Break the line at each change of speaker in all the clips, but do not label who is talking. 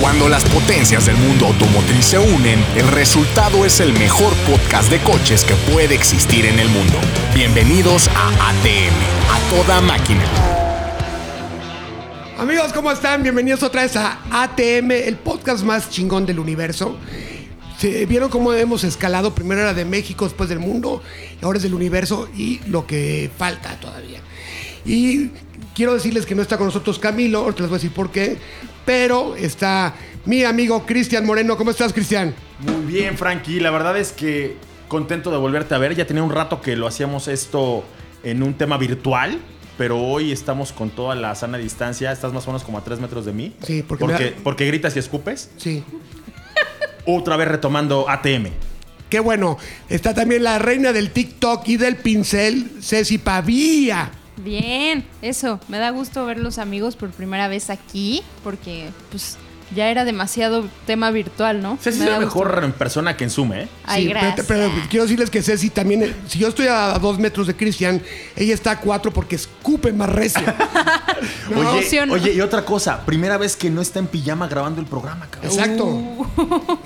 Cuando las potencias del mundo automotriz se unen, el resultado es el mejor podcast de coches que puede existir en el mundo. Bienvenidos a ATM, a toda máquina.
Amigos, ¿cómo están? Bienvenidos otra vez a ATM, el podcast más chingón del universo. Se vieron cómo hemos escalado, primero era de México, después del mundo, y ahora es del universo y lo que falta todavía. Y quiero decirles que no está con nosotros Camilo, ahorita les voy a decir por qué, pero está mi amigo Cristian Moreno. ¿Cómo estás, Cristian?
Muy bien, Frankie. La verdad es que contento de volverte a ver. Ya tenía un rato que lo hacíamos esto en un tema virtual. Pero hoy estamos con toda la sana distancia. Estás más o menos como a tres metros de mí.
Sí, porque me
porque,
da-
porque gritas y escupes.
Sí.
Otra vez retomando ATM.
Qué bueno. Está también la reina del TikTok y del pincel, Ceci Pavía.
Bien, eso, me da gusto ver los amigos por primera vez aquí, porque pues ya era demasiado tema virtual, ¿no?
Ceci
Me
se ve
da gusto.
mejor en persona que en Zoom, ¿eh?
Ay,
Sí, pero-
gracias.
Pero, quiero decirles que Ceci también, eh, si yo estoy a dos metros de Cristian, ella está a cuatro porque escupe más recio.
No,
oye,
¿sí o no?
oye, y otra cosa. Primera vez que no está en pijama grabando el programa, cabrón.
Exacto.
Uh.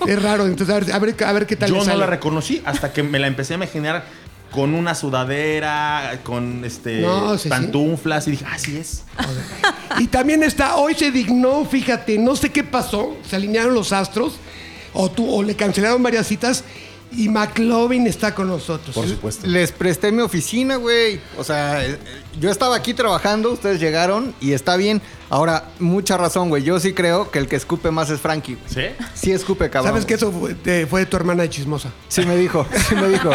Es raro, entonces a ver, a ver, a ver qué tal le
Yo no
sale.
la reconocí hasta que me la empecé a imaginar con una sudadera, con este
No, sí, sí.
pantuflas. Y dije, así es.
Y también está, hoy se dignó, fíjate, no sé qué pasó, se alinearon los astros o, tú, o le cancelaron varias citas y McLovin está con nosotros.
Por supuesto.
Les presté mi oficina, güey. O sea, eh, eh, yo estaba aquí trabajando, ustedes llegaron y está bien. Ahora, mucha razón, güey. Yo sí creo que el que escupe más es Frankie, güey.
¿Sí?
Sí escupe, cabrón.
¿Sabes que
güey.
eso fue, de- fue de tu hermana de chismosa?
Sí me dijo, sí me dijo.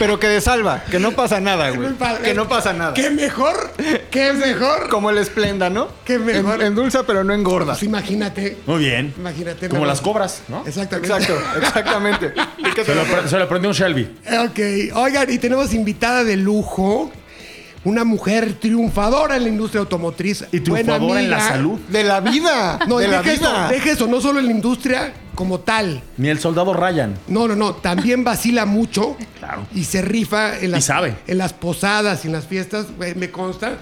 Pero que de salva, que no pasa nada, güey.
Muy padre.
Que no pasa nada.
eh, ¿Qué mejor? ¿Qué mejor?
Como el esplenda, ¿no?
Qué mejor.
En- endulza, pero no engorda.
Pues imagínate.
Muy bien.
Imagínate.
Como
me-
las cobras, ¿no?
Exactamente.
Exacto, exactamente. ¿Y qué
Se
te-
lo, pre- se lo prendió un Shelby.
Ok, oigan, y tenemos invitada de lujo, una mujer triunfadora en la industria automotriz.
Y
buena
triunfadora en la
amiga.
salud.
De la vida.
No,
de
y
la
deja eso,
vida.
deja eso, no solo en la industria como tal.
Ni el soldado Ryan.
No, no, no, también vacila mucho
Claro.
y se rifa en las,
Y sabe.
en las posadas y en las fiestas, güey, me consta.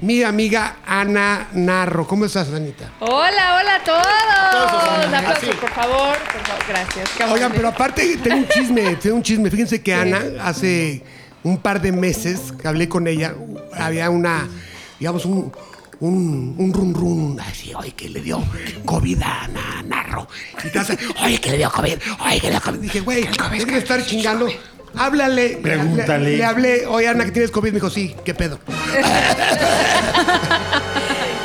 Mi amiga Ana Narro, ¿cómo estás, Anita?
Hola, hola a todos.
Ana.
Aplausos,
Así.
por favor. por favor. Gracias. qué
Oigan,
amable.
pero aparte tengo un chisme, tengo un chisme. Fíjense que Ana hace un par de meses que hablé con ella, había una, digamos, un, un, un run run, así, oye, que le dio COVID a Ana Narro. Y te hace, oye, que le dio COVID, oye, que le dio COVID. Dije, güey, dejen de estar chingando. Háblale.
Pregúntale.
Le, le hablé, oye, Ana, que tienes COVID. Me dijo, sí, qué pedo.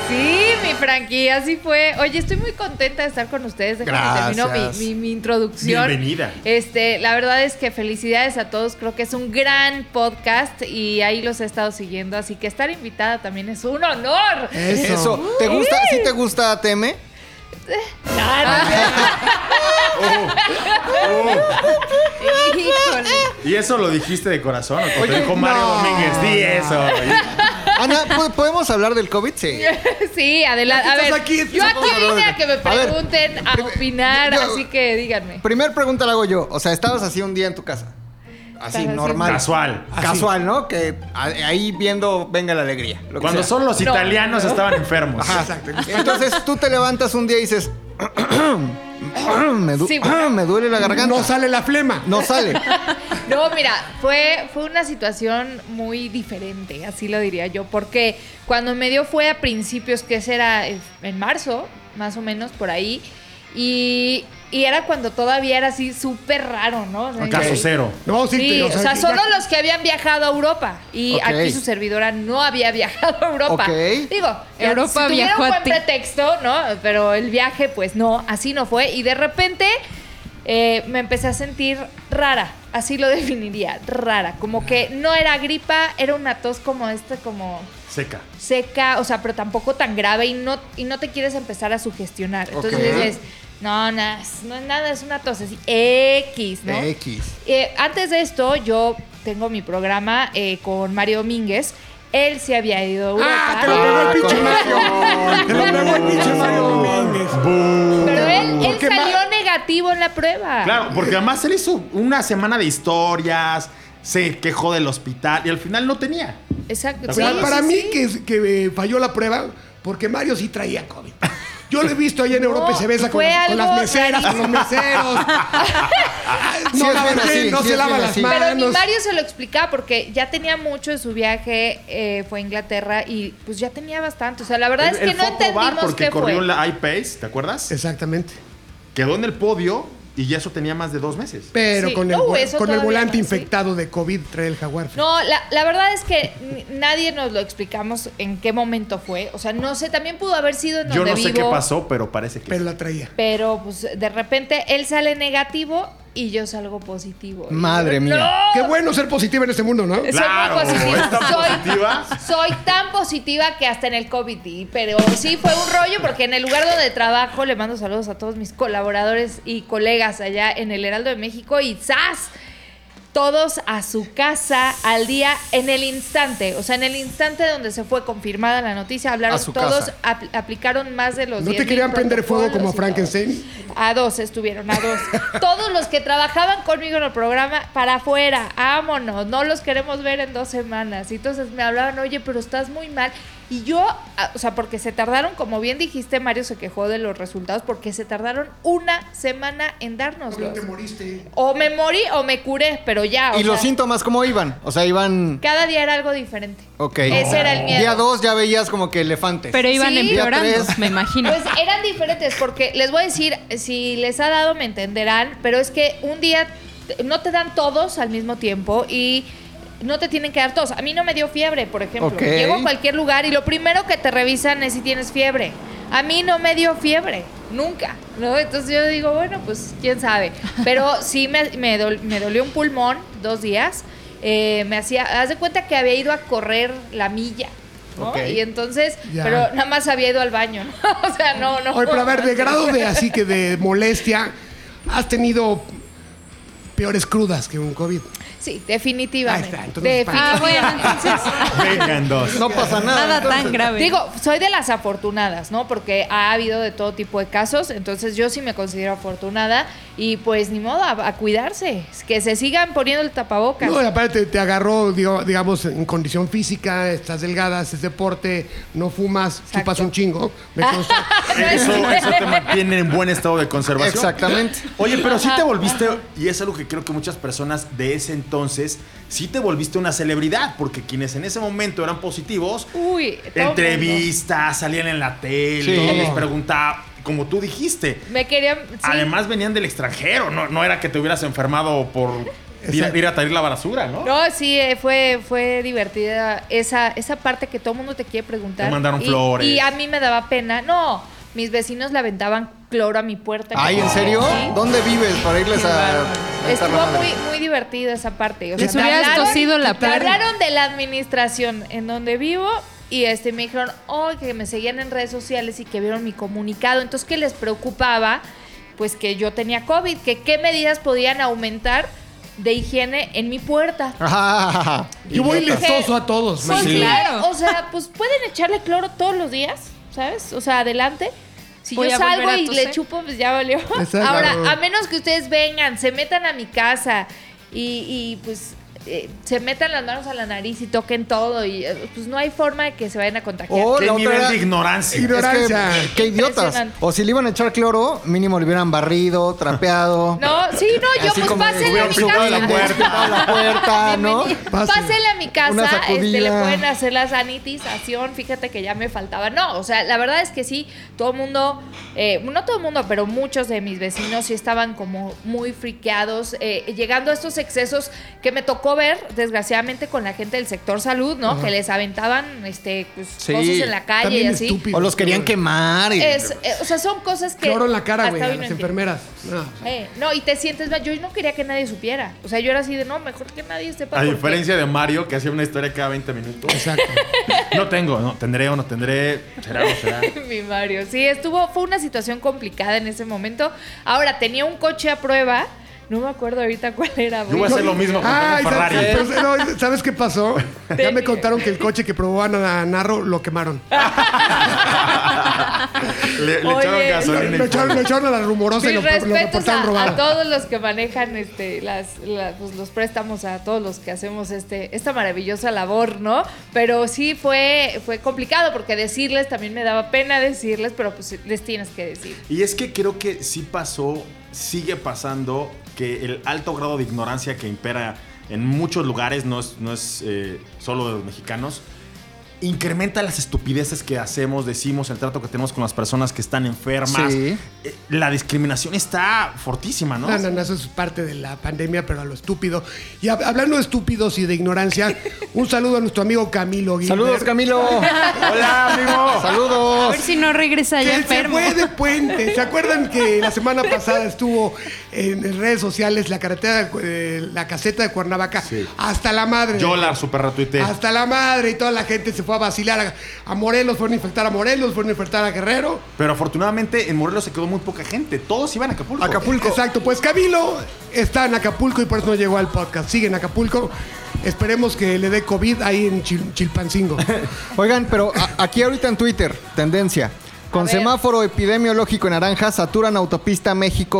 Sí, mi Frankie, así fue. Oye, estoy muy contenta de estar con ustedes. Déjame
Gracias.
termino mi, mi- mi introducción.
Bienvenida.
Este, la verdad es que felicidades a todos. Creo que es un gran podcast y ahí los he estado siguiendo. Así que estar invitada también es un honor.
Eso.
Eso. ¿Te gusta? ¿Sí te gusta Teme?
Híjole.
¿Y eso lo dijiste de corazón? ¿O te dijo Mario
no,
Domínguez? Di eso. güey".
Ana, ¿po- ¿podemos hablar del COVID? Sí.
Sí, adelante. A
Estás
ver,
aquí,
yo
estás
aquí
aquí.
vine a que me
A ver,
pregunten, a,
prim-
opinar,
yo-
así que díganme.
Primer pregunta la hago yo. O sea, estabas así un día en tu casa. Así,
Estaba así.
normal.
Casual.
Así.
Casual, ¿no? Que a- ahí viendo venga la alegría. lo que
Cuando
sea.
son los
No.
italianos estaban enfermos.
Ajá. Entonces tú te levantas un día y dices. me, du-
Sí, bueno.
me duele la garganta.
No sale la flema.
No sale.
No, mira, fue, fue una situación muy diferente, así lo diría yo, porque cuando me dio fue a principios, que será Eh, en marzo, más o menos, por ahí, y, y era cuando todavía era así súper raro, ¿no? O sea,
Caso
sí.
cero.
No, sí,
Sí,
te-
o sea,
ya-
solo los que habían viajado a Europa. Y
Ok.
aquí su servidora no había viajado a Europa.
Ok.
Digo,
Europa
si tuviera
viajó
un
a
buen
ti.
pretexto, ¿no? Pero el viaje, pues no, así no fue. Y de repente eh, me empecé a sentir rara. Así lo definiría, rara. Como que no era gripa, era una tos como esta, como
Seca.
seca, o sea, pero tampoco tan grave y no, y no te quieres empezar a sugestionar. Entonces
Ok.
dices, no, no, es- no es nada, es una tos así, X, ¿no?
X.
Eh, antes de esto, yo tengo mi programa eh, con Mario Domínguez. Él se había ido a Europa.
Ah, te lo pegó el
Ah,
pinche
con
Mario. Te lo pegó el pinche Mario Domínguez.
pero él, él
Porque
salió
Ma-
negativo en la prueba.
Claro, porque además él hizo una semana de historias, se quejó del hospital y al final no tenía.
Exacto.
O sea,
sí,
para
sí,
mí
sí.
que, que eh, falló la prueba porque Mario sí traía COVID. Yo lo he visto allá en
No,
Europa y se besa con,
fue
las- con las
algo
meseras, con los meseros.
Sí,
no
es
lavan
bien así,
bien, no
sí,
se
es
lavan
bien
las
así.
manos.
Pero ni Mario se lo explicaba porque ya tenía mucho en su viaje, eh, fue a Inglaterra y pues ya tenía bastante. O sea, la verdad
El-
es que
el
no
Foco Bar,
entendimos
porque
qué
corrió
fue.
en la iPace, E, ¿te acuerdas?
Exactamente.
Quedó en el podio y ya eso tenía más de dos meses.
Pero
Sí.
con, el,
No,
vo-
eso
con el
todavía
volante
no, sí.
infectado de COVID trae el jaguar.
No, la, la verdad es que n- nadie nos lo explicamos en qué momento fue. O sea, no sé, también pudo haber sido en
Yo
donde
no sé qué
vivo,
pasó, pero parece que.
Pero la traía.
Pero pues de repente él sale negativo y yo salgo positivo. Y
Madre
yo,
mía.
¡No!
Qué bueno ser positiva en este mundo, ¿no?
Soy muy
Claro,
positiva.
¿es tan
soy,
positiva?
soy tan positiva que hasta en el COVID, di, pero sí fue un rollo porque en el lugar donde trabajo le mando saludos a todos mis colaboradores y colegas allá en el Heraldo de México y ¡zas! Todos a su casa al día en el instante, o sea, en el instante donde se fue confirmada la noticia, hablaron
A su
todos,
casa.
apl- aplicaron más de los
¿No
10.000
te querían prender fuego como a
protocolos y todo.
Frankenstein?
A dos estuvieron, a dos. Todos los que trabajaban conmigo en el programa, para afuera, vámonos, no los queremos ver en dos semanas. Y entonces me hablaban, oye, pero estás muy mal. Y yo, ah, o sea, porque se tardaron, como bien dijiste, Mario se quejó de los resultados, porque se tardaron una semana en
Obvio,
dárnoslos.
te moriste.
O me morí o me curé, pero ya. o
¿Y los
sea,
síntomas cómo iban? O sea, iban.
Cada día era algo diferente.
Ok.
Ese era el miedo.
Día 2 ya veías como que elefantes.
Pero iban
Sí.
Día
empeorando,
tres.
me imagino.
Pues eran diferentes, porque les voy a decir, si les ha dado me entenderán, pero es que un día te- no te dan todos al mismo tiempo y no te tienen que dar todos. A mí no me dio fiebre, por ejemplo.
Ok.
Llego a cualquier lugar y lo primero que te revisan es si tienes fiebre. A mí no me dio fiebre, nunca. ¿no? Entonces yo digo, bueno, pues quién sabe. Pero sí me, me dol- me dolió un pulmón dos días. Eh, me hacía, haz de cuenta que había ido a correr la milla. ¿no?
Ok.
Y entonces,
Ya.
pero nada más había ido al baño. ¿no? o sea, no, no.
Oye, pero a ver, de grado de así que de molestia, has tenido peores crudas que un COVID.
Sí, definitivamente.
Ahí está, entonces, para-
ah, bueno,
Definitivamente.
entonces
Vengan dos.
No pasa nada.
nada tan
entonces.
grave.
Digo, soy de las afortunadas, ¿no? Porque ha habido de todo tipo de casos, entonces yo sí me considero afortunada y pues ni modo, a, a cuidarse, que se sigan poniendo el tapabocas.
No, y aparte te, te agarró, digo- digamos, en condición física, estás delgada, haces deporte, no fumas, chupas un chingo. Me consta.
Eso, eso te mantiene en buen estado de conservación.
Exactamente.
Oye, pero sí te volviste, y es algo que creo que muchas personas de ese entonces, sí te volviste una celebridad, porque quienes en ese momento eran positivos,
Uy, todo el
entrevistas, salían en la tele,
Sí.
les preguntaba, como tú dijiste,
mundo. Me querían... sí.
además venían del extranjero, no, no era que te hubieras enfermado por ir, a-
Exacto.
ir a traer la basura, ¿no?
No, sí, eh, fue, fue divertida esa, esa parte que todo el mundo te quiere preguntar.
Te mandaron
Y-
flores.
Y a mí me daba pena. No, mis vecinos le aventaban cloro a mi puerta.
Ay, ¿en serio?
Sí.
¿Dónde vives para irles
Qué
a.?
bárbaro.
mentar la
Estuvo
madre?
muy, muy divertida esa parte. O
Les
sea, me
hubieras
hablaron-
tosido la
me
puerta.
hablaron de la administración en donde vivo y este, me dijeron oh, que me seguían en redes sociales y que vieron mi comunicado. Entonces, ¿qué les preocupaba? Pues que yo tenía COVID, que qué medidas podían aumentar de higiene en mi puerta.
Ah,
Yo voy
idiota.
les-
lestoso a todos.
Pues
man.
Sí.
claro. O sea, pues pueden echarle cloro todos los días, ¿sabes? O sea, adelante. Si
Voy
yo
a volver
salgo
a
y
toser.
le chupo, pues ya valió.
Exacto.
Ahora, a menos que ustedes vengan, se metan a mi casa y, y, pues eh, se metan las manos a la nariz y toquen todo y eh, pues no hay forma de que se vayan a contagiar.
O
Qué
la otra
nivel
era-
de ignorancia.
Igno- Ignorancia.
Es que, qué idiotas.
Impresionante.
O si le iban a echar cloro, mínimo le hubieran barrido, trapeado.
No, sí, no, yo
Así
pues
como de-
pásenle a
Hubieran
mi casa.
chupado la puerta.
a la
Ah,
puerta, ¿no?
Bienvenido.
Pásenle.
Pásenle a mi
Una
casa,
sacudida.
este, le pueden hacer la sanitización, fíjate que ya me faltaba. No, o sea, la verdad es que sí, todo el mundo, eh, no todo el mundo, pero muchos de mis vecinos sí estaban como muy friqueados, eh, llegando a estos excesos que me tocó ver, desgraciadamente, con la gente del sector salud, ¿no? Que les aventaban este, pues,
Sí,
cosas en la calle
también
y así.
estúpido.
O los querían quemar. y-
Es, eh, o sea, son cosas que...
Cloro en la cara,
hasta
güey,
hoy
a
no
las
entiendo.
enfermeras. No.
Eh, no, y te sientes mal. Yo no quería que nadie supiera. O sea, yo era así de, no, mejor que nadie sepa.
A
porque-
diferencia de Mario, que hacía una historia cada 20 minutos.
Exacto.
No tengo, no, tendré o no tendré, será o no será.
Mi Mario, sí, estuvo, fue una situación complicada en ese momento. Ahora, tenía un coche a prueba No me acuerdo ahorita cuál era,
Yo voy a
güey.
hacer lo mismo con
Ay,
Ferrari. ¿eh?
¿sabes, pero- no, ¿sabes qué pasó? Ya me
Tenía.
contaron que el coche que probaban a Narro lo quemaron.
Le, le
Oye,
echaron
Lo,
gasolina.
lo
y fuego.
echaron, lo echaron a la rumorosa y lo, lo
Mis respetos
reportaron
a, a
robado.
todos los que manejan este, las, la- pues, los préstamos, a todos los que hacemos este, esta maravillosa labor, ¿no? Pero sí fue, fue complicado porque decirles también me daba pena decirles, pero pues les tienes que decir.
Y es que creo que sí pasó, sigue pasando, que el alto grado de ignorancia que impera en muchos lugares, no es, no es eh, solo de los mexicanos, incrementa las estupideces que hacemos, decimos, el trato que tenemos con las personas que están enfermas.
Sí.
Eh, La discriminación está fortísima, ¿no?
No, no, no, eso es parte de la pandemia, pero a lo estúpido. Y hab- hablando de estúpidos y de ignorancia, un saludo a nuestro amigo Camilo Gilbert.
Saludos, Camilo.
Hola, amigo.
A
Saludos.
ver si no regresa
Que
ya
se
enfermo.
fue de puente. ¿Se acuerdan que la semana pasada estuvo en redes sociales la carretera, de Cu- eh, la caseta de Cuernavaca?
Sí.
Hasta la madre.
Yo la super retuiteé.
Ah,
Hasta la madre y toda la gente se fue a vacilar a, a Morelos, fueron a infectar a Morelos, fueron a infectar a Guerrero.
Pero afortunadamente en Morelos se quedó muy poca gente. Todos iban a Acapulco.
Acapulco. Exacto, pues Camilo está en Acapulco y por eso no llegó al podcast. Sigue en Acapulco. Esperemos que le dé COVID ahí en Chil- Chilpancingo.
Oigan, pero a- aquí ahorita en Twitter, tendencia. Con
A ver.
semáforo epidemiológico en naranja, saturan autopista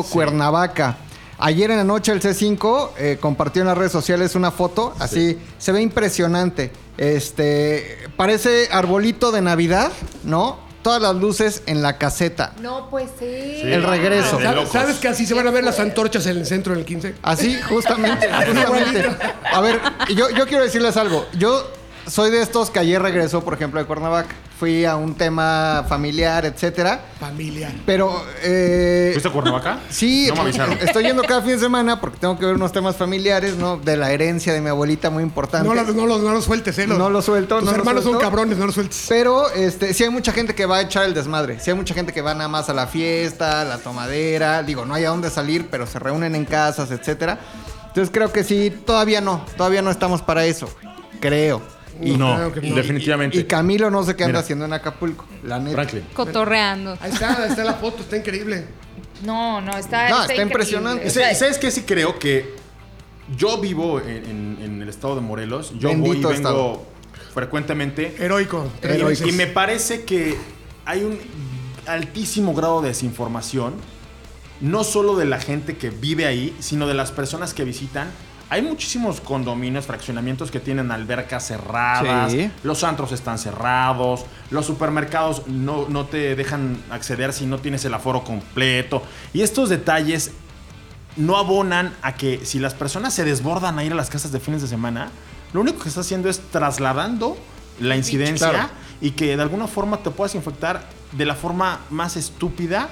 México-Cuernavaca. Ayer en la noche el C5 eh, compartió en las redes sociales una foto, así se ve impresionante. Este parece arbolito de Navidad, ¿no? Todas las luces en la caseta.
No, pues sí.
Sí.
El regreso.
De
¿Sabes,
locos.
sabes que así se van a ver las antorchas en el centro del 15?
Así, justamente, justamente. A ver, yo, yo quiero decirles algo. Yo soy de estos que ayer regresó, por ejemplo, de Cuernavaca. Fui a un tema familiar, etcétera.
Familia.
Pero eh,
¿Fuiste a Cuernavaca?
sí,
No me avisaron.
estoy yendo cada fin de semana porque tengo que ver unos temas familiares, ¿no? De la herencia de mi abuelita muy importante.
No lo, no lo- no lo sueltes, ¿eh? Los-
No lo suelto,
Tus
no lo
hermanos son
suelto.
cabrones, no lo sueltes.
Pero este, sí hay mucha gente que va a echar el desmadre. Sí hay mucha gente que va nada más a la fiesta, a la tomadera. Digo, no hay a dónde salir, pero se reúnen en casas, etcétera. Entonces creo que sí, todavía no. Todavía no estamos para eso. Creo. Y,
no,
claro que no.
definitivamente.
y Camilo no sé qué anda
Mira.
haciendo en Acapulco. La neta.
Franklin.
Cotorreando.
Ahí está, ahí está la foto, está increíble.
No, no, está.
No, está
increíble.
impresionante.
O
Ese-
sea,
¿Sabes qué? Sí creo que yo vivo en, en- en el estado de Morelos. Yo voy y
Bendito
vengo
estado.
frecuentemente.
Heroico. tres
Heroico.
veces.
Y me parece que hay un altísimo grado de desinformación, no solo de la gente que vive ahí, sino de las personas que visitan. Hay muchísimos condominios, fraccionamientos que tienen albercas cerradas,
Sí.
los antros están cerrados, los supermercados no, no te dejan acceder si no tienes el aforo completo. Y estos detalles no abonan a que si las personas se desbordan a ir a las casas de fines de semana, lo único que está haciendo es trasladando la incidencia
Claro.
y que de alguna forma te puedas infectar de la forma más estúpida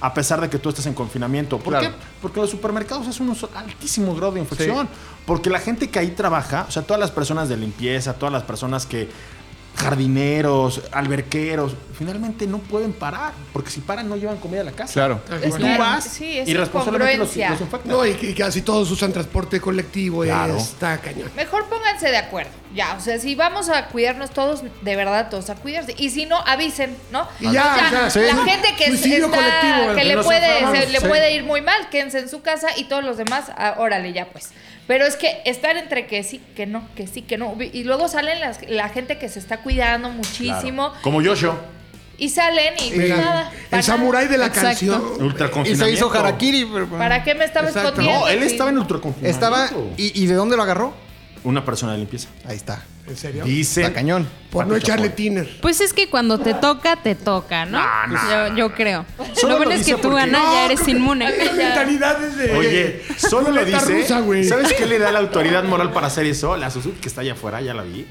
a pesar de que tú estés en confinamiento. ¿Por
Claro.
qué? Porque los supermercados es un altísimo grado de infección. Porque la gente que ahí trabaja, o sea, todas las personas de limpieza, todas las personas que jardineros, alberqueros, finalmente no pueden parar, porque si paran no llevan comida a la casa.
Claro.
Entonces tú
Claro.
vas
Sí, es
y responsablemente los,
incongruencia.
los infectas.
No, y, y casi todos usan transporte colectivo.
Claro.
Está cañón.
Mejor pónganse de acuerdo, ya, o sea, si vamos a cuidarnos todos, de verdad todos a cuidarse, y si no, avisen, ¿no?
Y ya, o sea,
la
sí.
gente que, es-
Suicidio
está-
colectivo,
que
que
le,
nos
puede,
enfermamos,
se- le
sí.
puede ir muy mal, quédense en su casa y todos los demás, ah, órale, ya pues. Pero es que estar entre que sí, que no, que sí, que no, y luego salen las- la gente que se está cuidando muchísimo,
Claro. Como Yoshio,
y salen y pues
Mira,
nada. para
el samurái de la
Exacto.
canción.
ultra
Y se hizo harakiri. pero-
nada. ¿Para qué me estaba
Exacto.
escondiendo?
No, él
Sí.
estaba en ultraconfinamiento.
Estaba. ¿y, y de dónde lo agarró?
Una persona de limpieza.
Ahí está.
¿En serio?
Dice.
Está cañón.
Por no
Pati
echarle
Chapoy.
tiner.
Pues es que cuando te toca, te toca, ¿no?
No, no.
Yo, yo creo.
Solo
lo bueno
lo
es que
dice
tú,
porque-
Ana, ya eres inmune.
Las mentalidades de.
Oye, solo lo
ruleta
dice.
rusa, güey.
¿Sabes qué le da la autoridad moral para hacer eso? La Suzuki que está allá afuera, ya la vi.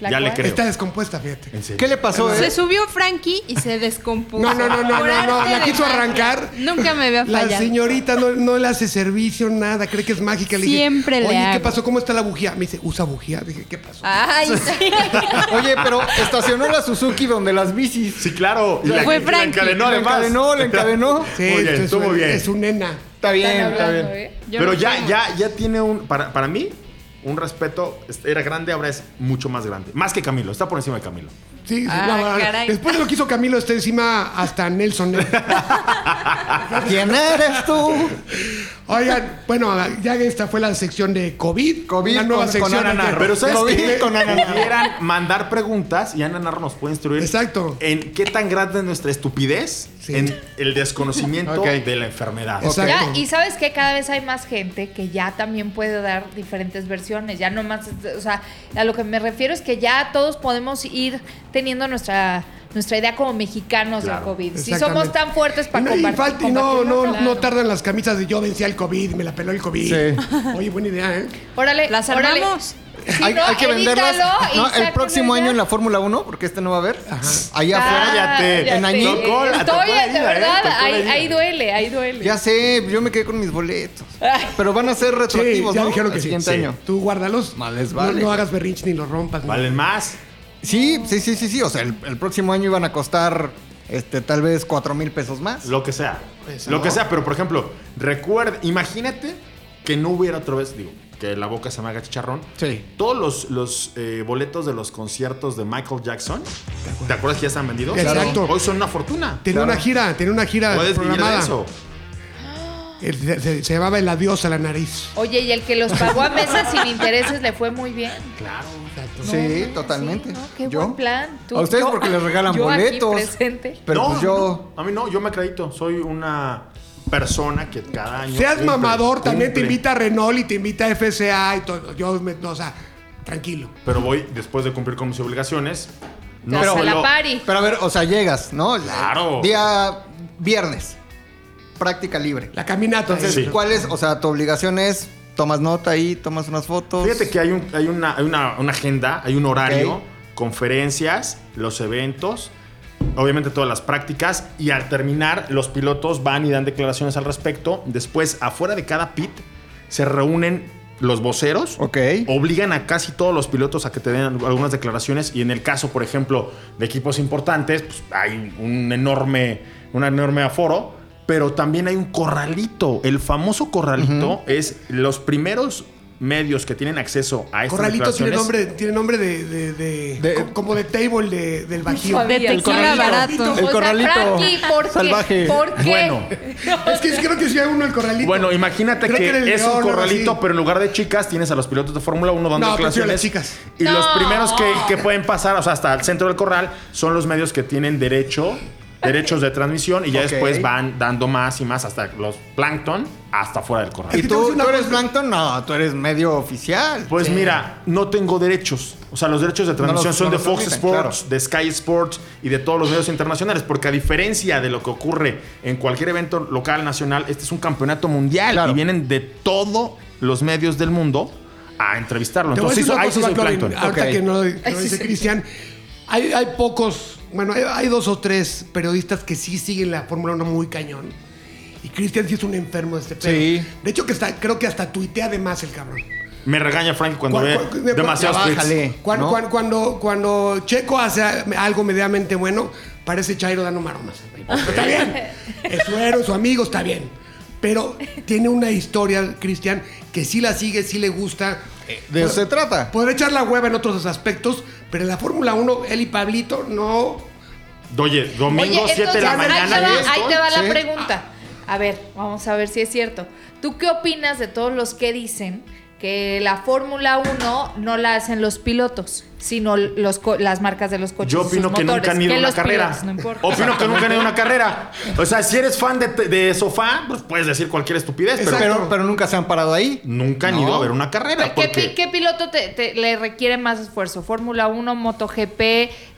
¿La
ya le
cual?
creo.
Está descompuesta, fíjate.
En serio.
¿Qué le pasó,
Se
eh?
subió Frankie y se descompuso.
No, no, no, no, no,
Por
no,
arte
La
de
quiso
magia.
arrancar.
Nunca me había
La
fallado.
señorita no, no le hace servicio, nada, cree que es mágica. Le dije,
Siempre le
Oye, ¿qué
hago".
pasó? ¿Cómo está la bujía? Me dice, usa bujía. Dije, ¿qué pasó?
Ah.
Ay, sí.
Eh, Oye, pero estacionó la Suzuki donde las bicis.
Sí, claro. Y la,
Fue
y la
Frankie.
encadenó
le
además.
encadenó, le encadenó.
Sí,
Muy bien,
es
estuvo
un-
bien.
Es un nena.
Está bien,
Están
está
hablando,
bien.
¿eh?
Yo
Pero
no
ya,
creo.
ya, ya tiene un. Para, para mí, un respeto, este, era grande, ahora es mucho más grande. Más que Camilo, está por encima de Camilo.
Sí, sí,
Ah,
la verdad.
caray.
Después de lo que hizo Camilo, está encima hasta Nelson. ¿eh?
¿Quién eres tú?
Oigan, bueno, ya esta fue la sección de COVID.
COVID
la nueva
con- con
sección.
ananá.
que-
Pero ¿sabes
Lo vi
qué?
con Ana Narro.
Pudieran mandar preguntas y Ana Narro nos puede instruir.
Exacto.
En qué tan grande es nuestra estupidez
Sí.
en el desconocimiento
Ok.
de la enfermedad.
Exacto.
Ya, y sabes que cada vez hay más gente que ya también puede dar diferentes versiones, ya no más, o sea, a lo que me refiero es que ya todos podemos ir teniendo nuestra nuestra idea como mexicanos
Claro.
del COVID. Si
Exactamente.
somos tan fuertes para
Y no- y
compartir.
falta- y no, no,
compartirlo,
no
claro.
tardan las camisas de yo vencí al COVID, me la peló el COVID.
Sí.
Oye, buena idea, ¿eh?
Órale,
Las
órale.
armamos.
Sí,
hay,
no,
hay que venderlas.
edítalo y
No, el
sáquenlo
próximo año
ya.
en la Fórmula 1, porque este no va a haber. Allá
Ah,
afuera ya.
Cállate.
ya
En
sé.
Añil.
Tocó la- tocó la
Estoy, de
herida, ¿eh?
verdad,
Tocó la
ahí,
herida.
ahí duele, ahí duele.
Ya sé, yo me quedé con mis boletos. Pero van a ser retroactivos,
Sí, ya
¿no?
dijeron
El
que sí.
siguiente
Sí.
año.
Tú guárdalos.
Más les
No-
vale.
No, hagas berrinche ni los rompas. ¿no?
Valen más.
Sí, sí, sí, sí, sí. O sea, el, el próximo año iban a costar este, tal vez 4 mil pesos más.
Lo que sea.
Pues,
lo
no.
que sea, pero por ejemplo, recuerda, imagínate que no hubiera otra vez, digo, que la boca se me haga chicharrón.
Sí.
Todos los, los, eh, boletos de los conciertos de Michael Jackson, ¿te acuerdas que ya están vendidos?
Exacto.
Hoy son una fortuna.
Tenía
Claro.
una gira, tenía una gira
Puedes vivir de
programada.
eso.
El- se, se- se llamaba El Adiós a la Nariz.
Oye, y el que los pagó a meses sin intereses le fue muy bien.
Claro.
sí,
No,
totalmente.
sí, ¿no? Qué
Yo-
buen plan. Tú-
a ustedes
yo-
porque les regalan
yo aquí
boletos.
presente.
Pero
No, no,
pues yo.
no. A mí no, yo me acredito. Soy una persona que cada año.
Seas
cumple,
mamador, también te
cumple.
invita a Renault y te invita a FCA y todo. Yo, me- no, o sea, tranquilo.
Pero voy después de cumplir con mis obligaciones. No
Pero-
solo-
a la party.
Pero a ver, o sea, llegas, ¿no?
Claro.
Día viernes. Práctica libre.
La caminata.
Ah, Entonces,
Sí.
¿cuál es? O sea, tu obligación es tomas nota ahí, tomas unas fotos.
Fíjate que hay, un- hay una, hay una- una agenda, hay un horario,
Ok.
conferencias, los eventos, obviamente todas las prácticas y al terminar los pilotos van y dan declaraciones al respecto. Después, afuera de cada pit, se reúnen los voceros.
Ok.
Obligan a casi todos los pilotos a que te den algunas declaraciones y en el caso, por ejemplo, de equipos importantes, pues hay un enorme, un enorme aforo, pero también hay un corralito. El famoso corralito es los primeros medios que tienen acceso a estas
Corralito tiene
declaraciones.
nombre, tiene nombre de, de- de-
De-
co- como de table de- del bajío.
Sabía.
De tequila barato.
O
El
sea,
corralito
Frankie, ¿por qué?
salvaje.
¿Por qué?
Bueno.
Es que creo que si hay uno el corralito.
Bueno, imagínate
Creo
que,
era el
es
león,
un
algo
corralito,
así.
pero en lugar de chicas tienes a los pilotos de Fórmula 1 dando
No, prefiero
declaraciones.
las chicas.
Y los
No.
primeros que, que pueden pasar, o sea, hasta el centro del corral, son los medios que tienen derecho, derechos de transmisión y ya
Ok.
después van dando más y más hasta los plancton hasta fuera del corral.
¿Y
Es que te voy a
tú,
decir una
tú eres
cosa.
Plankton? No, tú eres medio oficial.
Pues mira, no tengo derechos. O sea, los derechos de transmisión
los-
son
no
de
los
Fox
transmiten,
Sports, de Sky Sports y de todos los medios internacionales. Porque a diferencia de lo que ocurre en cualquier evento local, nacional, este es un campeonato mundial
Claro.
y vienen de todos los medios del mundo a entrevistarlo.
Te voy a
Entonces,
decir
hizo-
una
ahí sí
cosa, Claudio,
soy
Ah,
plancton.
Ahorita
Ok.
que no, que
Ay,
no
sí,
dice
sí.
Cristian, hay, hay pocos, bueno, hay, hay dos o tres periodistas que sí siguen la Fórmula 1 muy cañón. Y Cristian sí es un enfermo de este pedo.
Sí.
De hecho, que está, creo que hasta tuitea de más el cabrón.
Me regaña Frank cuando
Cuan-
ve
cuan-
demasiados
cuan-
tweets.
Bájale,
Cuando,
¿no?
cuando, cuando, cuando Checo hace algo medianamente bueno, parece Chairo dando maromas. Está bien. Es su héroe, su amigo, está bien. Pero tiene una historia, Cristian, que sí la sigue, sí le gusta.
¿De
pues,
eso se trata?
Podrá echar la hueva en otros aspectos, pero en la Fórmula 1, él y Pablito no.
Oye,
Oye,
domingo, 7 de la
entonces,
mañana.
Ahí te
esto.
va, ahí te va
sí.
la pregunta. A ver, vamos a ver si es cierto. ¿Tú qué opinas de todos los que dicen que la Fórmula 1 no la hacen los pilotos, sino los co- las marcas de los coches?
Yo
y sus
opino que
motores?
nunca han ido a una
los
carrera.
pilotos, no importa.
opino que nunca han ido a una carrera. O sea, si eres fan de, de sofá, pues puedes decir cualquier estupidez, pero
Pero, pero nunca se han parado ahí.
Nunca han
No.
ido a ver una carrera.
¿Qué,
Porque
pi- qué piloto te, te- le requiere más esfuerzo? ¿Fórmula 1, MotoGP,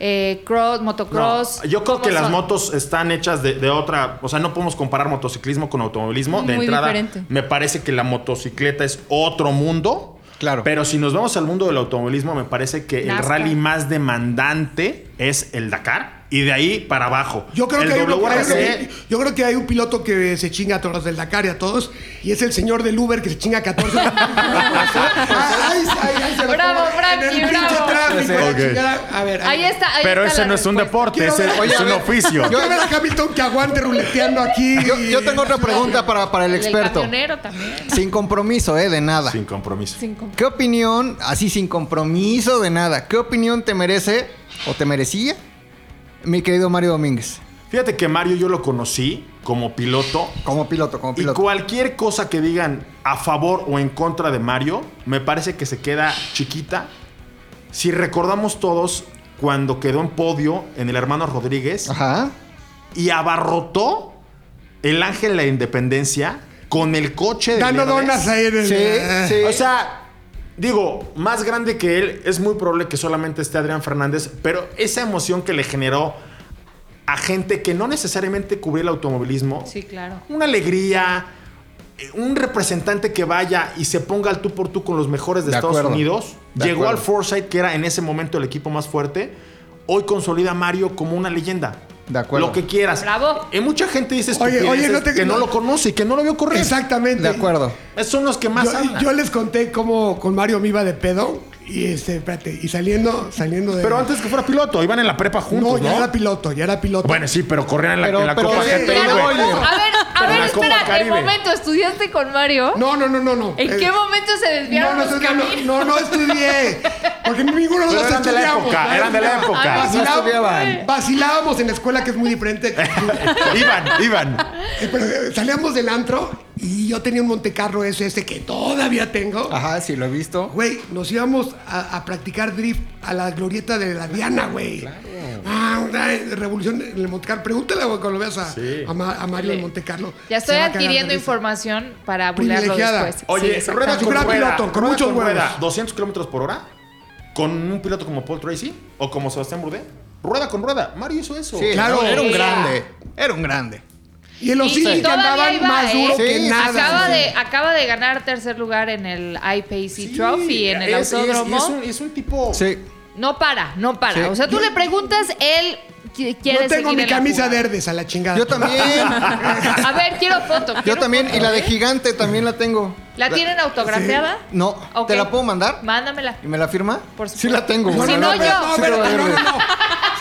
eh, cross,
No,
motocross?
yo creo que
¿Cómo
las
son?
motos están hechas de, de otra. O sea, no podemos comparar motociclismo con automovilismo. de
Muy
entrada,
diferente.
me parece que la motocicleta es otro mundo.
Claro.
Pero si nos vamos al mundo del automovilismo, me parece que
NASCAR.
el rally más demandante es el Dakar y de ahí para abajo.
Yo creo,
el
que hay uno-
WRC,
hay- yo creo que hay un piloto que se chinga a todos los del Dakar y a todos, y es el señor del Uber que se chinga a 14. Ay, ay, ay, se lo
Ah, Bravo,
pongo
Frankie,
en el pinche
bravo.
tráfico,
Sí.
la
Ok.
chingada. A ver, a
Ahí
ver.
está. ahí
Pero
está
ese
la
no es un
respuesta.
deporte,
Quiero
ese
ver-
es
Oye,
un
a ver.
oficio.
Yo ver a Hamilton que aguante ruleteando aquí.
Yo, yo tengo otra pregunta para, para el
El
experto.
camionero también.
Sin compromiso, ¿eh? De nada.
Sin compromiso.
Sin comp-
¿Qué opinión, así sin compromiso de nada, qué opinión te merece o te merecía mi querido Mario Domínguez?
Fíjate que Mario yo lo conocí como piloto
Como piloto, como
y
piloto.
cualquier cosa que digan a favor o en contra de Mario, me parece que se queda chiquita. Si recordamos todos cuando quedó en podio en el hermano Rodríguez
Ajá.
y abarrotó el Ángel de la Independencia con el coche de
Dando
Leones.
donas ahí en el.
Sí, sí.
O sea, digo, más grande que él, es muy probable que solamente esté Adrián Fernández, pero esa emoción que le generó a gente que no necesariamente cubría el automovilismo,
Sí, claro.
una alegría, eh, un representante que vaya y se ponga al tú por tú con los mejores de,
De
Estados
acuerdo.
Unidos,
De
llegó
acuerdo.
al Foresight, que era en ese momento el equipo más fuerte, hoy consolida a Mario como una leyenda.
De acuerdo.
Lo que quieras.
Bravo.
Y mucha gente dice
Oye, oye,
estupideces
no te-
que no,
no-
lo conoce y que no lo vio correr.
Exactamente.
De acuerdo.
Esos son los que más
Yo,
hablan.
yo les conté cómo con Mario me iba de pedo y este, espérate, y saliendo, saliendo de.
Pero antes que fuera piloto, iban en la prepa
No,
juntos,
ya
¿no?
era piloto, ya era piloto.
Bueno, sí, pero corrían en la,
Pero-
en la
pero-
Copa
sí,
GT,
pero-
Claro.
güey.
oye.
A ver, a
Pero
ver,
la Copa
espera.
Caribe.
En momento, ¿estudiaste con Mario?
No, no, no, no, no.
¿En qué
Eh,
momento se
No,
desviaron
no,
los
estudié, no,
caminos?
no, no estudié. Porque ninguno de
Pero
los
eran de la
estudiamos.
época,
¿sabes?
eran de la época.
Ah,
No
vacilábamos-
estudiaban.
Vacilábamos en la escuela, que es muy diferente.
iban, iban.
Eh, Pero eh, salíamos del antro y yo tenía un Montecarlo ese que todavía tengo.
Ajá, sí, lo he visto.
Güey, nos íbamos a, a practicar drift a la glorieta de la Diana, güey. Ah, una revolución en el Montecarlo. Pregúntale güey, cuando lo veas a,
Sí.
a Ma- a Mario en Montecarlo.
Ya estoy
Se va a cagar de
adquiriendo
risa.
información para burlarlo
Privilegiada.
después.
Oye,
Sí,
rueda
Si
con
fuera
rueda,
piloto, con
rueda
muchos
con rueda,
huevos.
200 kilómetros por hora, con un piloto como Paul Tracy o como Sebastián Bourdais, rueda con rueda. Mario hizo eso.
Sí,
Claro.
era un
Sí.
grande. Era un grande.
Y en los
Y
indies que
todavía
andaban
iba,
más
¿eh?
duro que
Sí,
nada.
Acaba,
Sí.
de, acaba de ganar tercer lugar en el IPC
Sí,
Trophy, en
es-
el
y es- y es
autódromo.
un- Es un tipo...
Sí.
No para, no para.
Sí.
O sea, tú le preguntas, él qui- quiere
Yo tengo
seguir
mi
en la
camisa
jugada.
verdes a la chingada.
Yo también.
A ver, quiero foto.
Yo
quiero
también.
foto,
Y la de
¿eh?
gigante también la tengo.
¿La tienen autografiada?
No.
Ok.
¿Te la puedo mandar?
Mándamela.
¿Y me la firma?
Por
sí la tengo.
supuesto. Si
güey.
no,
pero-
yo.
sí,
pero-
pero-
no, no, no.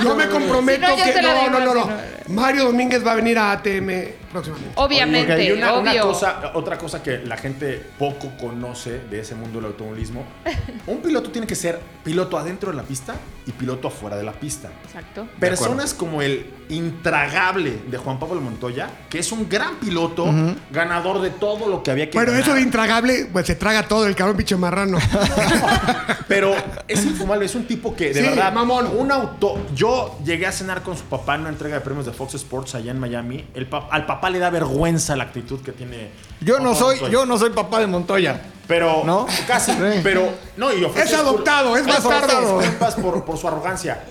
Yo me comprometo
Si no, yo
que
te la
no, no, no,
digo,
no.
si no.
Mario Domínguez va a venir a ATM próximamente.
Obviamente,
Porque hay una, una
obvio.
cosa, otra cosa que la gente poco conoce de ese mundo del automovilismo, un piloto tiene que ser piloto adentro de la pista y piloto afuera de la pista.
Exacto.
Personas como el intragable de Juan Pablo Montoya, que es un gran piloto, ganador de todo lo que había que
Pero
ganar.
eso de intragable, pues se traga todo el cabrón pinche marrano.
Pero es infumable, es un tipo que de
Sí,
verdad.
mamón.
Un auto. Yo llegué a cenar con su papá en una entrega de premios de Fox Sports allá en Miami. El pa- al papá le da vergüenza la actitud que tiene.
Yo
Juan
no
Pablo
soy,
Montoya.
yo no soy papá de Montoya.
Pero.
¿No?
Casi.
Sí.
Pero. No, y ofrece
Es adoptado, es
ofrece
bastardo.
disculpas por, por su arrogancia.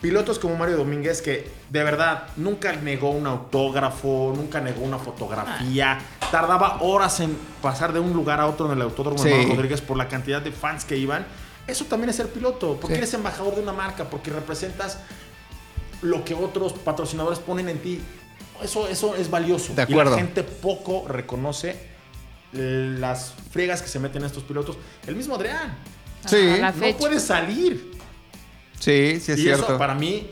Pilotos como Mario Domínguez que de verdad nunca negó un autógrafo, nunca negó una fotografía. Tardaba horas en pasar de un lugar a otro en el autódromo de
Sí.
Manuel Rodríguez por la cantidad de fans que iban. Eso también es ser piloto, porque eres embajador de una marca, porque representas lo que otros patrocinadores ponen en ti. Eso, eso es valioso.
De acuerdo.
Y la gente poco reconoce las friegas que se meten estos pilotos. El mismo Adrián.
Sí,
Ah, la-
No
fecha.
puede salir.
sí, sí es
y eso
cierto.
para mí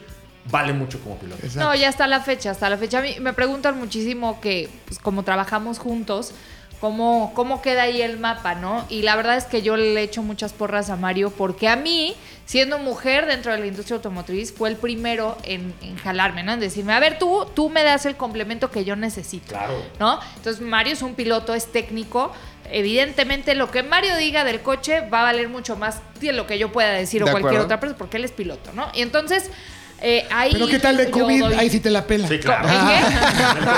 vale mucho como piloto.
No, ya está la fecha, hasta la fecha. A mí me preguntan muchísimo que, pues, como trabajamos juntos, cómo, cómo queda ahí el mapa, ¿no? Y la verdad es que yo le echo muchas porras a Mario porque a mí, siendo mujer dentro de la industria automotriz, fue el primero en, en jalarme, ¿no? En decirme, a ver, tú, tú me das el complemento que yo necesito.
Claro.
¿no? Entonces Mario es un piloto, es técnico. Evidentemente lo que Mario diga del coche va a valer mucho más que lo que yo pueda decir o
De
cualquier
acuerdo.
otra persona, porque él es piloto, ¿no? Y entonces eh, ahí...
Pero ¿qué tal de
yo
COVID?
doy-
Ahí sí te la pela.
Sí, claro.
¿En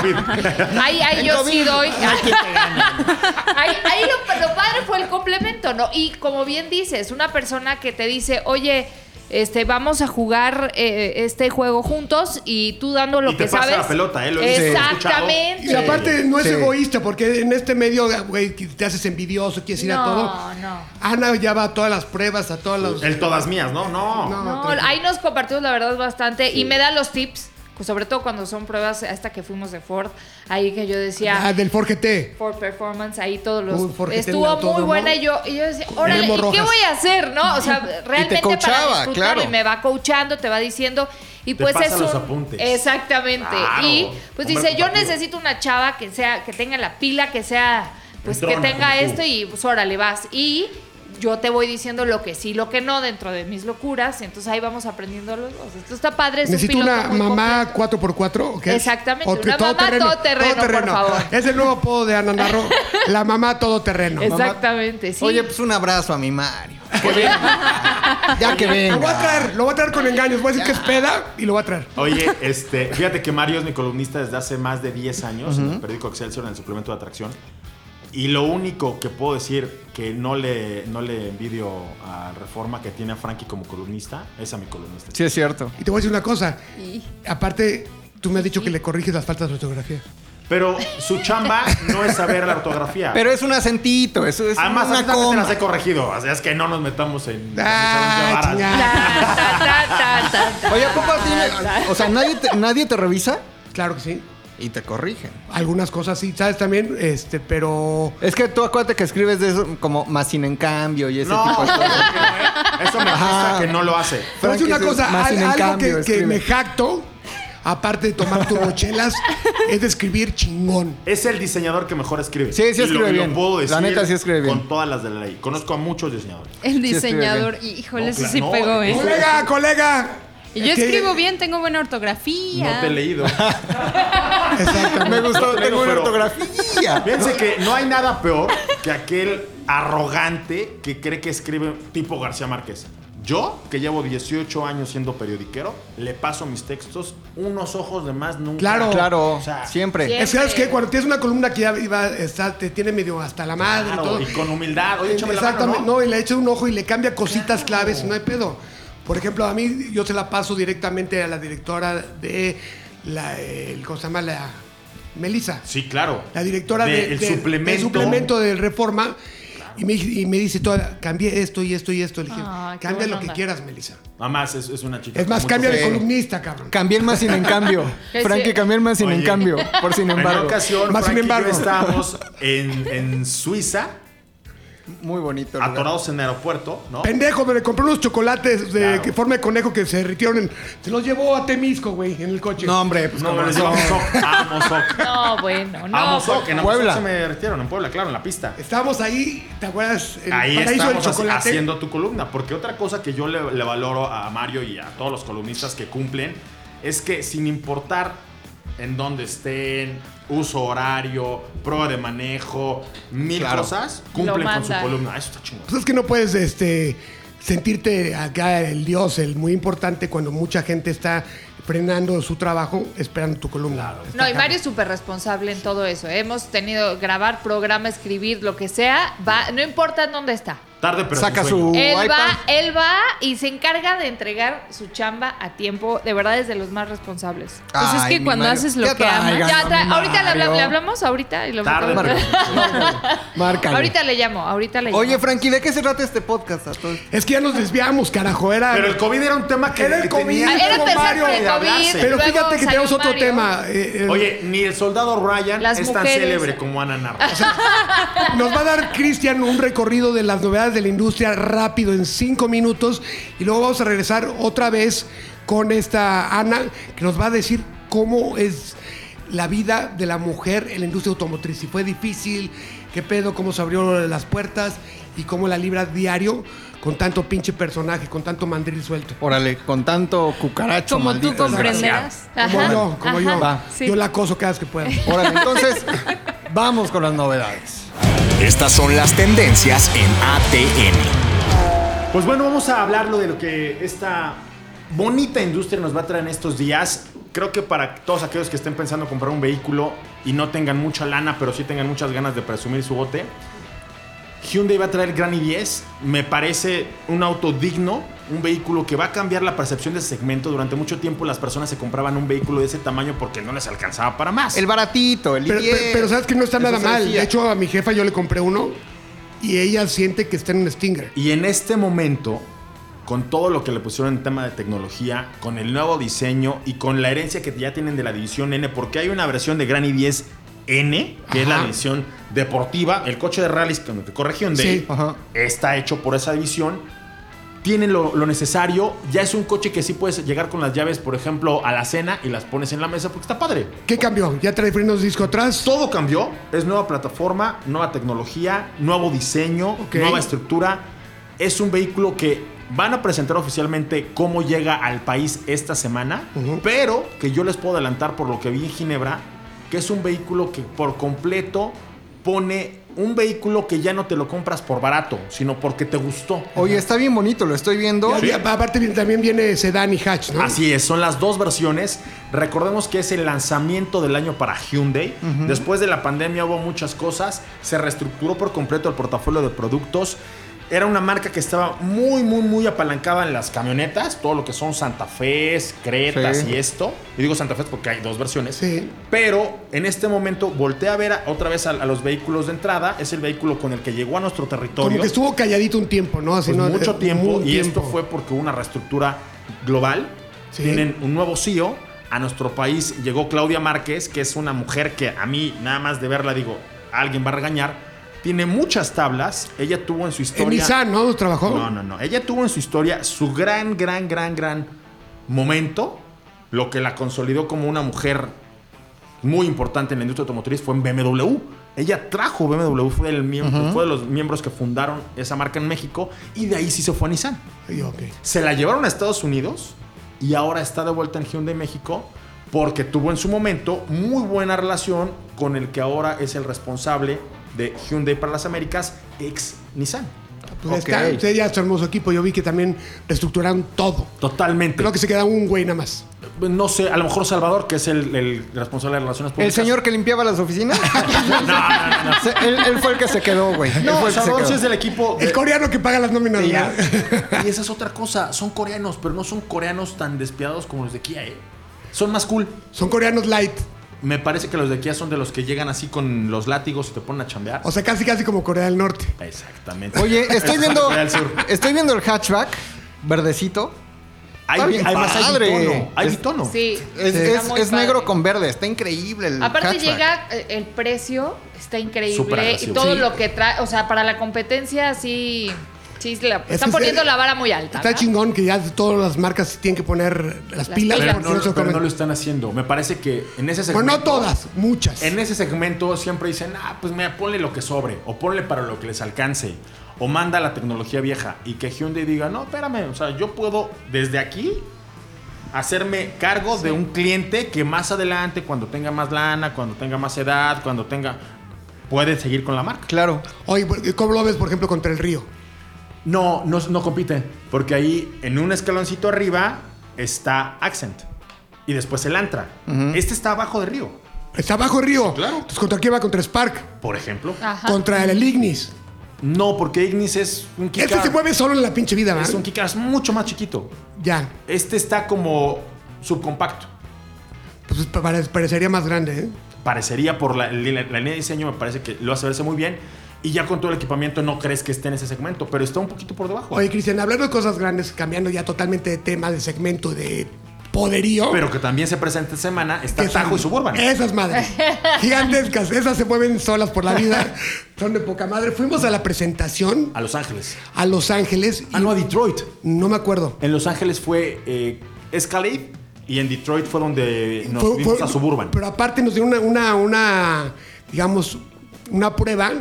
El COVID.
qué? Ahí, ahí yo sí doy. Ahí, ahí lo, lo padre fue el complemento, ¿no? Y como bien dices, una persona que te dice, oye, Este, vamos a jugar eh, este juego juntos y tú dando lo
Y te
que
pasa
sabes.
la pelota, ¿eh? Lo hemos
Exactamente.
Y aparte no es
Sí.
egoísta, porque en este medio, güey, que te haces envidioso, quieres ir a
No,
todo.
no.
Ana ya va a todas las pruebas, a todas las...
El todas mías, ¿no? No.
No.
No,
tranquilo.
ahí nos compartimos la verdad bastante y me da los tips, pues, sobre todo cuando son pruebas hasta que fuimos de Ford, ahí que yo
Ah,
decía
del Forgete.
Ford Performance, ahí todos los
Uy, Ford, que tenga
estuvo muy
autódromo.
buena y yo, y yo decía, órale,
Memo
¿y qué
Rojas.
voy a hacer? ¿No? O sea, realmente para
coachaba,
disfrutarlo
claro.
y me va coachando, te va diciendo y
Te
pues
pasa
es
los
un-
apuntes.
exactamente.
Claro,
y pues
hombre
dice, "Yo
compartido".
necesito una chava que sea que tenga la pila, que sea pues que
Entrona,
tenga
como tú.
esto y pues órale, vas. Y yo te voy diciendo lo que sí, lo que no dentro de mis locuras. Entonces ahí vamos aprendiendo los dos. Esto está padre, es
Necesito
un piloto
una
muy
mamá
completo.
4x4. ¿o qué es?
Exactamente,
O tu-
una mamá todoterreno, por favor.
Es el nuevo apodo de Ana Narro, la mamá todoterreno.
Exacto.
Exactamente, sí.
Oye, pues un abrazo a mi Mario. ya que venga.
Lo voy a traer, lo voy a traer con engaños. Voy a decir que es peda y lo voy a traer.
Oye, este, fíjate que Mario es mi columnista desde hace más de 10 años en el periódico Excelsior, en el suplemento de atracción. Y lo único que puedo decir que no le, no le envidio a Reforma que tiene a Frankie como columnista es a mi columnista.
Sí, es cierto.
Y te voy a decir una cosa.
Y-
Aparte, tú me has dicho que le corriges las faltas de ortografía.
Pero su chamba no es saber la ortografía.
Pero es un acentito, eso es
Además,
una
a ti también
coma.
las he corregido. O sea, es que no nos metamos en. en esas
Ah,
varas.
Ta,
chingada.
ta, ta, ta, ta, ta.
Oye, ¿a poco a ti me- O sea, nadie te, nadie te revisa
Claro que sí.
y te corrigen.
Algunas cosas sí, sabes también, este, pero
Es que tú acuérdate que escribes de eso como más sin en cambio y ese
No,
tipo de cosas.
eso me
Ajá.
gusta que no lo hace.
Pero es
Frankie
una
es
cosa,
más
al-
sin en
algo
cambio,
que, que
escribe.
me jacto, aparte de tomar turbochelas, es de escribir chingón.
Es el diseñador que mejor escribe.
Sí, sí
Y
escribe
lo, y lo
bien.
puedo
La
decir
neta, sí escribe bien.
Con todas las de la ley. Conozco a muchos diseñadores.
El
Sí, escribe bien.
diseñador, y, híjole,
No,
eso
claro,
sí
no,
pegó, ¿eh?
eso-
Colega, colega.
Y yo
Es que-
escribo bien, tengo buena ortografía.
No te he leído.
Exactamente.
Me gustó, tengo una
Pero-
ortografía.
Fíjense que no hay nada peor que aquel arrogante que cree que escribe tipo García Márquez. Yo, que llevo 18 años siendo periodiquero, le paso mis textos unos ojos de más nunca.
Claro.
Claro,
O sea,
siempre.
siempre.
Es que, ¿sabes qué? Cuando tienes una columna que ya iba, está- te tiene medio hasta la madre
Claro,
y todo.
y con humildad. Oye, échame
Exactamente,
la mano,
¿no? y le echa un ojo y le cambia cositas claves, no hay pedo. Por ejemplo, a mí yo se la paso directamente a la directora de la, eh, el, ¿cómo se llama? La Melissa.
Sí, claro.
la directora de-
el
de-
suplemento.
del suplemento de Reforma y me, y me dice toda, cambié esto y esto y esto. Le dije,
Ah, qué
cambia
buena
lo que
onda.
quieras, Melissa.
Nada más, es, es una chica.
Es más,
con
cambia
mucho
de
Sí.
columnista, cabrón.
Cambié el más sin en cambio.
Que
Frankie,
sí.
cambié el más sin en
Oye,
cambio. Por sin
En
embargo.
una ocasión,
Más sin
Frank y yo
embargo.
estábamos en, en Suiza,
Muy bonito. lugar.
atorados en el aeropuerto, ¿no?
Pendejo, me compré unos chocolates de
Claro.
que forma de conejo que se derritieron. en- se los llevó a Temisco, güey, en el coche.
No, hombre, pues
No,
como
me los
no.
llevamos a Mozoc.
No, bueno,
A
no. pues,
Mozoc, en
Puebla.
Puebla. Se me derritieron en Puebla, claro, en la pista.
Estábamos ahí, ¿te acuerdas? El
Ahí
paraíso del
estamos ha-
chocolate.
haciendo tu columna. Porque otra cosa que yo le, le valoro a Mario y a todos los columnistas que cumplen es que sin importar en dónde estén, uso horario, prueba de manejo, mil
Claro.
cosas, cumplen
Lo
con su
mandan.
columna. Eso está chingón.
Pues es que no puedes este, sentirte acá el dios, el muy importante, cuando mucha gente está frenando su trabajo esperando tu columna. Está
No, y
cabrón.
Mario es súper responsable en todo eso. ¿eh? Hemos tenido grabar, programa, escribir, lo que sea. Va, no importa en dónde está.
Tarde, pero
Saca
sin sueño.
su
Él
iPad.
va, él va y se encarga de entregar su chamba a tiempo. De verdad es de los más responsables.
Pues es
Ah, Ay,
que
mi
cuando
Mario.
haces lo
Ya
que amas.
tráiganlo,
Ya, tra-
mi
ahorita le habla- le hablamos,
Mario.
ahorita y lo
Tarde,
metemos.
pero sin sueño.
Márcale.
Ahorita le llamo, ahorita le llamo.
Oye, Frankie, ¿de qué se trata este podcast? A todos?
Es que ya nos desviamos, carajo. Era.
Pero el COVID era un tema que.
Era el
que
COVID,
tenía
Ah,
era
era
con
empezar
Mario,
con el
de hablarse.
COVID,
Pero
luego
fíjate que
salió
tenemos otro
Mario.
tema. eh, eh,
Oye, ni el soldado Ryan
Las
es tan
mujeres.
célebre como Ana Narro.
Nos va a dar Cristian un recorrido de las novedades de la industria rápido en cinco minutos y luego vamos a regresar otra vez con esta Ana que nos va a decir cómo es la vida de la mujer en la industria automotriz. Si fue difícil, qué pedo, cómo se abrieron las puertas y cómo la libra diario con tanto pinche personaje, con tanto mandril suelto.
Órale, con tanto cucaracho.
Como tú
maldito desgraciado.
comprenderás.
Como
Ajá,
yo, como
ajá.
yo.
Va.
Yo la acoso cada vez que pueda.
Órale, entonces, vamos con las novedades.
Estas son las tendencias en ATM.
Pues bueno, vamos a hablarlo de lo que esta bonita industria nos va a traer en estos días. Creo que para todos aquellos que estén pensando comprar un vehículo y no tengan mucha lana, pero sí tengan muchas ganas de presumir su bote, Hyundai va a traer Gran i10. Me parece un auto digno, un vehículo que va a cambiar la percepción del segmento. Durante mucho tiempo las personas se compraban un vehículo de ese tamaño porque no les alcanzaba para más.
El baratito, el
Pero, pero-
i10.
pero sabes que no está
Eso
nada
se
mal.
decía.
De hecho, a mi jefa yo le compré uno y ella siente que está en un Stinger.
Y en este momento, con todo lo que le pusieron en tema de tecnología, con el nuevo diseño y con la herencia que ya tienen de la división N, porque hay una versión de Gran i10 N, que es la
Ajá.
división deportiva, el coche de rallies que te corre Hyundai,
Sí.
Ajá.
está hecho por esa división. Tienen lo, lo necesario, ya es un coche que sí puedes llegar con las llaves, por ejemplo, a la cena y las pones en la mesa porque está padre.
¿Qué cambió? ¿Ya trae frenos disco atrás?
Todo cambió. Es nueva plataforma, nueva tecnología, nuevo diseño,
Ok.
nueva estructura. Es un vehículo que van a presentar oficialmente cómo llega al país esta semana,
Ujú.
pero que yo les puedo adelantar por lo que vi en Ginebra, que es un vehículo que por completo pone un vehículo que ya no te lo compras por barato, sino porque te gustó.
Oye, está bien bonito, lo estoy viendo.
Ya- ya- aparte viene- también viene sedán y hatch, ¿no?
Así es, son las dos versiones. Recordemos que es el lanzamiento del año para Hyundai. Después de la pandemia hubo muchas cosas. Se reestructuró por completo el portafolio de productos. Era una marca que estaba muy, muy, muy apalancada en las camionetas. Todo lo que son Santa Fe, Cretas
Sí.
y esto. Y digo Santa Fe porque hay dos versiones.
Sí.
Pero en este momento voltea a ver a- otra vez a, a los vehículos de entrada. Es el vehículo con el que llegó a nuestro territorio.
Como que estuvo calladito un tiempo, ¿no? Así
Pues
no-
mucho
un
tiempo y esto
tiempo.
fue porque hubo una reestructura global.
Sí.
Tienen un nuevo CEO. A nuestro país llegó Claudia Márquez, que es una mujer que a mí nada más de verla digo, alguien va a regañar. Tiene muchas tablas. Ella tuvo en
En
su historia
Nissan, ¿no? Trabajó.
no, no, no. Ella tuvo en su historia su gran, gran, gran, gran momento. Lo que la consolidó como una mujer muy importante en la industria automotriz fue en BMW. Ella trajo BMW, fue, el miemb- fue de los miembros que fundaron esa marca en México y de ahí sí se fue a Nissan.
Y ok.
Se la llevaron a Estados Unidos y ahora está de vuelta en Hyundai México porque tuvo en su momento muy buena relación con el que ahora es el responsable de Hyundai para las Américas, ex Nissan.
Pues ya
Ok.
está, usted ya su hermoso equipo. Yo vi que también reestructuraron todo.
Totalmente.
Creo que se queda un güey nada más.
pues, No sé, a lo mejor Salvador, que es el, el responsable de relaciones
El
públicas.
señor que limpiaba las oficinas.
No, no, no.
Se- él, él fue el que se quedó, güey. Él
No,
fue el que se
Salvador sí
quedó.
es del equipo.
El
de-
coreano que paga las nóminas.
de-
¿verdad?
Y esa es otra cosa. Son coreanos, pero no son coreanos tan despiadados como los de Kia, ¿eh? Son más cool.
Son coreanos light.
Me parece que los de Kia son de los que llegan así con los látigos y te ponen a chambear.
O sea, casi casi como Corea del Norte.
Exactamente.
Oye, estoy viendo,
Corea del Sur.
estoy viendo el hatchback verdecito.
Hay,
está bien
hay más, hay
padre.
bitono. Hay
Es-
bitono.
Sí.
Es,
está
es-
muy
es negro
padre.
con verde, está increíble el
Aparte
hatchback.
llega eh, el precio, está
Súper
increíble. Y
agresivo.
todo
Sí.
lo que trae, o sea, para la competencia sí, sí se la-
que
están
es-
poniendo la vara muy alta.
Está
¿no?
chingón que ya todas las marcas tienen que poner las,
Las
pilas.
Pero
pilas.
porque
no,
no se
pero
comen.
no lo están haciendo. Me parece que en ese
Bueno, no
segmento-
todas, muchas.
En ese segmento siempre dicen, ah, pues mira, ponle lo que sobre, o ponle para lo que les alcance, o manda la tecnología vieja, y que Hyundai diga, no, espérame, o sea, yo puedo desde aquí hacerme cargo de un cliente que más adelante, cuando tenga más lana, cuando tenga más edad, cuando tenga, puede seguir con la marca.
Claro.
Oye, ¿cómo lo ves, por ejemplo, contra el río?
No, no, no compite, porque ahí en un escaloncito arriba está Accent, y después el Antra. Este está abajo de Río,
Está abajo el río.
claro.
Entonces, ¿contra quién va? Contra Spark.
por ejemplo.
Ah.
Ajá.
Contra el Ignis.
No, porque Ignis es un kick
Este se mueve solo en la pinche vida, ¿verdad?
Es un Kikar, es mucho más chiquito.
Ya.
Este está como subcompacto.
Pues pa- pare- parecería más grande, ¿eh?
Parecería por la, la- la línea de diseño, me parece que lo hace verse muy bien. Y ya con todo el equipamiento no crees que esté en ese segmento, pero está un poquito por debajo.
Oye, Cristian, hablando de cosas grandes, cambiando ya totalmente de tema, de segmento, de poderío.
Pero que también se presenta esta semana, está
Esas-
Tajo y Suburban.
Esas madres. Gigantescas. Esas se mueven solas por la vida. Son de poca madre. Fuimos a la presentación
A Los Ángeles.
a Los Ángeles. y
Ah, no, a Detroit.
no me acuerdo.
En Los Ángeles fue eh, Escalade y en Detroit fue donde nos
Fue-
fuimos
fue-
a Suburban.
Pero aparte nos dieron una, una, una, digamos, una prueba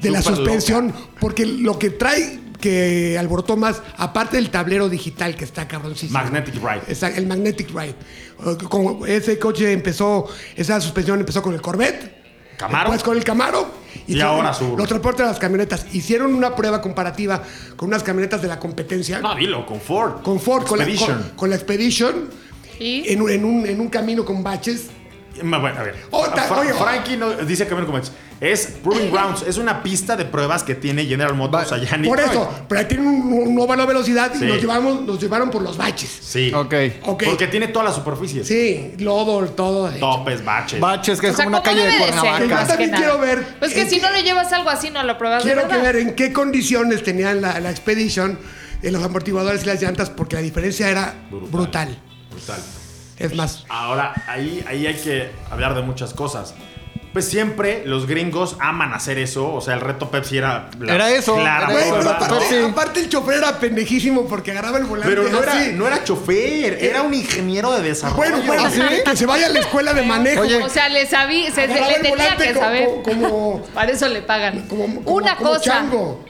de la
Súper
suspensión. Porque lo que trae que alborotó más, aparte del tablero digital que está cabroncísimo.
Magnetic Ride.
Esa- el Magnetic Ride. O- con- ese coche empezó, esa suspensión empezó con el Corvette.
Camaro.
Después pues con el Camaro.
Y
tra-
ahora Suburban.
Lo transporte a las camionetas. Hicieron una prueba comparativa con unas camionetas de la competencia.
No, dilo, con Ford.
Con Ford, con la,
Expedition.
con, con la Expedition.
¿Y?
En, un- en un, en un camino con baches.
Ma- Bueno, a ver.
Otra,
Fra-
oye.
Frankie no- dice Camilo Comex. Es Proving Grounds. Es una pista de pruebas que tiene General Motors
Va-
allá en
Por
Detroit.
eso, pero ahí tiene un, un óvalo de velocidad
Sí.
y nos, llevamos, nos llevaron por los baches.
Sí.
Ok.
Ok.
Porque tiene todas las superficies.
Sí, lodo, todo. de-
Topes, baches.
Baches, que
O
es
sea,
como una
¿cómo
calle de
debe de ser?
Yo
Cuernavaca.
Más
también
que
quiero
nada.
ver
Pues que
en
si
qué-
no le llevas algo así, no lo pruebas. de
Quiero que
verdad.
ver en qué condiciones tenían la, la Expedition, eh, los amortiguadores y las llantas, porque la diferencia era brutal.
Brutal.
Es más,
Ahora, ahí, ahí hay que hablar de muchas cosas. Pues siempre los gringos aman hacer eso. O sea, el reto Pepsi era... la
Era eso,
clara
era
Güey,
eso,
prueba,
pero
¿verdad?
aparte,
Sí.
aparte el chofer era pendejísimo porque agarraba el volante.
Pero no era,
así.
no era chofer, era un ingeniero de desarrollo.
Bueno, bueno, que se vaya a la escuela de manejo.
Oye,
O sea, le sabí, se, se-
Agarraba
le
el
tenía
volante
que
co-
saber.
co- Como,
Para eso le pagan.
como, como-
Una
como
cosa.
chango.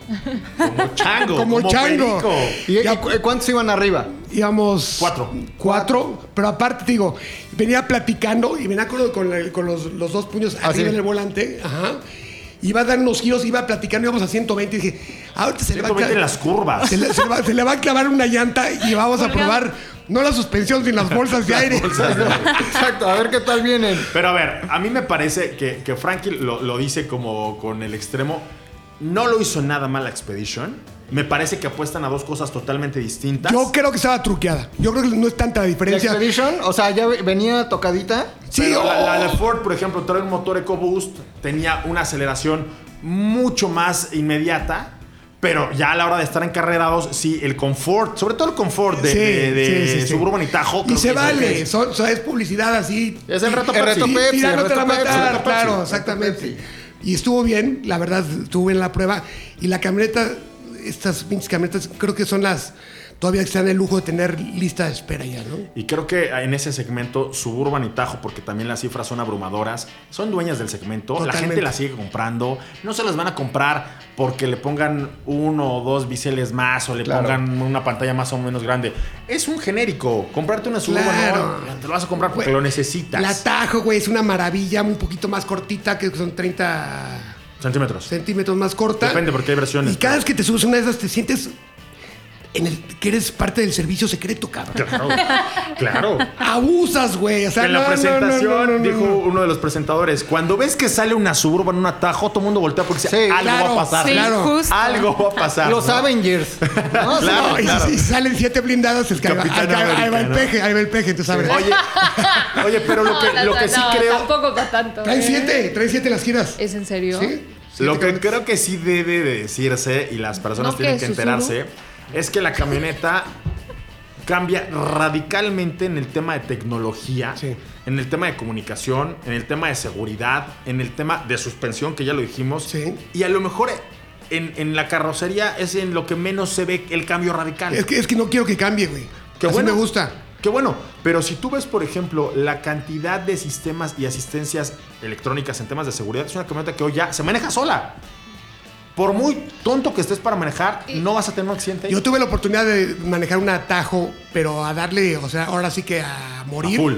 Como chango.
Como chango.
perico.
¿Y, y cu- cuántos iban arriba?
Íbamos.
Cuatro.
Cuatro. Pero aparte, digo, venía platicando y venía acuerdo con, la- con los, los dos puños
Ah,
arriba
sí.
en el volante. Ajá. Iba a dar unos giros, iba platicando, íbamos a 120. Y dije, ahorita se le va a
120
clavar.
en las curvas.
Se le, se le va, se le va a clavar una llanta y vamos a
Colgado.
probar no la suspensión, sino las bolsas de aire.
Exacto, a ver qué tal vienen.
Pero a ver, a mí me parece que, que Frankie lo, lo dice como con el extremo. No lo hizo nada mal la Expedition. Me parece que apuestan a dos cosas totalmente distintas.
Yo creo que estaba truqueada. Yo creo que no es tanta la
¿La
diferencia.
Expedition? O sea, ya ve- venía tocadita.
Sí, oh.
Pero la, la de
o-
Ford, por ejemplo, trae un motor EcoBoost, tenía una aceleración mucho más inmediata, pero ya a la hora de estar encarrerados, sí, el confort, sobre todo el confort de,
Sí,
de- de
sí, sí, sí.
Suburban y Tajo.
Y
creo
se
que es el que
vale,
es.
son- son- es publicidad así.
Es el reto
El
Pepsi.
reto Pep- Pepsi,
Tirándote la
Reto Pepsi,
matar,
Reto
claro,
Pepsi,
exactamente. Y estuvo bien, la verdad, estuvo bien la prueba. Y la camioneta, estas pinches camionetas, creo que son las todavía que están el lujo de tener lista de espera ya, ¿no?
Y creo que en ese segmento, Suburban y Tajo, porque también las cifras son abrumadoras, son dueñas del segmento. La gente
Totalmente.
las sigue comprando. No se las van a comprar porque le pongan uno o dos biseles más o le
Claro.
pongan una pantalla más o menos grande. Es un genérico. Comprarte una Suburban
Claro.
no, te lo vas a comprar porque
Güey,
lo necesitas.
La Tajo, güey, es una maravilla, un poquito más cortita, que son 30
Centímetros.
centímetros más corta.
Depende, porque hay versiones,
Y cada
pero-
vez que te subes una de esas te sientes en el que eres parte del servicio secreto, cabrón.
Claro. claro.
Abusas, güey. O sea,
en
no, no, no,
la
no,
presentación
no, no, no.
dijo uno de los presentadores, cuando ves que sale una Suburban, un atajo, todo el mundo voltea porque dice,
Sí,
algo
claro,
va a pasar.
sí, Claro.
justo.
Algo va a pasar.
Los
¿no?
Avengers. ¿no?
Claro.
No, y, y salen siete blindadas, es que ahí va, ahí
Capitán
va- ahí va el
América, ¿no?
peje, ahí va el peje, entonces a ver.
Oye, oye, pero lo que,
No,
lo
no,
que sí
no,
creo.
Tampoco para tanto.
Traen
¿eh?
siete, traen siete las giras.
¿Es en serio?
¿Sí?
Lo que creo que sí debe de decirse y las personas
¿No
tienen
que
que enterarse es que la camioneta cambia radicalmente en el tema de tecnología,
Sí.
en el tema de comunicación, en el tema de seguridad, en el tema de suspensión, que ya lo dijimos.
Sí.
Y a lo mejor en, en la carrocería es en lo que menos se ve el cambio radical.
Es que, es que no quiero que cambie, güey.
Qué
Así
bueno.
me gusta.
Qué bueno, pero si tú ves, por ejemplo, la cantidad de sistemas y asistencias electrónicas en temas de seguridad, es una camioneta que hoy ya se maneja sola. Por muy tonto que estés para manejar, no vas a tener un accidente.
Yo tuve la oportunidad de manejar un atajo, pero a darle, o sea, ahora sí que a morir.
A full.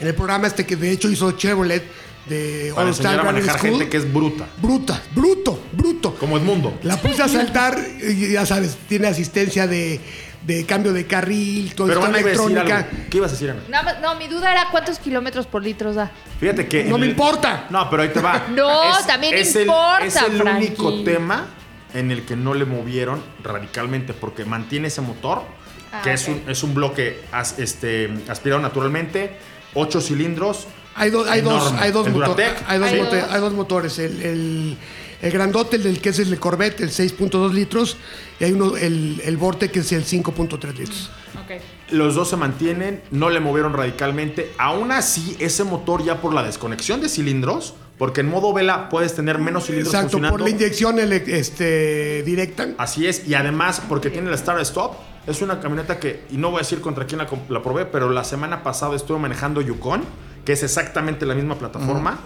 En el programa este que de hecho hizo Chevrolet de
para enseñar a
Driving
manejar
School.
gente que es bruta,
Bruta, bruto, bruto.
como Edmundo.
La puse a saltar, y ya sabes, tiene asistencia de, de cambio de carril, todo
Pero
esto
Ana iba a decir
electrónica.
algo. ¿Qué ibas a decir, Ana?
Nada más- no, mi duda era cuántos kilómetros por litro da.
Fíjate que.
No
en
me
el-
importa.
No, pero ahí te va.
No, también
el-
importa,
es el
Frankie.
único tema en el que no le movieron radicalmente, porque mantiene ese motor,
Ah,
que es,
ok.
un, es un bloque as- este, aspirado naturalmente, ocho cilindros.
Hay, dos, hay, dos,
Enorme.
hay dos
El
motores.
Duratec.
Hay dos,
Sí.
mote- hay dos motores. El, el, el grandote, el del que es el Corvette, el 6.2 litros. Y hay uno, el, el Vorte, que es el 5.3 litros.
Ok.
Los dos se mantienen, no le movieron radicalmente. Aún así, ese motor ya por la desconexión de cilindros, porque en modo vela puedes tener menos cilindros
Exacto,
funcionando.
por la inyección ele- este, directa.
Así es, y además porque tiene la Star Stop, es una camioneta que, y no voy a decir contra quién la, comp- la probé, pero la semana pasada estuve manejando Yukon, que es exactamente la misma plataforma,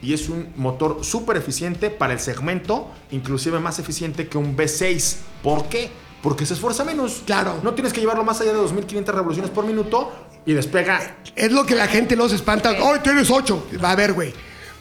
y es un motor súper eficiente para el segmento, inclusive más eficiente que un V6. ¿Por qué? Porque se esfuerza menos.
Claro.
No tienes que llevarlo más allá de 2.500 revoluciones por minuto y despega.
Es lo que la gente los espanta. ¡Ay, tienes 8! Va a ver, güey.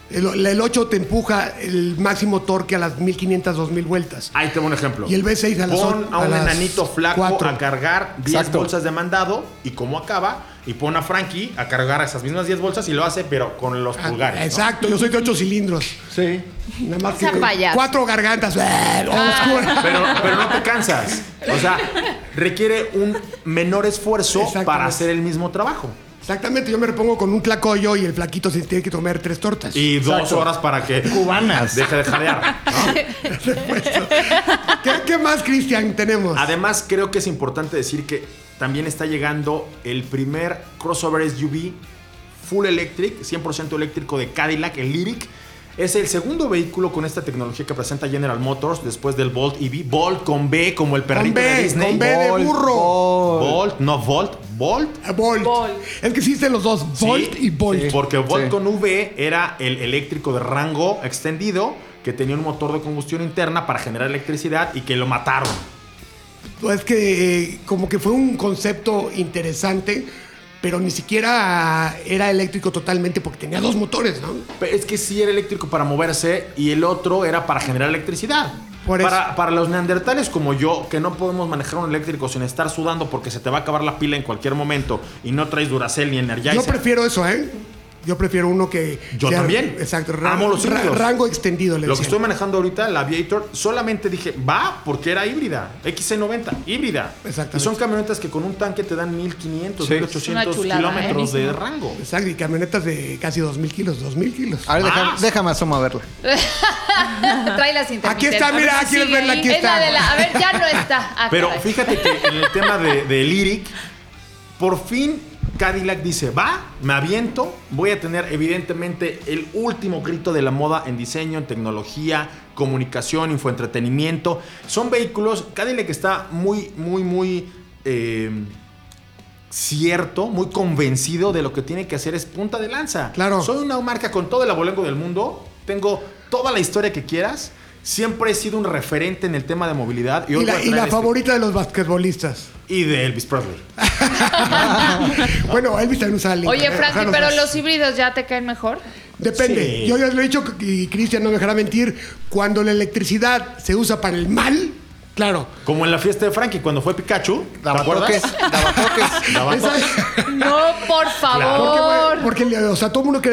El, 8 te empuja el máximo torque a las 1500, 2000 vueltas.
Ahí te va un ejemplo.
Y el V6 a las
Pon
o-
a
a
un
las
enanito flaco
cuatro.
a cargar 10
Exacto.
bolsas de mandado y como acaba, y pone a Frankie a cargar esas mismas 10 bolsas y lo hace, pero con los pulgares. ¿no?
Ah, Exacto, yo soy de ocho cilindros.
Sí.
Nada más
sea
que
payaso.
cuatro gargantas. eh, oscura.
Pero, pero no te cansas. O sea, requiere un menor esfuerzo
Exactamente.
para hacer el mismo trabajo.
Exactamente, yo me repongo con un tlacoyo y el flaquito se tiene que comer tres tortas.
Y dos horas para que
Cubanas.
deje de jadear.
¿Qué, qué más, Cristian, tenemos?
Además, creo que es importante decir que también está llegando el primer crossover SUV full electric, 100% eléctrico de Cadillac, el Lyric. Es el segundo vehículo con esta tecnología que presenta General Motors después del Volt EV. Volt con B, como el
Con
perrito de
B,
Disney.
con B de
Vol,
burro.
vol.
Volt, no Volt, Volt.
Eh, Volt.
Volt.
Es que existen los dos, Volt
Sí,
y Volt.
sí. Porque Volt
Sí.
con V era el eléctrico de rango extendido que tenía un motor de combustión interna para generar electricidad y que lo mataron.
Pues que eh, como que fue un concepto interesante, pero ni siquiera era eléctrico totalmente porque tenía dos motores, ¿no?
Pero es que sí era eléctrico para moverse y el otro era para generar electricidad.
Por eso.
para, para los neandertales como yo, que no podemos manejar un eléctrico sin estar sudando porque se te va a acabar la pila en cualquier momento y no traes Duracell ni Energizer.
Yo prefiero eso, ¿eh? Yo prefiero uno que.
Yo también.
Exacto,
Amo los híbridos.
rango extendido. Le
Lo que
decían.
estoy manejando ahorita, la Aviator, solamente dije, va, porque era híbrida. XC90, híbrida.
Exactamente.
Y son camionetas que con un tanque te dan 1500,
Sí.
1800
Es una chulada,
kilómetros
¿eh?
de rango.
Exacto, y camionetas de casi 2.000 kilos, 2.000 kilos.
A ver, deja-
Más.
déjame asoma a verla.
Trae las
Aquí está,
intermitentes.
mira,
A ver
¿quieres
si sigue
verla?
ahí.
Aquí
Es
está.
la de la- a ver, ya no está. Ah,
Pero
caray.
fíjate que en el tema de, de Lyric, por fin Cadillac dice, va, me aviento, voy a tener evidentemente el último grito de la moda en diseño, en tecnología, comunicación, infoentretenimiento. Son vehículos, Cadillac está muy, muy, muy... eh, cierto, muy convencido de lo que tiene que hacer es punta de lanza.
Claro.
Soy una marca con todo el abolengo del mundo, tengo toda la historia que quieras, siempre he sido un referente en el tema de movilidad.
Y
hoy voy
la,
a
y
traer
la
este-
favorita de los basquetbolistas.
Y de Elvis Presley. Ah.
Bueno, Elvis también usaba Lincoln.
Oye,
¿eh?
Frankie,
Ojalá
pero
no-
los híbridos ya te caen mejor.
Depende.
Sí.
Yo ya lo he dicho y Cristian no me dejará mentir. Cuando la electricidad se usa para el mal, claro.
Como en la fiesta de Frankie cuando fue Pikachu. ¿Te
Dabatoques,
acuerdas?
dabatoques.
Daba
Esa-
toques.
No, por
porque,
favor.
porque, o sea, todo el mundo que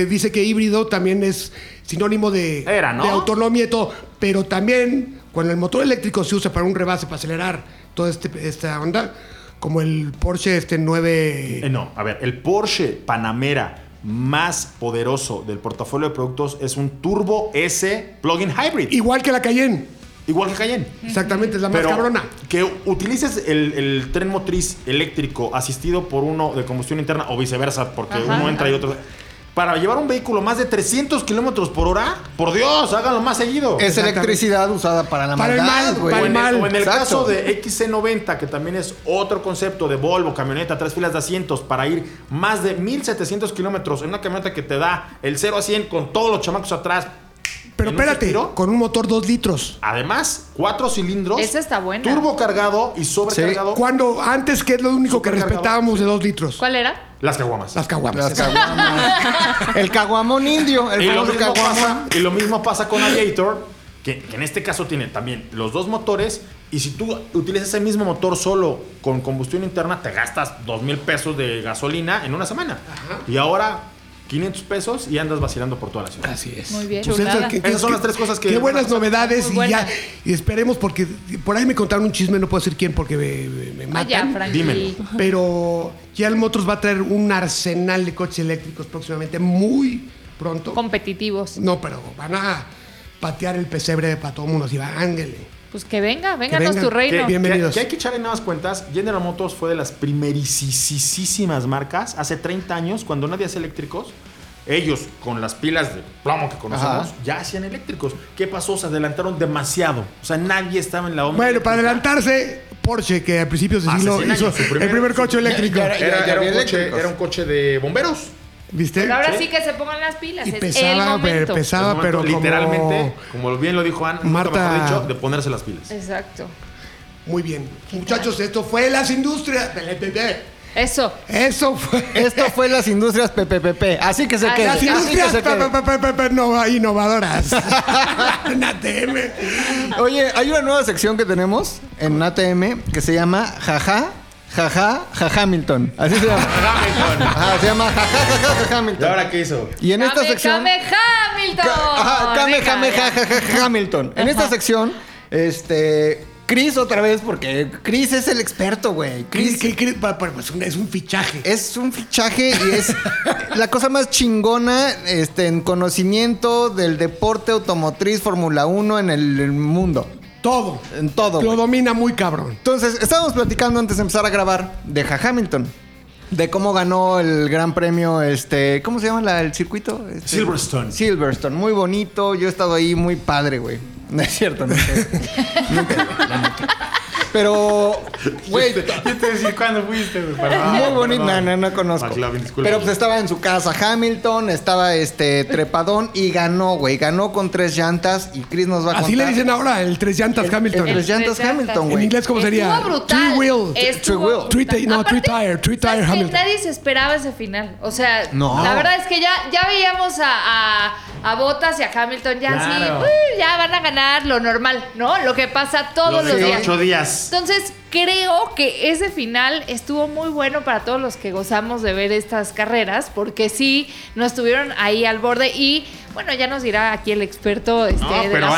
eh, dice que híbrido también es sinónimo de,
Era, ¿no?
de autonomía y todo. Pero también cuando el motor eléctrico se usa para un rebase, para acelerar toda este, esta onda, como el Porsche este 9...
Eh, no, a ver, el Porsche Panamera más poderoso del portafolio de productos es un Turbo S Plug-in Hybrid.
Igual que la Cayenne.
Igual que Cayenne.
Exactamente, es la más cabrona.
Que utilices el, el tren motriz eléctrico asistido por uno de combustión interna o viceversa, porque
Ajá.
uno entra y otro. Para llevar un vehículo más de 300 kilómetros por hora, por Dios, háganlo más seguido.
Es
Exactamente.
electricidad usada para la
Para el
maldad,
mal,
güey.
O
para
en,
mal.
el, o en el
Exacto.
caso de XC90, que también es otro concepto de Volvo, camioneta, tres filas de asientos, para ir más de 1700 kilómetros en una camioneta que te da el 0 a 100 con todos los chamacos atrás.
Pero
¿En un
espérate,
suspiro?
con un motor 2 litros.
Además, cuatro cilindros.
Esa está buena.
Turbo cargado y sobrecargado.
Cuando antes, que es lo único que
Supercargado.
respetábamos de 2 litros?
¿Cuál era?
Las caguamas.
Las caguamas.
Las caguamas. El caguamón indio, el
y, lo
famoso
mismo
caguamón.
pasa, y lo mismo pasa con Aviator, que, que en este caso tiene también los dos motores. Y si tú utilizas ese mismo motor solo con combustión interna, te gastas dos mil pesos de gasolina en una semana. Y ahora 500 pesos y andas vacilando por toda la ciudad.
Así es.
Muy bien. pues,
Chulada.
Esas son las tres cosas que-
Pues, Qué buenas novedades
Muy
y
buena.
ya. Y esperemos porque por ahí me contaron un chisme, no puedo decir quién porque me, me- me
Ah, ya,
matan.
Frankie.
dímelo.
pero ya el Motors va a traer un arsenal de coches eléctricos próximamente, muy pronto.
Competitivos.
No, pero van a patear el pesebre para todo el mundo. Así va, ángele.
Pues que venga,
Que
vénganos
vengan.
tu reino.
Que-
¿eh?
Bienvenidos.
Que, que hay que echar en nuevas cuentas. General Motors fue de las primerísimas marcas hace 30 años, cuando nadie hacía eléctricos. Ellos, con las pilas de plomo que conocemos,
Ajá.
ya hacían eléctricos. ¿Qué pasó? Se adelantaron demasiado. O sea, nadie estaba en la onda.
Bueno, para
eléctrica.
adelantarse, Porsche, que a principios de
Hace
siglo
100
hizo
años, su primer-
el primer coche eléctrico.
Ya- ya- ya-
Era, era un
había
coche,
eléctricos.
era un coche de bomberos.
¿Viste?
Pero ahora sí que se pongan las pilas.
Y
es el
pesaba,
momento.
pero pesaba,
En ese
pero
momento,
como-
literalmente, como bien lo dijo Ann, nunca
Marta-
mejor dicho, de ponerse las pilas.
Exacto.
Muy bien. Muchachos, esto fue las industrias.
Eso.
Eso fue.
Esto fue las industrias PPPP. Así que se
Las
quede.
Las
así que
industrias
se quede.
pa- pa- pa- pa- pa- innova- innovadoras. En ATM.
Oye, hay una nueva sección que tenemos en ATM que se llama Jaja, Jaja, jaja Hamilton. Así se llama. Ajá, se llama jaja, jaja, jaja
¿Y
Hamilton.
ahora qué hizo?
Y en esta
Kame,
sección.
Kame Hamilton.
Ajá, Kame,
Venga,
Kame,
ya.
ja, ja, ja, ja, Hamilton. En esta sección, este. Chris otra vez, porque Chris es el experto, güey.
Cri-
Chris
cri- cri- pa- pa- pues, un- es un fichaje.
es un fichaje y es la cosa más chingona este, en conocimiento del deporte automotriz Fórmula 1 en el, el mundo.
todo.
En todo.
Lo
güey.
domina muy cabrón.
Entonces, estábamos platicando antes de empezar a grabar de Ja Hamilton. De cómo ganó el gran premio, este, ¿cómo se llama la- el circuito? Este,
Silverstone.
Silverstone, muy bonito. Yo he estado ahí muy padre, güey. No es cierto, no sé. Nunca, güey, la neta. Pero, güey,
Este,
Este,
Yo te decía cuándo fuiste, güey. Perdón,
ah,
muy bonito. No,
perdón.
no, no conozco.
McLovin, disculpa.
Pero pues estaba en su casa Hamilton, estaba este trepadón y ganó, güey. Ganó con tres llantas y Chris nos va a contar.
Así le dicen ahora el tres llantas Hamilton.
Pues
el tres llantas
llantas.
Hamilton,
en
güey.
inglés, ¿cómo sería?
Estuvo brutal.
Three wheel.
Estuvo
Three wheel.
brutal.
Three ti- no, three tire, three tire
¿sabes qué?
Hamilton.
Nadie se esperaba ese final. O sea,
No.
la verdad es que ya, ya veíamos a, a, a Bottas y a Hamilton ya
Claro.
así, "Uy, ya van a ganar lo normal, ¿no? Lo que pasa todos
Lo
los
de
días.
ocho días.
Entonces, creo que ese final estuvo muy bueno para todos los que gozamos de ver estas carreras, porque sí, nos estuvieron ahí al borde y, bueno, ya nos dirá aquí el experto este,
No,
de
pero
la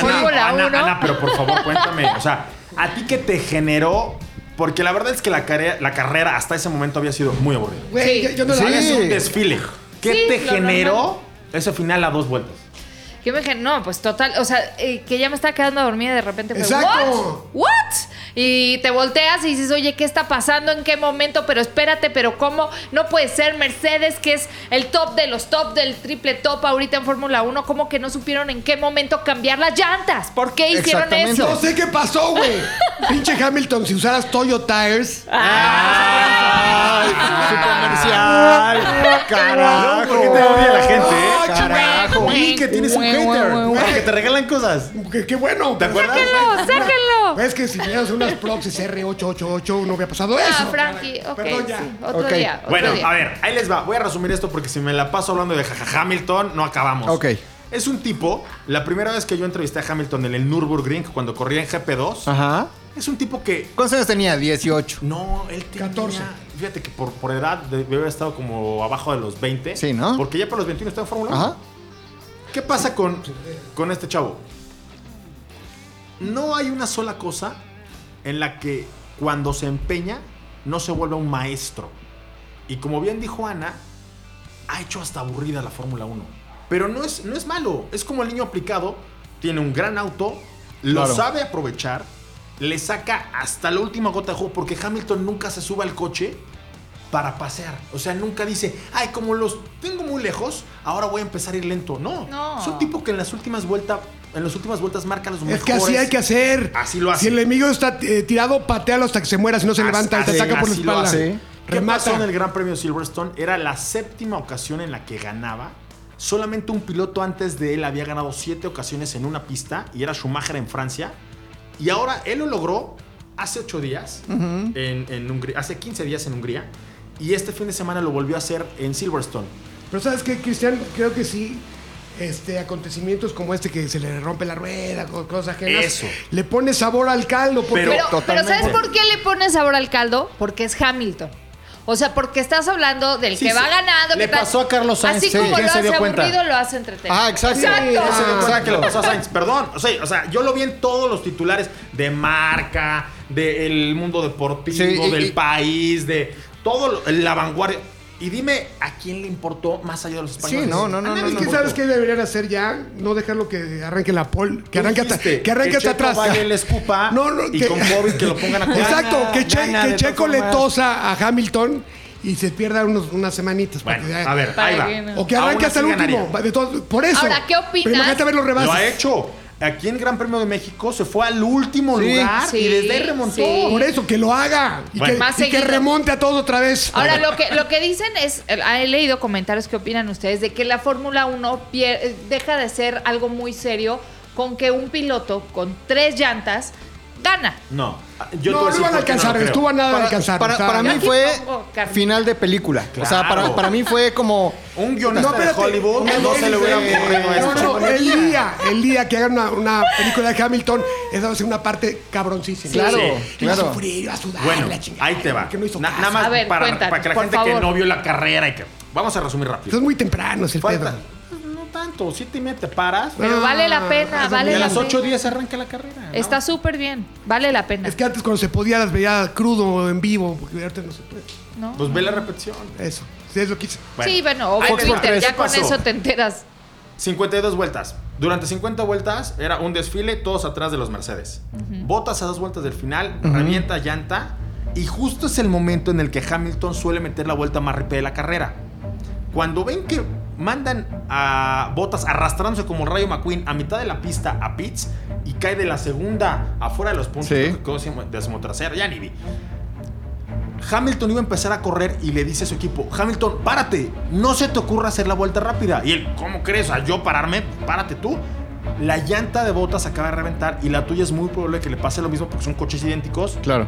Ana,
Fórmula
Ana,
1.
Ana, pero por favor, cuéntame. O sea, ¿a ti qué te generó? Porque la verdad es que la, care- la carrera hasta ese momento había sido muy aburrida.
Güey,
Sí.
yo, yo no
Sí.
la
Es
hagas.
un desfile. ¿Qué
Sí,
te
lo
generó
normal.
ese final a dos vueltas?
Que me dije, no, pues total, o sea, eh, que ya me estaba quedando dormida y de repente fue,
Exacto.
¿what? ¿What? Y te volteas y dices, oye, ¿qué está pasando? ¿En qué momento? Pero espérate, pero ¿cómo? No puede ser Mercedes, que es el top de los top del triple top ahorita en Fórmula 1, ¿cómo que no supieron en qué momento cambiar las llantas? ¿Por qué hicieron
Exactamente.
eso?
No sé qué pasó, güey. Pinche Hamilton, si usaras Toyo Tires.
Ay, su comercial. Carajo.
¿Por qué te odia la gente? eh?
Ah,
Carajo.
Oye, que tienes un hater. Para que te regalan cosas.
Qué, qué bueno.
Pues
¿Te acuerdas?
¡Sáquenlo, sáquenlo!
Es que si tuvieras unas proxies R888 no hubiera pasado eso.
Ah, Frankie, ok,
Perdón, ya.
sí, otro
Ok.
día, otro
Bueno,
día.
a ver, ahí les va. Voy a resumir esto porque si me la paso hablando de jaja Hamilton, no acabamos.
Ok.
Es un tipo, la primera vez que yo entrevisté a Hamilton en el Nürburgring cuando corría en GP2,
Ajá.
es un tipo que
¿Cuántos años tenía? 18.
No, él tenía...
14.
Fíjate que por, por edad de- debe haber estado como abajo de los 20.
Sí, ¿no?
Porque ya por los 21 está en Fórmula 1.
Ajá.
¿Qué pasa con, con este chavo? No hay una sola cosa en la que cuando se empeña no se vuelva un maestro. Y como bien dijo Ana, ha hecho hasta aburrida la Fórmula 1. Pero no es, no es malo, es como el niño aplicado, tiene un gran auto, lo
Claro.
sabe aprovechar, le saca hasta la última gota de jugo, porque Hamilton nunca se sube al coche para pasear. O sea, nunca dice, ay, como los tengo muy lejos, ahora voy a empezar a ir lento. No,
No.
es un tipo que en las últimas vueltas, en las últimas vueltas marca los mejores.
Es que así hay que hacer.
Así lo hace.
Si el enemigo está eh, tirado, patealo hasta que se muera. Si no se
Así-
levanta, te
así-
ataca por la
así lo
espalda.
hace.
Sí.
¿Qué pasó en
Remata.
el Gran Premio de Silverstone? Era la séptima ocasión en la que ganaba. Solamente un piloto antes de él había ganado siete ocasiones en una pista y era Schumacher en Francia. Y ahora él lo logró hace ocho días, en, en Hungría, hace 15 días en Hungría. Y este fin de semana lo volvió a hacer en Silverstone.
Pero ¿sabes qué, Cristian? Creo que sí. Este, acontecimientos como este que se le rompe la rueda, co- cosas ajenas.
Eso.
Le pone sabor al caldo. Porque
Pero-
Pero, pero
Totalmente.
¿sabes por qué le pones sabor al caldo? Porque es Hamilton. O sea, porque estás hablando del
Sí,
que
sí.
va ganando.
Le
que tal.
pasó a Carlos Sainz,
Así
sí,
como
¿quién
lo
se
hace
dio
aburrido,
cuenta?
lo hace entretenido.
Ah, exacto.
Exacto.
Ya se dio cuenta
Exacto.
que le pasó a Sainz, perdón. O sea, o sea, yo lo vi en todos los titulares de marca, del mundo deportivo,
Sí, y-
del
y-
país, de todo lo- la vanguardia. Y dime a quién le importó más allá de los españoles.
Sí, no, no,
A
no, no,
nadie
¿Sabes
no,
le
qué
no.
sabes
importó.
qué deberían hacer ya? No dejarlo que arranque la pol, que
Tú
arranque hasta,
dijiste
que arranque hasta
Checo
atrás.
vaya y le escupa
No, no,
y
que-
con COVID que lo pongan a correr.
Exacto, que, Che-
Gana,
que
de todas
Checo le
formas.
tosa a Hamilton y se pierda unos, unas semanitas. para
Bueno,
que ya-
a ver, ahí
Para
va.
que no.
O que
Aún
arranque
así
hasta el último.
ganaría.
de todos- por eso.
Ahora, ¿qué opinas?
Pero imagínate ver los rebases.
Lo ha hecho. Aquí en Gran Premio de México se fue al último
Sí.
lugar y
Sí,
desde ahí remontó.
sí.
Por eso, que lo haga. Y,
Bueno.
que,
Más
y que
seguido.
remonte a todos otra vez.
Ahora, lo que, lo que dicen es, eh, he leído comentarios que opinan ustedes de que la Fórmula 1 pier- eh, deja de ser algo muy serio con que un piloto con tres llantas gana.
No. Yo
no,
te voy a
no
decir
iban a
por qué
alcanzar,
lo creo.
estuvo a nada de
Para,
alcanzar.
para-
o sea,
para mí
Aquí
fue
pongo Carmen.
final de película. O sea, para,
Claro.
para mí fue como...
Un guionista
No,
de
espérate.
Hollywood no se le hubiera ocurrido este
No,
esto.
no, el día, el día que hagan una, una película de Hamilton, esa va a ser una parte cabroncísima.
Claro,
Y va a
claro.
sufrir, va a sudar,
Bueno,
Ah, la chingada.
ahí te va.
porque no hizo
Na-
caso.
nada más
A ver,
para,
cuéntanos,
para que la
por
gente que
favor.
no vio la carrera y que... Vamos a resumir rápido.
Es muy temprano, es el
Falta- pues,
pedo.
No tanto, siete y media te paras.
Pero vale la pena,
es
vale
Y a
la
las
pena.
8.10 arranca la carrera. ¿no?
Está súper bien, vale la pena.
Es que antes cuando se podía las veía crudo, en vivo, porque ahorita no se puede.
¿no?
Pues ve la repetición.
Eso, sí, es lo que hice.
sí, bueno, o ve
Ahí te va.
Twitter, ya
¿Qué
con
pasó?
eso te enteras.
52 vueltas. Durante 50 vueltas era un desfile, todos atrás de los Mercedes. Botas a dos vueltas del final, revienta llanta. Y justo es el momento en el que Hamilton suele meter la vuelta más rápida de la carrera. Cuando ven que mandan a Botas arrastrándose como el Rayo McQueen a mitad de la pista a Pitts y cae de la segunda afuera de los puntos
Sí.
de decimotercera, ya ni vi. Hamilton iba a empezar a correr y le dice a su equipo, Hamilton, párate, no se te ocurra hacer la vuelta rápida. Y él, ¿cómo crees? ¿A yo pararme? Párate tú. La llanta de botas acaba de reventar y la tuya es muy probable que le pase lo mismo porque son coches idénticos.
Claro.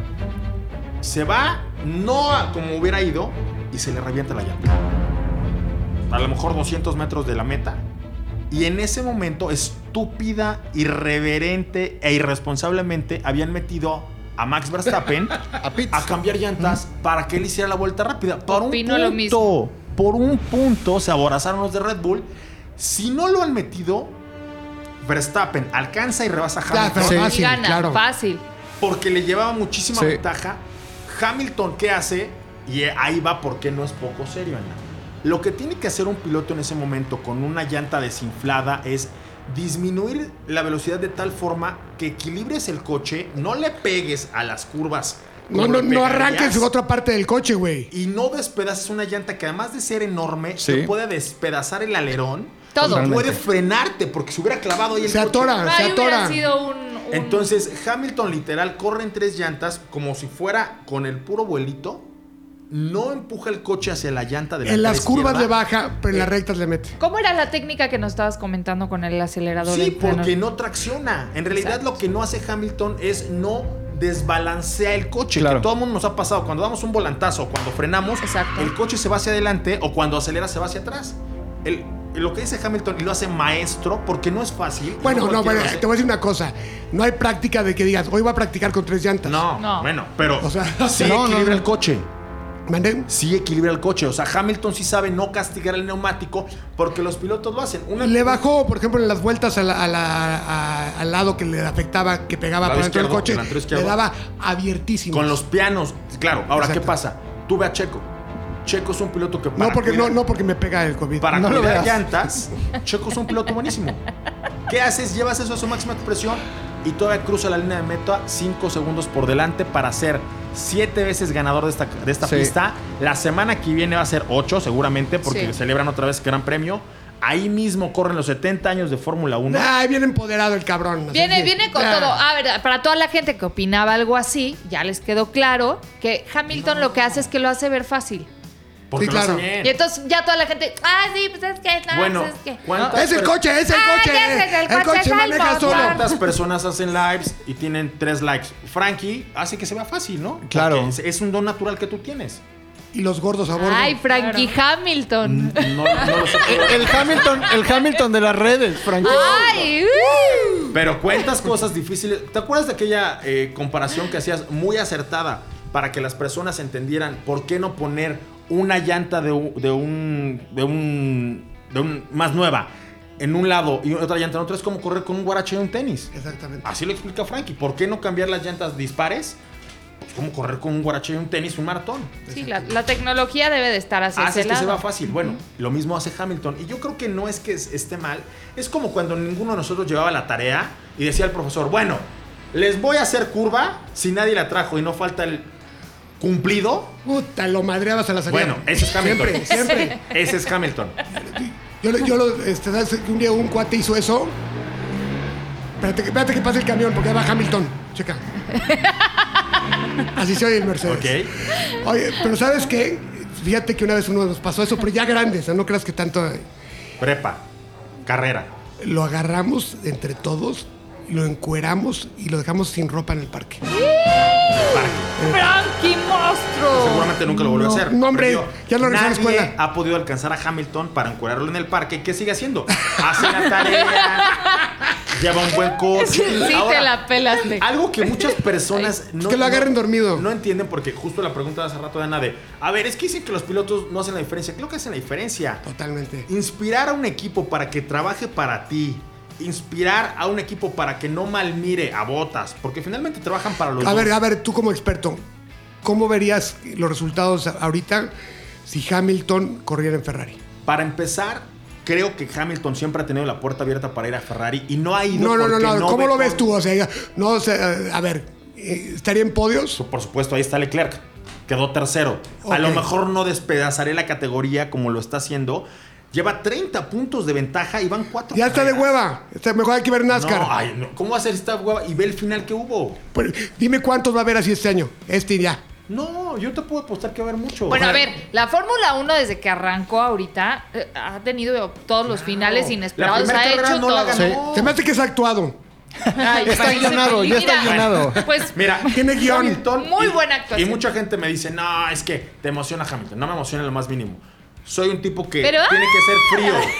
Se va, no a como hubiera ido, y se le revienta la llanta. A lo mejor 200 metros de la meta. Y en ese momento, estúpida, irreverente e irresponsablemente, habían metido a Max Verstappen
A Pitts.
a cambiar llantas para que él hiciera la vuelta rápida. Por un
Opino
punto,
lo mismo.
por un punto se aborazaron los de Red Bull. Si no lo han metido, Verstappen alcanza y rebasa a
Ya,
Hamilton
pero
Sí.
fácil,
y gana,
claro.
fácil.
porque le llevaba muchísima
Sí.
ventaja. Hamilton, ¿qué hace? Y eh, ahí va porque no es poco serio, Ana. Lo que tiene que hacer un piloto en ese momento con una llanta desinflada es disminuir la velocidad de tal forma que equilibres el coche, no le pegues a las curvas.
No,
como
no,
le
no
pegarías,
arranques en otra parte del coche, güey.
Y no despedaces una llanta que además de ser enorme,
Sí.
te puede despedazar el alerón.
Todo.
y Puede
Totalmente.
frenarte porque se hubiera clavado ahí el
Se
coche.
atora, se
Ahí hubiera
atora.
sido un, un-
Entonces, Hamilton literal corre en tres llantas como si fuera con el puro vuelito. No empuja el coche hacia la llanta de la
En las curvas le baja, pero en
Eh,
las rectas le mete.
¿Cómo era la técnica que nos estabas comentando con el acelerador?
Sí,
en plano?
porque no tracciona. En realidad,
Exacto.
lo que no hace Hamilton es no desbalancea el coche.
Claro.
Que todo el mundo nos ha pasado. Cuando damos un volantazo, cuando frenamos,
Exacto.
el coche se va hacia adelante o cuando acelera se va hacia atrás. El- lo que dice Hamilton y lo hace maestro porque no es fácil.
Bueno, no,
cualquiera
bueno,
lo hace.
te voy a decir una cosa. No hay práctica de que digas, hoy voy a practicar con tres llantas.
No,
No.
bueno, pero
O sea,
sí
no, no,
equilibra
no.
el coche.
¿Mandé?
sí equilibra el coche. O sea, Hamilton sí sabe no castigar el neumático porque los pilotos lo hacen. Una-
Le bajó, por ejemplo, en las vueltas a la- a la- a- al lado que le afectaba, que pegaba
Lado
por dentro del
izquierdo,
coche,
delantero izquierdo.
le daba abiertísimo.
con los pianos. Claro, ahora,
Exacto.
¿qué pasa? Tú ve a Checo. Checo es un piloto que para
No porque, no,
cuidar-
no porque me pega el COVID.
para
No lo
cuidar
veas.
llantas, Checo es un piloto buenísimo. ¿Qué haces? Llevas eso a su máxima expresión y todavía cruza la línea de meta 5 segundos por delante para ser siete veces ganador de esta, de esta
Sí.
pista. La semana que viene va a ser 8 seguramente porque
Sí.
celebran otra vez el Gran Premio. Ahí mismo corren los 70 años de Fórmula 1.
Ay, viene empoderado el cabrón. así
Viene,
que-
viene con
Ah.
todo. A ver, para toda la gente que opinaba algo así, ya les quedó claro que Hamilton lo que hace es que lo hace ver fácil.
Porque
Sí,
lo hace
claro.
bien.
Y entonces ya toda la gente, ah, sí, pues es que, no,
Bueno,
pues es que.
¿cuántas-
Es el coche, es el
Ah,
coche.
ya sé que el coche es
maneja
algo,
solo.
claro.
¿Cuántas personas hacen lives y tienen tres likes? Frankie hace que se vea fácil, ¿no?
Claro.
Porque Es, es un don natural que tú tienes.
Y los gordos a bordo.
Ay, Frankie Hamilton.
No, no lo sé.
El, el Hamilton, el Hamilton de las redes, Frankie.
Ay, uh.
Pero cuentas cosas difíciles. ¿Te acuerdas de aquella eh, comparación que hacías muy acertada para que las personas entendieran por qué no poner una llanta de, u- de un. de un. de un. más nueva en un lado y otra llanta en otro? Es como correr con un guarache y un tenis.
Exactamente.
Así lo explica Frankie. ¿Por qué no cambiar las llantas dispares? Pues como correr con un guarache y un tenis, un maratón.
Sí, la, la tecnología debe de estar hacia
Haces
ese
Ah, que se va
lado.
fácil. Bueno, lo mismo hace Hamilton. Y yo creo que no es que es- esté mal. Es como cuando ninguno de nosotros llevaba la tarea y decía al profesor, bueno, les voy a hacer curva si nadie la trajo y no falta el cumplido.
Puta, lo madreabas a la salida.
Bueno, ese es Hamilton.
Siempre, siempre.
Ese es Hamilton.
Yo, lo- yo lo, este, ¿sabes que un día un cuate hizo eso. Espérate, que- espérate que pase el camión, porque ahí va Hamilton. Checa. Así se oye el Mercedes.
¿Ok?
Oye, pero ¿sabes qué? Fíjate que una vez uno nos pasó eso, pero ya grandes, no creas que tanto. eh,
Prepa. Carrera.
Lo agarramos entre todos. lo encueramos y lo dejamos sin ropa en el parque.
¡Frankie monstruo!
Seguramente nunca lo volvió
No,
a hacer.
no, hombre,
Perdió.
ya lo regresó a la
Nadie
escuela.
ha podido alcanzar a Hamilton para encuadrarlo en el parque. ¿Qué sigue haciendo? Hace la tarea. lleva un buen coche.
Sí, te
Ahora,
la pelaste.
Algo que muchas personas no,
que lo agarren
no-
dormido.
No entienden porque justo la pregunta de hace rato de Ana de, a ver, es que dicen que los pilotos no hacen la diferencia. Creo que hacen la diferencia.
Totalmente.
Inspirar a un equipo para que trabaje para ti. Inspirar a un equipo para que no malmire a botas. Porque finalmente trabajan para los
A ver,
dos.
a ver, tú como experto, ¿cómo verías los resultados ahorita si Hamilton corriera en Ferrari?
Para empezar, creo que Hamilton siempre ha tenido la puerta abierta para ir a Ferrari y no ha ido
No, no, no,
porque
no. ¿Cómo
ve
lo ves
con-
tú? O sea, no, o sea, a ver, eh, ¿estaría en podios?
Por supuesto, ahí está Leclerc. Quedó tercero. A lo
Ok.
mejor no despedazaré la categoría como lo está haciendo. Lleva 30 puntos de ventaja y van 4.
Ya está de hueva. Está mejor hay que ver NASCAR.
¿Cómo va a ser esta hueva? Y ve el final que hubo.
Pues, dime cuántos va a haber así este año. Este y ya.
No, yo te puedo apostar que va a haber mucho.
Bueno,
O
a
sea,
ver, la Fórmula 1 desde que arrancó ahorita eh, ha tenido todos los finales inesperados.
primera
Ha
carrera
hecho
no la
todo.
ganó. No.
Se me hace que es actuado.
Ay,
Está
parece
guionado,
peli-
ya está
Mira,
guionado.
Pues
Mira,
Tiene guión.
Hamilton
Muy
y-
buena actuación.
Y mucha gente me dice, no, es que te emociona Hamilton. No me emociona en lo más mínimo. Soy un tipo que
Pero, ah.
tiene que ser frío.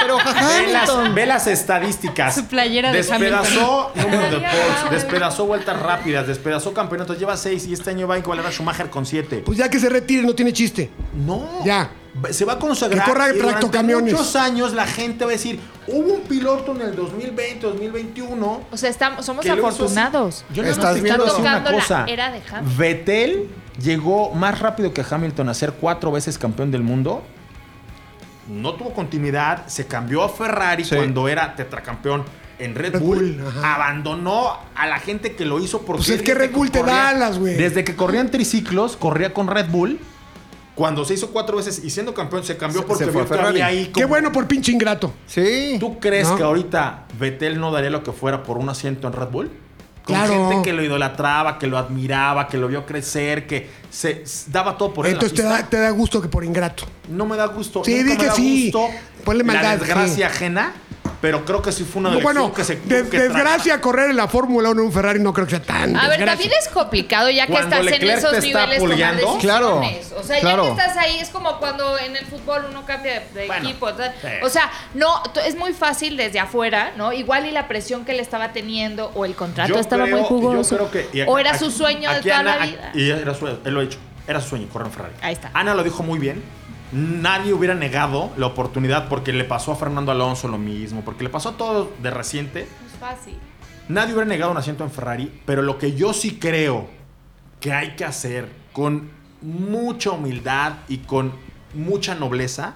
Pero
Ve las,
Hamilton.
ve las estadísticas.
Su playera de
Despedazó número de
Ay,
Porsche,
ay.
despedazó vueltas rápidas, despedazó campeonatos. Lleva seis y este año va a igualar a Schumacher con siete.
Pues ya que se retire, no tiene chiste.
No.
Ya.
Se va a consagrar.
Que corra
y durante
tractocamiones.
muchos años la gente va a decir, hubo un piloto en el 2020, 2021.
O sea, estamos, somos
que lo hizo así".
afortunados.
Yo nada más
Estás
te quiero
viendo-
decir una
Tocando la
cosa.
era de Hamilton.
Vettel llegó más rápido que Hamilton a ser cuatro veces campeón del mundo. No tuvo continuidad, se cambió a Ferrari
Sí.
cuando era tetracampeón en Red,
Red
Bull.
Bull, ajá.
Abandonó a la gente que lo hizo por
Pues
ser
es que
desde
Red Bull te da alas, güey.
Desde que corría en triciclos, corría con Red Bull. Cuando se hizo cuatro veces y siendo campeón se cambió
Se-
porque
se fue
vio
a
que
Ferrari.
había ahí
Qué
como-
bueno por pinche ingrato.
Sí.
¿Tú crees
¿No?
que ahorita Vettel no daría lo que fuera por un asiento en Red Bull? Con
Claro.
gente que lo idolatraba, que lo admiraba, que lo vio crecer, que se s- daba todo por él. en la
Entonces te
pista.
da, te da gusto que por ingrato.
No me da gusto.
Sí,
nunca
di
me
que
da
sí.
gusto
Ponle
la
maldad, sí.
desgracia ajena, pero creo que sí fue una de
bueno,
que se
des-
que
desgracia correr en la Fórmula 1 en un Ferrari no creo que sea tan
A ver,
desgracia.
también es complicado ya que
Cuando
estás en
Leclerc te
esos
está
niveles tomar
apoyando.
decisiones.
Claro,
O sea,
claro.
ya que estás ahí es como cuando en el fútbol uno cambia de, de
Bueno,
equipo. tal.
sí.
O sea, no, t- es muy fácil desde afuera, ¿no? Igual y la presión que le estaba teniendo o el contrato
Yo
estaba
creo-
muy
yo
jugoso.
creo que- y
o
aquí-
era su
aquí-
sueño de
aquí
toda la
Ana-
vida.
Y era su, él lo ha dicho. Era su sueño, correr en Ferrari.
Ahí está.
Ana lo dijo muy bien. Nadie hubiera negado la oportunidad porque le pasó a Fernando Alonso lo mismo, porque le pasó a todos de reciente.
Es fácil.
Nadie hubiera negado un asiento en Ferrari, pero lo que yo sí creo que hay que hacer con mucha humildad y con mucha nobleza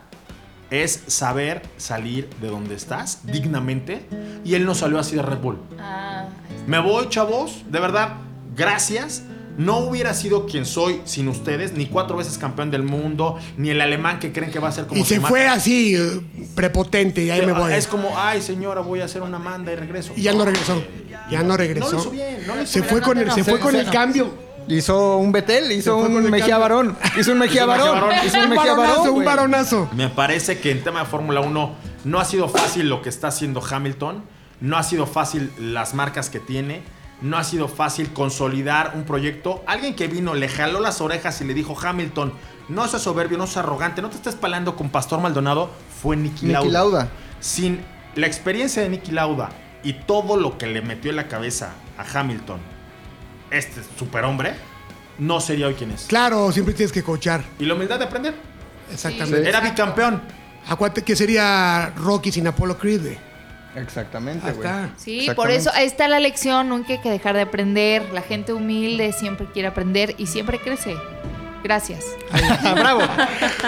es saber salir de donde estás dignamente. Y él no salió así de Red Bull.
Ah, ahí está.
Me voy, chavos, de verdad, gracias. No hubiera sido quien soy sin ustedes, ni cuatro veces campeón del mundo, ni el alemán que creen que va a ser como
Y se
Schumacher.
fue así, eh, prepotente, y ahí me voy.
Es como, ay señora, voy a hacer una manda y regreso.
Y ya no regresó. Ya no regresó.
No lo hizo bien, no lo hizo
se
bien.
fue con el, se
no,
fue
sí,
con
sí,
el
no.
cambio.
Hizo un Betel, hizo
fue con
un
el
Mejía
cambio.
Barón. Hizo un Mejía Barón. Hizo un
Un
Mejía Barón.
varonazo, un
güey.
varonazo.
Me parece que en tema de Fórmula 1 no ha sido fácil lo que está haciendo Hamilton, no ha sido fácil las marcas que tiene, no ha sido fácil consolidar un proyecto. Alguien que vino, le jaló las orejas y le dijo, Hamilton, no seas soberbio, no seas arrogante, no te estés palando con Pastor Maldonado, fue Nicky Lauda.
Niki Lauda.
Sin la experiencia de Nicky Lauda y todo lo que le metió en la cabeza a Hamilton, este superhombre, no sería hoy quien es.
Claro, siempre tienes que cochar.
Y la humildad de aprender.
Exactamente.
Era bicampeón.
Acuérdate que sería Rocky sin Apollo Creed. güey.
Exactamente,
Ahí
güey.
está.
Sí, por eso ahí está la lección, nunca hay que dejar de aprender. La gente humilde siempre quiere aprender y siempre crece. Gracias.
Bravo.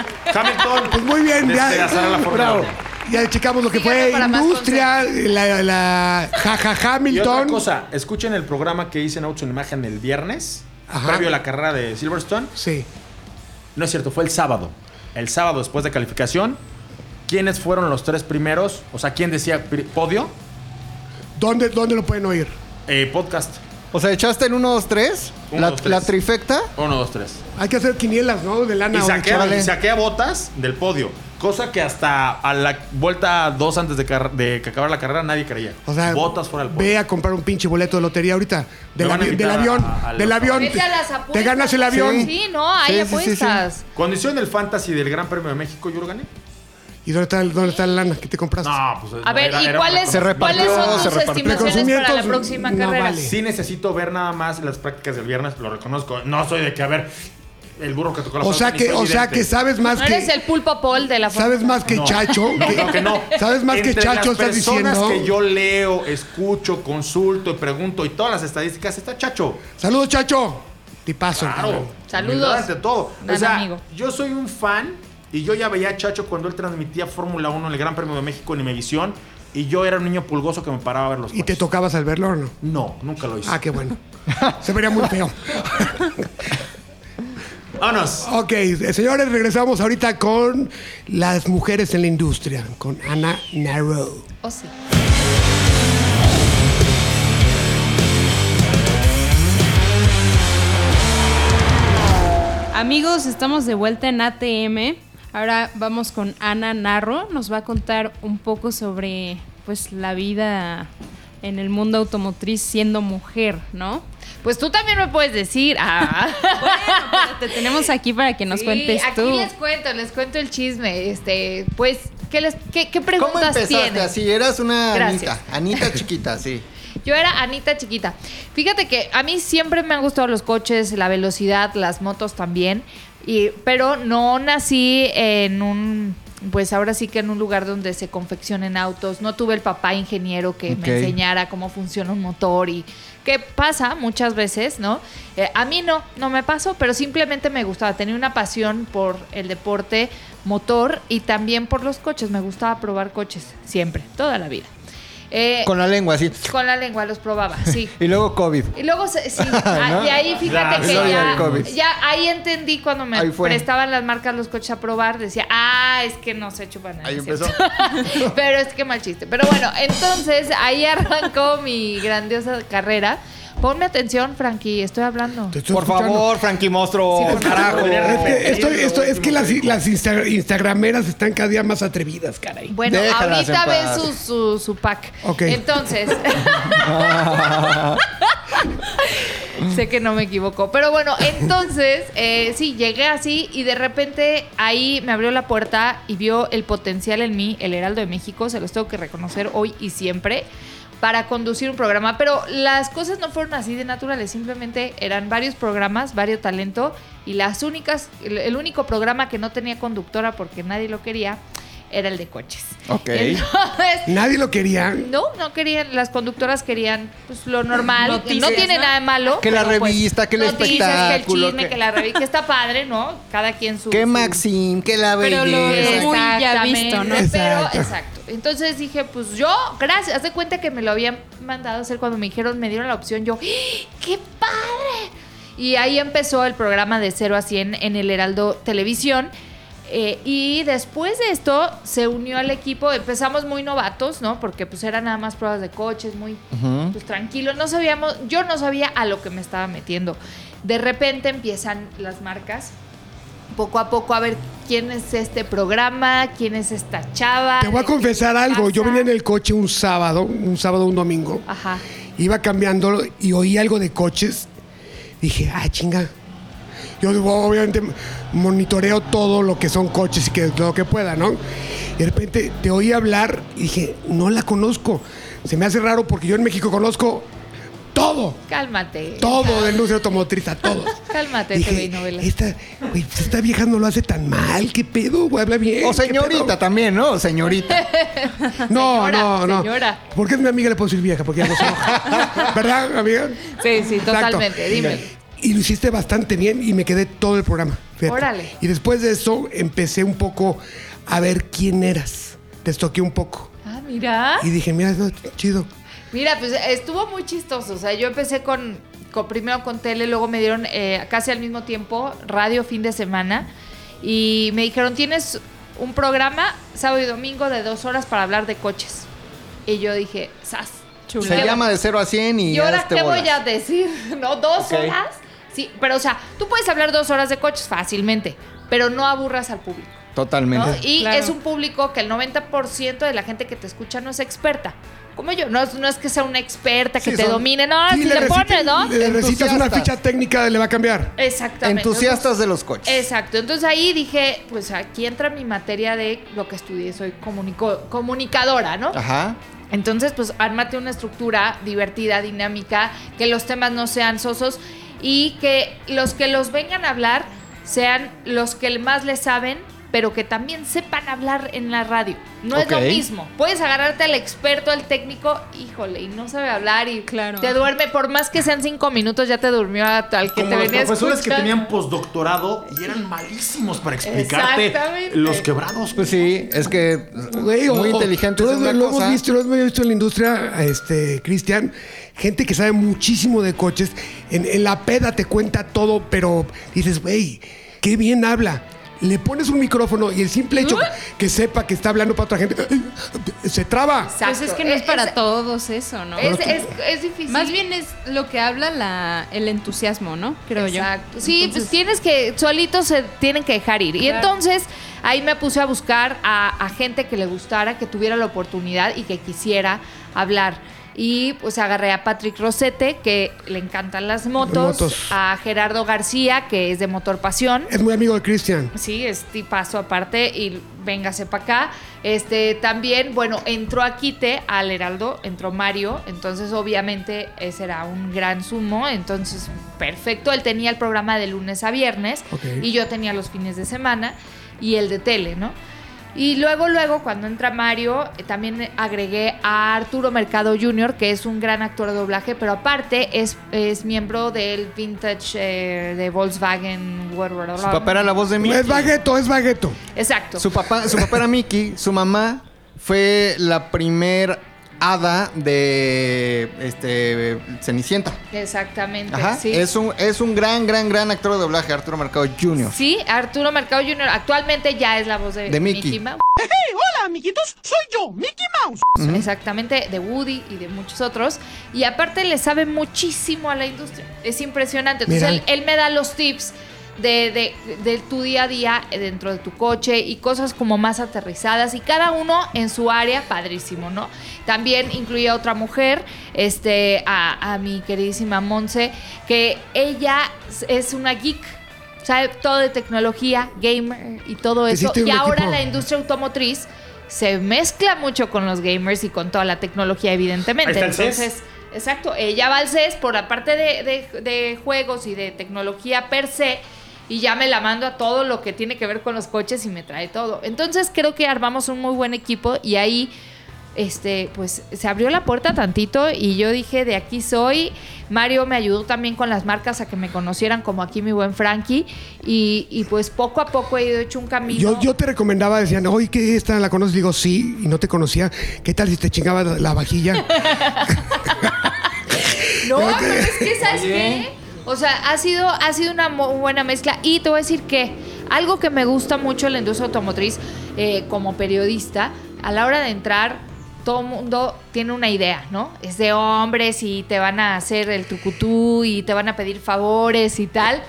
Hamilton.
Pues muy bien, ya.
despedazar a la Fórmula
Bravo.
uno.
Ya checamos lo que
Síganos
fue
para más
Industria, la, la jaja
Y otra
Hamilton.
cosa, escuchen el programa que hice en Autos en Imagen el viernes,
Ajá.
previo a la carrera de Silverstone.
Sí.
No es cierto, fue el sábado. El sábado después de calificación. ¿Quiénes fueron los tres primeros? O sea, ¿quién decía pri- podio?
¿Dónde, ¿Dónde lo pueden oír?
Eh, podcast.
O sea, echaste el 1-2-3.
Uno,
La,
dos, tres.
la trifecta.
Uno, dos, tres.
Hay que hacer quinielas, ¿no? De lana
Y
o de
saqué,
chavales.
y saqué a botas del podio. Cosa que hasta a la vuelta dos antes de, car- de que acabara la carrera nadie creía.
O sea,
botas fuera del
ve a comprar un pinche boleto de lotería ahorita. Del,
Me van a
avi- del
invitar a-
avión.
a- a
del
los-
avión.
Vete a las
te-
apuestas.
Te ganas el avión.
Sí, no, hay
Sí, sí, sí, sí.
apuestas.
Cuando hicieron el fantasy del Gran Premio de México, yo lo gané.
¿Y dónde está, el- dónde está la lana que te compraste?
No, pues.
A
no,
ver,
era-
¿y
era
cuáles
se repartió,
cuáles son
se
tus
repartió.
estimaciones para la
Reconocimientos,
próxima
no
carrera?
vale.
Sí necesito ver nada más las prácticas del viernes, lo reconozco. No soy de que, a ver, el burro que tocó la
o sea
flauta, ni
que,
soy
o sea
vidente.
que sabes más
No
que.
eres el pulpo Paul de la
Sabes más que
No.
Chacho.
No,
que-
no, que no.
Sabes más que
Entre
Chacho
las
estás diciendo.
personas que yo leo, escucho, consulto y pregunto y todas las estadísticas está Chacho.
Saludos, Chacho. Tipazo.
Claro.
Saludos.
humildad ante todo.
Gran
o sea,
amigo.
yo soy un fan y yo ya veía a Chacho cuando él transmitía Fórmula 1 en el Gran Premio de México en Imevisión y yo era un niño pulgoso que me paraba a ver los
¿Y te
coches.
tocabas al verlo o no?
No, nunca lo hice.
Ah, qué bueno. Se vería muy feo.
Vámonos.
Ok, eh, señores, regresamos ahorita con las mujeres en la industria, con Ana Narrow.
Oh, sí.
Amigos, estamos de vuelta en ATM. Ahora vamos con Ana Narro. Nos va a contar un poco sobre pues la vida en el mundo automotriz siendo mujer, ¿no?
Pues tú también me puedes decir. Ah.
Pero te tenemos aquí para que nos
Sí,
cuentes
aquí
tú.
les cuento, les cuento el chisme. Este, pues, ¿qué, les, qué, qué
¿Cómo
preguntas
empezaste
tienen?
así? Eras una
Gracias.
Anita. Anita chiquita, sí.
Yo era Anita chiquita. Fíjate que a mí siempre me han gustado los coches, la velocidad, las motos también. Y, pero no nací en un. Pues ahora sí que en un lugar donde se confeccionen autos. No tuve el papá ingeniero que
Ok.
me enseñara cómo funciona un motor y qué pasa muchas veces, ¿no? Eh, a mí no, no me pasó, pero simplemente me gustaba. Tenía una pasión por el deporte motor y también por los coches. Me gustaba probar coches siempre, toda la vida. Eh,
Con la lengua, así.
con la lengua los probaba, sí.
Y luego COVID.
Y luego, se- sí, ah,
¿No?
y ahí fíjate
La
que
gloria del
ya,
COVID.
ya ahí entendí cuando me
Ahí fue.
prestaban las marcas los coches a probar, decía, ah, es que no se chupan nada.
Ahí
es cierto".
empezó.
Pero es que mal chiste. Pero bueno, entonces ahí arrancó mi grandiosa carrera. Ponme atención, Frankie, estoy hablando.
Te estoy
Por
escuchando.
favor, Frankie Monstruo.
Sí, por favor.
carajo.
Es que, estoy- estoy- es que las, las insta- instagrameras están cada día más atrevidas, caray.
Bueno,
Déjalas en
ahorita ven
paz.
su, su, su pack.
Ok.
Entonces. sé que no me equivoco. Pero bueno, entonces, eh, sí, llegué así y de repente ahí me abrió la puerta y vio el potencial en mí, el Heraldo de México. Se los tengo que reconocer hoy y siempre para conducir un programa. Pero las cosas no fueron así de naturales, simplemente eran varios programas, varios talento y las únicas, el- el único programa que no tenía conductora porque nadie lo quería era el de coches.
Ok.
Entonces,
Nadie lo quería.
no, no querían, las conductoras querían pues, lo normal,
Noticias,
no tiene
¿no?
nada de malo.
Que la
pero, pues,
revista, que el
noticias,
espectáculo,
Que el chisme,
que-
que, la revista, que está padre, ¿no? Cada quien su...
Que
su-
Maxim, que la
Pero lo-
belleza.
muy ya
Exactamente,
visto, ¿no?
Exacto.
Pero, exacto. Entonces dije, pues yo, gracias. Haz de cuenta que me lo habían mandado a hacer cuando me dijeron, me dieron la opción. Yo, ¡Ah! ¡qué padre! Y ahí empezó el programa de 0 a 100 en el Heraldo Televisión. Eh, y después de esto se unió al equipo, empezamos muy novatos, ¿no? Porque pues eran nada más pruebas de coches, muy
Ujú.
pues, tranquilo, no sabíamos, yo no sabía a lo que me estaba metiendo. De repente empiezan las marcas, poco a poco a ver quién es este programa, quién es esta chava.
Te voy a
de qué
confesar
se
algo. Yo
trata.
venía en el coche un sábado, un sábado, un domingo.
Ajá.
Iba cambiando y oí algo de coches. Dije, ah, chinga. Yo digo, obviamente monitoreo todo lo que son coches y que todo lo que pueda, ¿no? Y de repente te oí hablar y dije, no la conozco. Se me hace raro porque yo en México conozco todo,
Cálmate.
todo del industria automotriz, a todos.
Cálmate,
Dije,
TV y novelas.
Esta, güey, pues, esta vieja no lo hace tan mal, qué pedo, güey, habla bien.
O
¿qué pedo?"
señorita también, ¿no? Señorita.
No,
Señora,
no, no.
señora.
Porque es mi amiga, le puedo decir vieja, porque ya no se enoja. ¿Verdad, amiga?
Sí, sí,
Exacto.
totalmente. Dime.
Y lo hiciste bastante bien y me quedé todo el programa. fíjate.
Órale.
Y después de eso empecé un poco a ver quién eras. Te estoqué un poco.
Ah, mira.
Y dije, mira, no, chido.
Mira, pues estuvo muy chistoso. O sea, yo empecé con, con- primero con tele, luego me dieron eh, casi al mismo tiempo radio fin de semana y me dijeron tienes un programa sábado y domingo de dos horas para hablar de coches. Y yo dije, ¡sas!
Chulo.
Se
¿Qué-
llama de 0 a 100 y
¿Y ahora
hazte
qué
bolas.
voy a decir? ¿No? ¿Dos
Ok.
horas? Sí, pero o sea, tú puedes hablar dos horas de coches fácilmente, pero no aburras al público.
Totalmente.
¿no? Y
Claro.
es un público que el 90% de la gente que te escucha no es experta. Como yo, no, es- no es que sea una experta que
Sí,
te
son-
domine, no,
sí,
si le,
recita-
pones, ¿no?
Le recitas una
Entusiastas.
ficha técnica, le va a cambiar.
Exactamente.
Entusiastas de los coches.
Exacto, entonces ahí dije, pues aquí entra mi materia de lo que estudié, soy comunico- comunicadora, ¿no?
Ajá.
Entonces, pues ármate una estructura divertida, dinámica, que los temas no sean sosos y que los que los vengan a hablar sean los que más les saben, pero que también sepan hablar en la radio. No es lo
Ok.
mismo. Puedes agarrarte al experto, al técnico, híjole, y no sabe hablar y
Claro.
te duerme. Por más que sean cinco minutos, ya te durmió a- al que
Como
te
los
venía
profesores que
escuchando.
tenían postdoctorado y eran malísimos para explicarte
Exactamente.
los quebrados.
Pues sí, es que
Güey, o-
muy
o-
inteligente
tú
es
lo-
una
lo
cosa.
hemos visto, lo hemos visto en la industria, este, Cristian, gente que sabe muchísimo de coches. En, en la peda te cuenta todo, pero dices, güey, qué bien habla. Le pones un micrófono y el simple hecho
¿Mm?
que sepa que está hablando para otra gente se traba.
Exacto.
Pues es que no es para
Es-
todos eso, ¿no?
Es, es- es difícil.
Más bien es lo que habla la, el entusiasmo, ¿no? Creo
Exacto.
yo.
Sí, pues tienes que, solitos se tienen que dejar ir. Y
Claro.
entonces ahí me puse a buscar a, a gente que le gustara, que tuviera la oportunidad y que quisiera hablar. Y pues agarré a Patrick Rosete, que le encantan las motos,
motos.
a Gerardo García, que es de Motor Pasión.
Es muy amigo de Cristian.
Sí, es paso aparte y véngase para acá. Este también, bueno, entró a Quite al Heraldo, entró Mario, entonces obviamente ese era un gran sumo, entonces perfecto. Él tenía el programa de lunes a viernes
Ok.
y yo tenía los fines de semana y el de tele, ¿no? Y luego, luego, cuando entra Mario, eh, también agregué a Arturo Mercado Jr., que es un gran actor de doblaje, pero aparte es, es miembro del vintage eh, de Volkswagen.
Su papá era la voz de Mickey.
Es bagueto, es bagueto.
Exacto.
Su papá, su papá era Mickey. Su mamá fue la primer hada de este Cenicienta.
Exactamente.
Ajá.
sí.
Es un es un gran gran gran actor de doblaje Arturo Mercado Jr.
Sí, Arturo Mercado Jr. actualmente ya es la voz de,
De Mickey.
Mouse. hola, amiguitos, soy yo, Mickey Mouse. Exactamente, de Woody y de muchos otros. Y aparte le sabe muchísimo a la industria. Es impresionante. Entonces él,
Mira.
él me da los tips de, de- de tu día a día eh, dentro de tu coche y cosas como más aterrizadas y cada uno en su área, padrísimo, ¿no? También incluía a otra mujer, este, a, a mi queridísima Monse, que ella es- es una geek. Sabe todo de tecnología, gamer y todo eso.
Hiciste un
Y ahora
equipo.
la industria automotriz se mezcla mucho con los gamers y con toda la tecnología, evidentemente.
Ahí está el E CES.
Entonces, Exacto, ella va al CES por la parte de, de- de juegos y de tecnología per se y ya me la mando a todo lo que tiene que ver con los coches y me trae todo. Entonces creo que armamos un muy buen equipo y ahí este pues se abrió la puerta tantito y yo dije de aquí soy. Mario me ayudó también con las marcas a que me conocieran como aquí mi buen Frankie y, y, pues poco a poco he ido hecho un camino.
Yo, yo te recomendaba, decían, oye, que esta la conoces. Digo, sí, y no te conocía. ¿Qué tal si te chingaba la vajilla?
No, pero es que ¿sabes qué? O sea, ha sido, ha sido una mo- buena mezcla. Y te voy a decir que algo que me gusta mucho en la industria automotriz eh, como periodista, a la hora de entrar, todo mundo tiene una idea, ¿no? Es de hombres y te van a hacer el tucutú y te van a pedir favores y tal.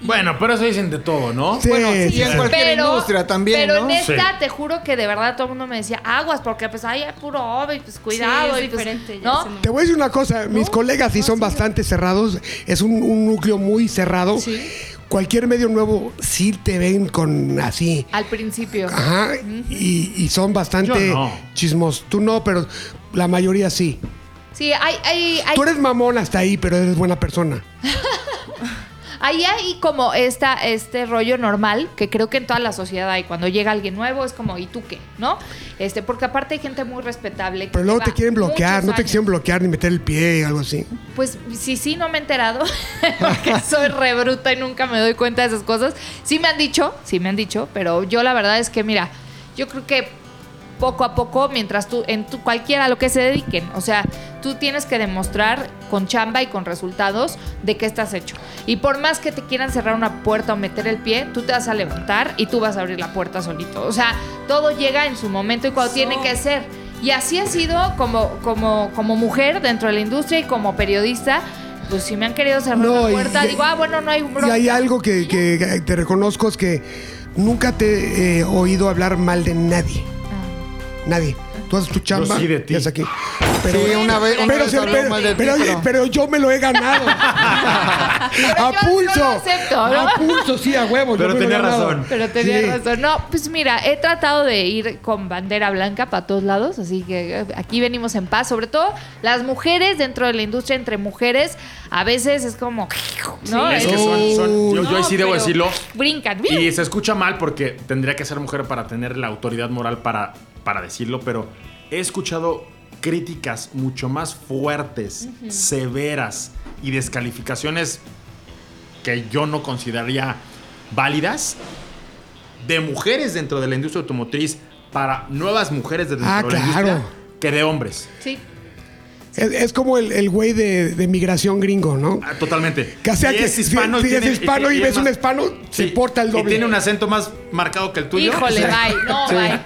Bueno, pero eso dicen de todo, ¿no?
Sí,
Bueno,
sí,
y en
sí.
cualquier industria también,
pero
¿no?
en esta
Sí.
te juro que de verdad todo el mundo me decía aguas porque pues ay, es puro hombre, pues cuidado
es
y pues,
diferente, ya
¿no?
se me-
Te voy a decir una cosa, mis colegas
Ah,
sí son bastante cerrados, es un, un núcleo muy cerrado. Cualquier medio nuevo sí te ven con así.
Al principio.
Ajá, y, y son bastante
Yo no.
chismos. Tú no, pero la mayoría sí.
Sí, hay, hay, hay
Tú eres mamón hasta ahí, pero eres buena persona.
Ahí hay como esta, este rollo normal que creo que en toda la sociedad hay. Cuando llega alguien nuevo es como, ¿y tú qué? ¿No? Este, porque aparte hay gente muy respetable. que
Pero luego
lleva
te quieren bloquear,
muchos
no te
años.
quisieron bloquear ni meter el pie o algo así.
Pues sí, sí, no me he enterado. porque soy re bruta y nunca me doy cuenta de esas cosas. Sí me han dicho, sí me han dicho, pero yo la verdad es que, mira, yo creo que poco a poco, mientras tú, en tu, cualquiera a lo que se dediquen, o sea, tú tienes que demostrar con chamba y con resultados de qué estás hecho. Y por más que te quieran cerrar una puerta o meter el pie, tú te vas a levantar y tú vas a abrir la puerta solito. O sea, todo llega en su momento y cuando tiene que ser. Y así ha sido como, como, como mujer dentro de la industria y como periodista. Pues si me han querido cerrar
No,
la
y-
puerta,
y-
digo, ah, bueno, no hay
Y hay
bronca".
algo que, que te reconozco es que Nunca te he eh, oído hablar mal de nadie. Nadie. Tú haces tu chamba.
sí de ti.
y es aquí. Pero,
Sí, una vez- una
pero,
vez
se-
habló
pero-
mal de ti,
pero-
pero-
pero yo me lo he ganado. a
yo- yo lo
pulso.
acepto, ¿no?
A pulso, sí, a huevo. yo
Pero
me lo he
tenía
ganado.
razón.
Pero tenía
Sí.
razón. No, pues mira, he tratado de ir con bandera blanca para todos lados, así que eh, aquí venimos en paz. Sobre todo las mujeres dentro de la industria, entre mujeres, a veces es como. ¿no?
Es que
Es-
son,
Oh,
son- yo, yo ahí sí
No,
debo
pero
decirlo.
Brincan.
Y se escucha mal porque tendría que ser mujer para tener la autoridad moral para, para decirlo, pero he escuchado críticas mucho más fuertes, severas y descalificaciones que yo no consideraría válidas de mujeres dentro de la industria automotriz para nuevas mujeres dentro
Ah,
de la
claro.
industria que de hombres.
Sí.
Es, es como el, el güey de, de migración gringo, ¿no?
Ah, Totalmente.
Que sea
Y
que
es hispano,
si- si
tiene-
es hispano y,
es
ves un
más-
hispano, se
Sí,
porta el
y
doble.
tiene un acento más marcado que el tuyo.
Híjole, bye. No,
Sí.
bye.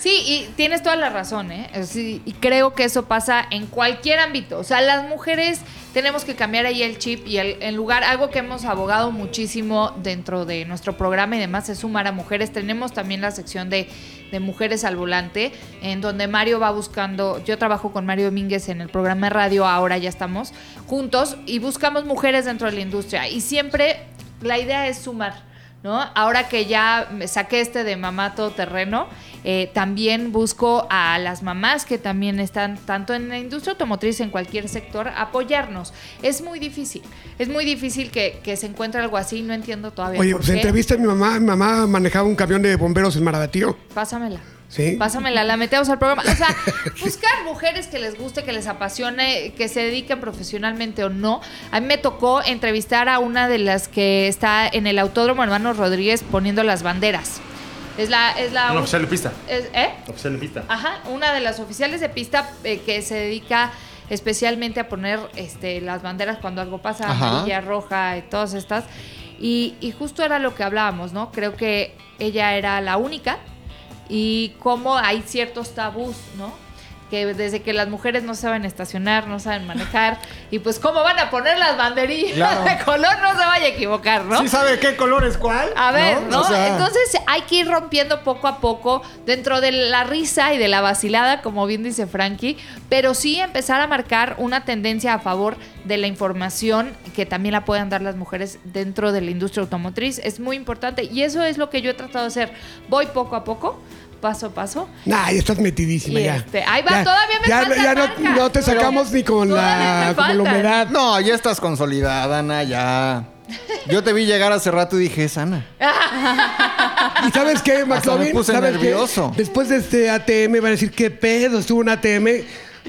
Sí, y tienes toda la razón, ¿eh? Sí, y creo que eso pasa en cualquier ámbito. O sea, las mujeres tenemos que cambiar ahí el chip y el, en lugar, algo que hemos abogado muchísimo dentro de nuestro programa y demás es sumar a mujeres. Tenemos también la sección de, de mujeres al volante, en donde Mario va buscando, yo trabajo con Mario Domínguez en el programa de radio, ahora ya estamos juntos, y buscamos mujeres dentro de la industria. Y siempre la idea es sumar. ¿no? Ahora que ya me saqué este de mamá todoterreno, eh, también busco a las mamás que también están tanto en la industria automotriz, en cualquier sector, apoyarnos. Es muy difícil, es muy difícil que, que se encuentre algo así, no entiendo todavía.
Oye,
por
pues
qué.
entrevista a mi mamá. Mi mamá manejaba un camión de bomberos en Maradatío.
Pásamela.
Sí.
Pásamela, la metemos al programa. O sea, buscar mujeres que les guste, que les apasione, que se dediquen profesionalmente o no. A mí me tocó entrevistar a una de las que está en el Autódromo Hermano Rodríguez poniendo las banderas. Es la... Es la
Un oficial de pista.
es- ¿Eh?
Oficial de pista.
Ajá, una de las oficiales de pista eh, que se dedica especialmente a poner este, las banderas cuando algo pasa,
Ajá.
amarilla, roja y todas estas. Y, y justo era lo que hablábamos, ¿no? Creo que ella era la única y cómo hay ciertos tabús, ¿no? Que desde que las mujeres no saben estacionar, no saben manejar, y pues cómo van a poner las banderillas
Claro.
de color, no se vaya a equivocar, ¿no?
¿Sí sabe qué color es cuál?
A ver, ¿no?
O sea,
Entonces hay que ir rompiendo poco a poco dentro de la risa y de la vacilada, como bien dice Frankie, pero sí empezar a marcar una tendencia a favor de la información que también la puedan dar las mujeres dentro de la industria automotriz. Es muy importante y eso es lo que yo he tratado de hacer. Voy poco a poco, paso a paso.
Nah, ya estás metidísima
Y
ya.
este, ahí va, todavía me
ya,
faltan
ya no,
marcas.
no te sacamos ni con
Todavía
la,
me
con la
faltan.
humedad.
No, ya estás consolidada, Ana, ya. Yo te vi llegar hace rato y dije, es Ana.
¿Y sabes qué, McLovin?
me puse
¿Sabes qué?
nervioso.
Después de este ATM van a decir, ¿qué pedo? Estuvo un ATM.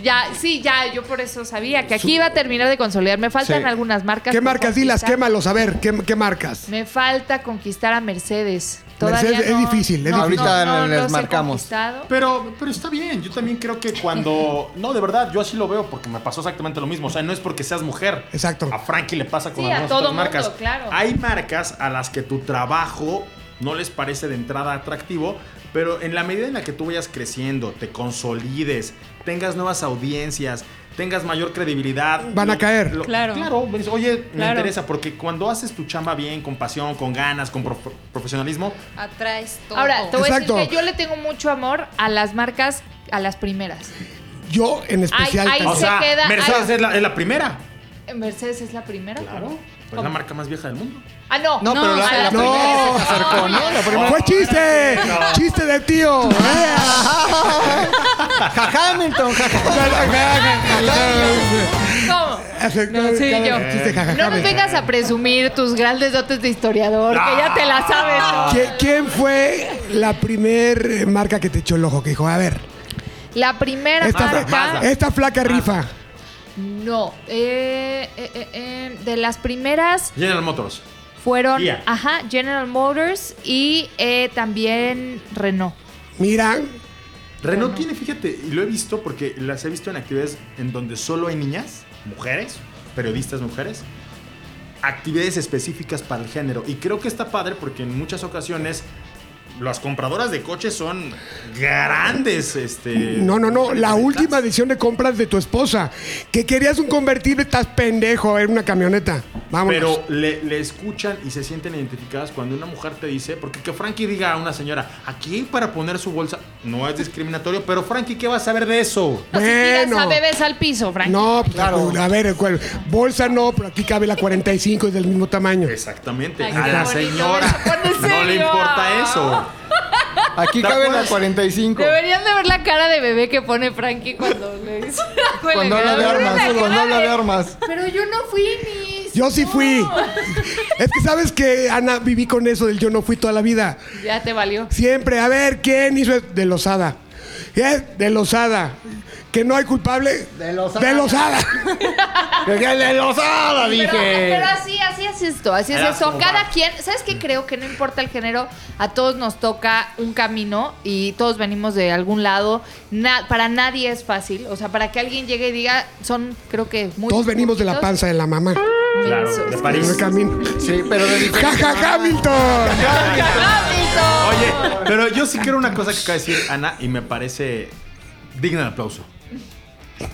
Ya, sí, ya, yo por eso sabía que aquí iba a terminar de consolidar. Me faltan
Sí.
algunas marcas.
¿Qué
por
marcas? Dilas,
conquistar.
quémalos. A ver, ¿qué, qué marcas?
Me falta conquistar a Mercedes. Todavía
Mercedes es
no-
difícil, es
no,
difícil.
no,
Ahorita
no
les
los he
marcamos.
conquistado.
Pero, pero está bien, yo también creo que cuando... No, de verdad, yo así lo veo porque me pasó exactamente lo mismo. O sea, no es porque seas mujer.
Exacto.
A Frankie le pasa con
Sí, a
algunas
todo
otras
mundo,
marcas.
claro.
Hay marcas a las que tu trabajo no les parece de entrada atractivo, pero en la medida en la que tú vayas creciendo, te consolides, tengas nuevas audiencias, tengas mayor credibilidad.
Van a caer.
Claro.
Claro, me dice, oye, me
Claro.
interesa porque cuando haces tu chamba bien, con pasión, con ganas, con prof- profesionalismo,
Atraes todo.
Ahora, te voy
Exacto.
a decir que yo le tengo mucho amor a las marcas, a las primeras.
Yo en especial.
ay,
te-
o
se
sea,
queda-
Mercedes
ay.
es la, es la primera.
Mercedes es la primera.
Claro.
¿cómo?
Pero es la marca más vieja del mundo.
Ah, no.
No, pero la-
a
la
primera
primera.
se
acercó, ¿no? La primera-
¡Fue chiste! ¡Chiste de tío!
Ja, Hamilton, ja, ja.
¿Cómo?
Hace-
No, sí,
cada
yo.
chiste, jajaja,
No nos
me-
vengas a presumir tus grandes dotes de historiador, que ya te
Ah.
la sabes. ¿no?
¿Qui- ¿Quién fue la primer eh, marca que te echó el ojo? Que dijo, a ver,
La primera
esta, ¿eh?
marca.
fla- esta flaca rifa.
No. eh, eh, eh, eh, de las primeras
General Motors.
fueron
Kia.
ajá, General Motors y eh, también Renault.
Mira,
Renault tiene, fíjate, y lo he visto porque las he visto en actividades en donde solo hay niñas, mujeres, periodistas mujeres, actividades específicas para el género. Y creo que está padre porque en muchas ocasiones las compradoras de coches son grandes, este.
No, no, no. La última edición de compras de tu esposa. Que querías un convertible, estás pendejo. Era una camioneta. Vámonos.
Pero le, le escuchan y se sienten identificadas cuando una mujer te dice, porque que Frankie diga a una señora, aquí hay para poner su bolsa, no es discriminatorio, pero Frankie, ¿qué va a saber de eso?
No, Pues si tiras
Bueno.
a bebés al piso, Frank.
No, pues, A ver, ¿cuál? bolsa no, pero aquí cabe la 45 y del mismo tamaño.
Exactamente,
Ay,
a
qué
la
bonito,
señora
me lo pones
no le
serio.
importa eso.
Aquí
¿Te
cabe la
acuerdas?
45.
Deberían de ver la cara de bebé que pone Frankie cuando le dice.
Cuando habla de armas, cuando habla de armas.
Pero yo no fui ni.
Yo sí fui. Es que sabes que Ana viví con eso del yo no fui toda la vida.
Ya te valió.
Siempre, a ver, ¿quién hizo esto? De Lozada. ¿Eh? De Lozada. ¿Que no hay culpable?
De Lozada.
De Lozada.
¡De losada,
Pero, pero así, así es esto, así es
Era
eso.
como
Cada
va.
quien, ¿sabes qué creo? Que no importa el género, a todos nos toca un camino y todos venimos de algún lado. Na- para nadie es fácil. O sea, para que alguien llegue y diga, son, creo que muy.
Todos venimos de la
poquitos.
panza de la mamá.
Claro, de
En el
París.
camino.
Sí, pero de
¡Ja,
diferente
ja,
manera.
Hamilton!
Oye, pero yo sí quiero una cosa que acaba de decir Ana y me parece digna de aplauso.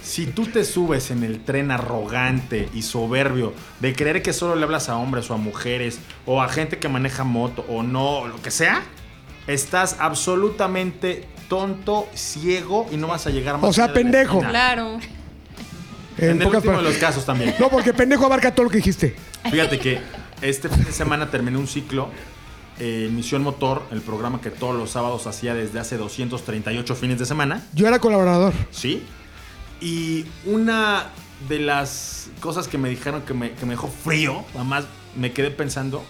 Si tú te subes en el tren arrogante y soberbio de creer que solo le hablas a hombres o a mujeres o a gente que maneja moto o no, o lo que sea, estás absolutamente tonto, ciego y no vas a llegar más
O sea,
allá de la
pendejo.
esquina.
Claro.
En, el último de
palabras.
los casos también.
No, porque pendejo abarca todo lo que dijiste.
Fíjate que este fin de semana terminé un ciclo eh, en Misión Motor, el programa que todos los sábados hacía desde hace 238 fines de semana,
Yo era colaborador.
¿sí? Y una de las cosas que me dijeron que me, que me dejó frío, además me quedé pensando,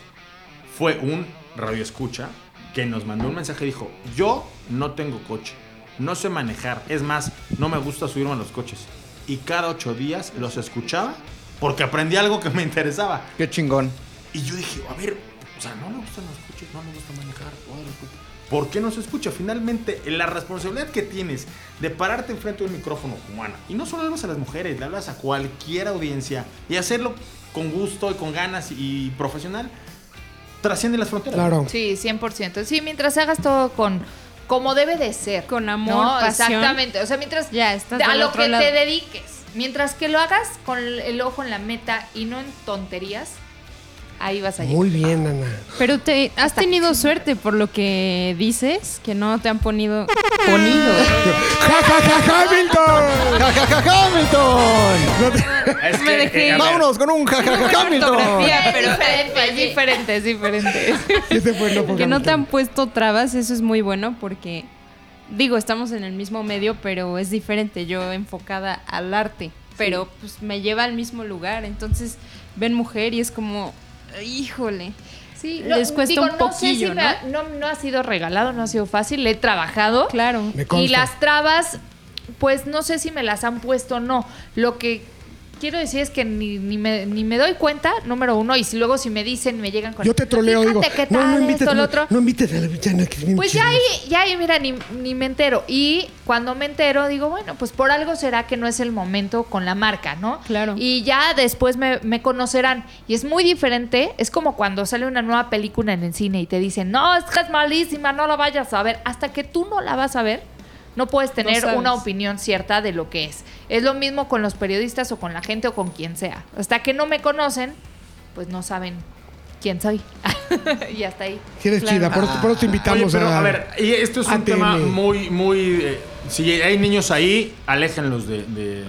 fue un radio escucha que nos mandó un mensaje y dijo, yo no tengo coche, no sé manejar, es más, no me gusta subirme a los coches. Y cada ocho días los escuchaba porque aprendí algo que me interesaba.
Qué chingón.
Y yo dije, a ver, o sea, no me gustan los coches, no me gusta manejar, joder, los coches. ¿Por qué no se escucha? Finalmente, la responsabilidad que tienes de pararte enfrente de un micrófono como Ana, y no solo hablas a las mujeres, le hablas a cualquier audiencia y hacerlo con gusto y con ganas y profesional, trasciende las fronteras.
Claro.
Sí, 100%. Sí, mientras hagas todo con como debe de ser.
Con amor, pasión.
Exactamente. O sea, mientras
Ya, estás
a
del
lo
otro
que
lado.
te dediques. Mientras que lo hagas con el ojo en la meta y no en tonterías, ahí vas a llegar.
Muy bien, Ana.
Pero te has tenido suerte por lo que dices, que no te han ponido. Ponido.
¡Ja, ja, ja, Hamilton!
¡Ja, ja, ja, Hamilton!
Es eh,
Me dejé.
a ver,
¡Vámonos con un ja, ja, ja, Hamilton!
Bien,
pero-
diferente,
Es
sí.
diferente, es diferente.
Ese fue no por
que no te han
Hamilton.
puesto trabas, eso es muy bueno porque, digo, estamos en el mismo medio, pero es diferente. Yo enfocada al arte, pero pues me lleva al mismo lugar. Entonces ven mujer y es como, híjole.
Sí,
Les cuesta un
no sé si
poquillo,
me ha- ¿no? no ha sido regalado, no ha sido fácil, le he trabajado.
Claro.
Me consta.
Y las trabas, pues no sé si me las han puesto o no. Lo que quiero decir es que ni, ni me, ni me doy cuenta, número uno, y si luego si me dicen, me llegan con...
Yo te troleo,
Pues,
digo.
Fíjate qué
No,
tal
no invites,
esto, lo
no,
otro.
no invites a la bichana que es bien
Pues ya
chismosa.
ahí, ya ahí, mira, ni, ni me entero. Y cuando me entero, digo, bueno, pues por algo será que no es el momento con la marca, ¿no?
Claro.
Y ya después me, me conocerán. Y es muy diferente. Es como cuando sale una nueva película en el cine y te dicen, no, es que es malísima, no la vayas a ver. Hasta que tú no la vas a ver, no puedes tener
sabes.
una opinión cierta de lo que es. Es lo mismo con los periodistas o con la gente o con quien sea. Hasta que no me conocen, pues no saben quién soy. y hasta ahí.
Sí eres chida, por, eso, por eso te
Oye,
invitamos
pero,
a...
a ver, y esto es un
ATM.
tema muy, muy... eh, si hay niños ahí, aléjenlos de- de-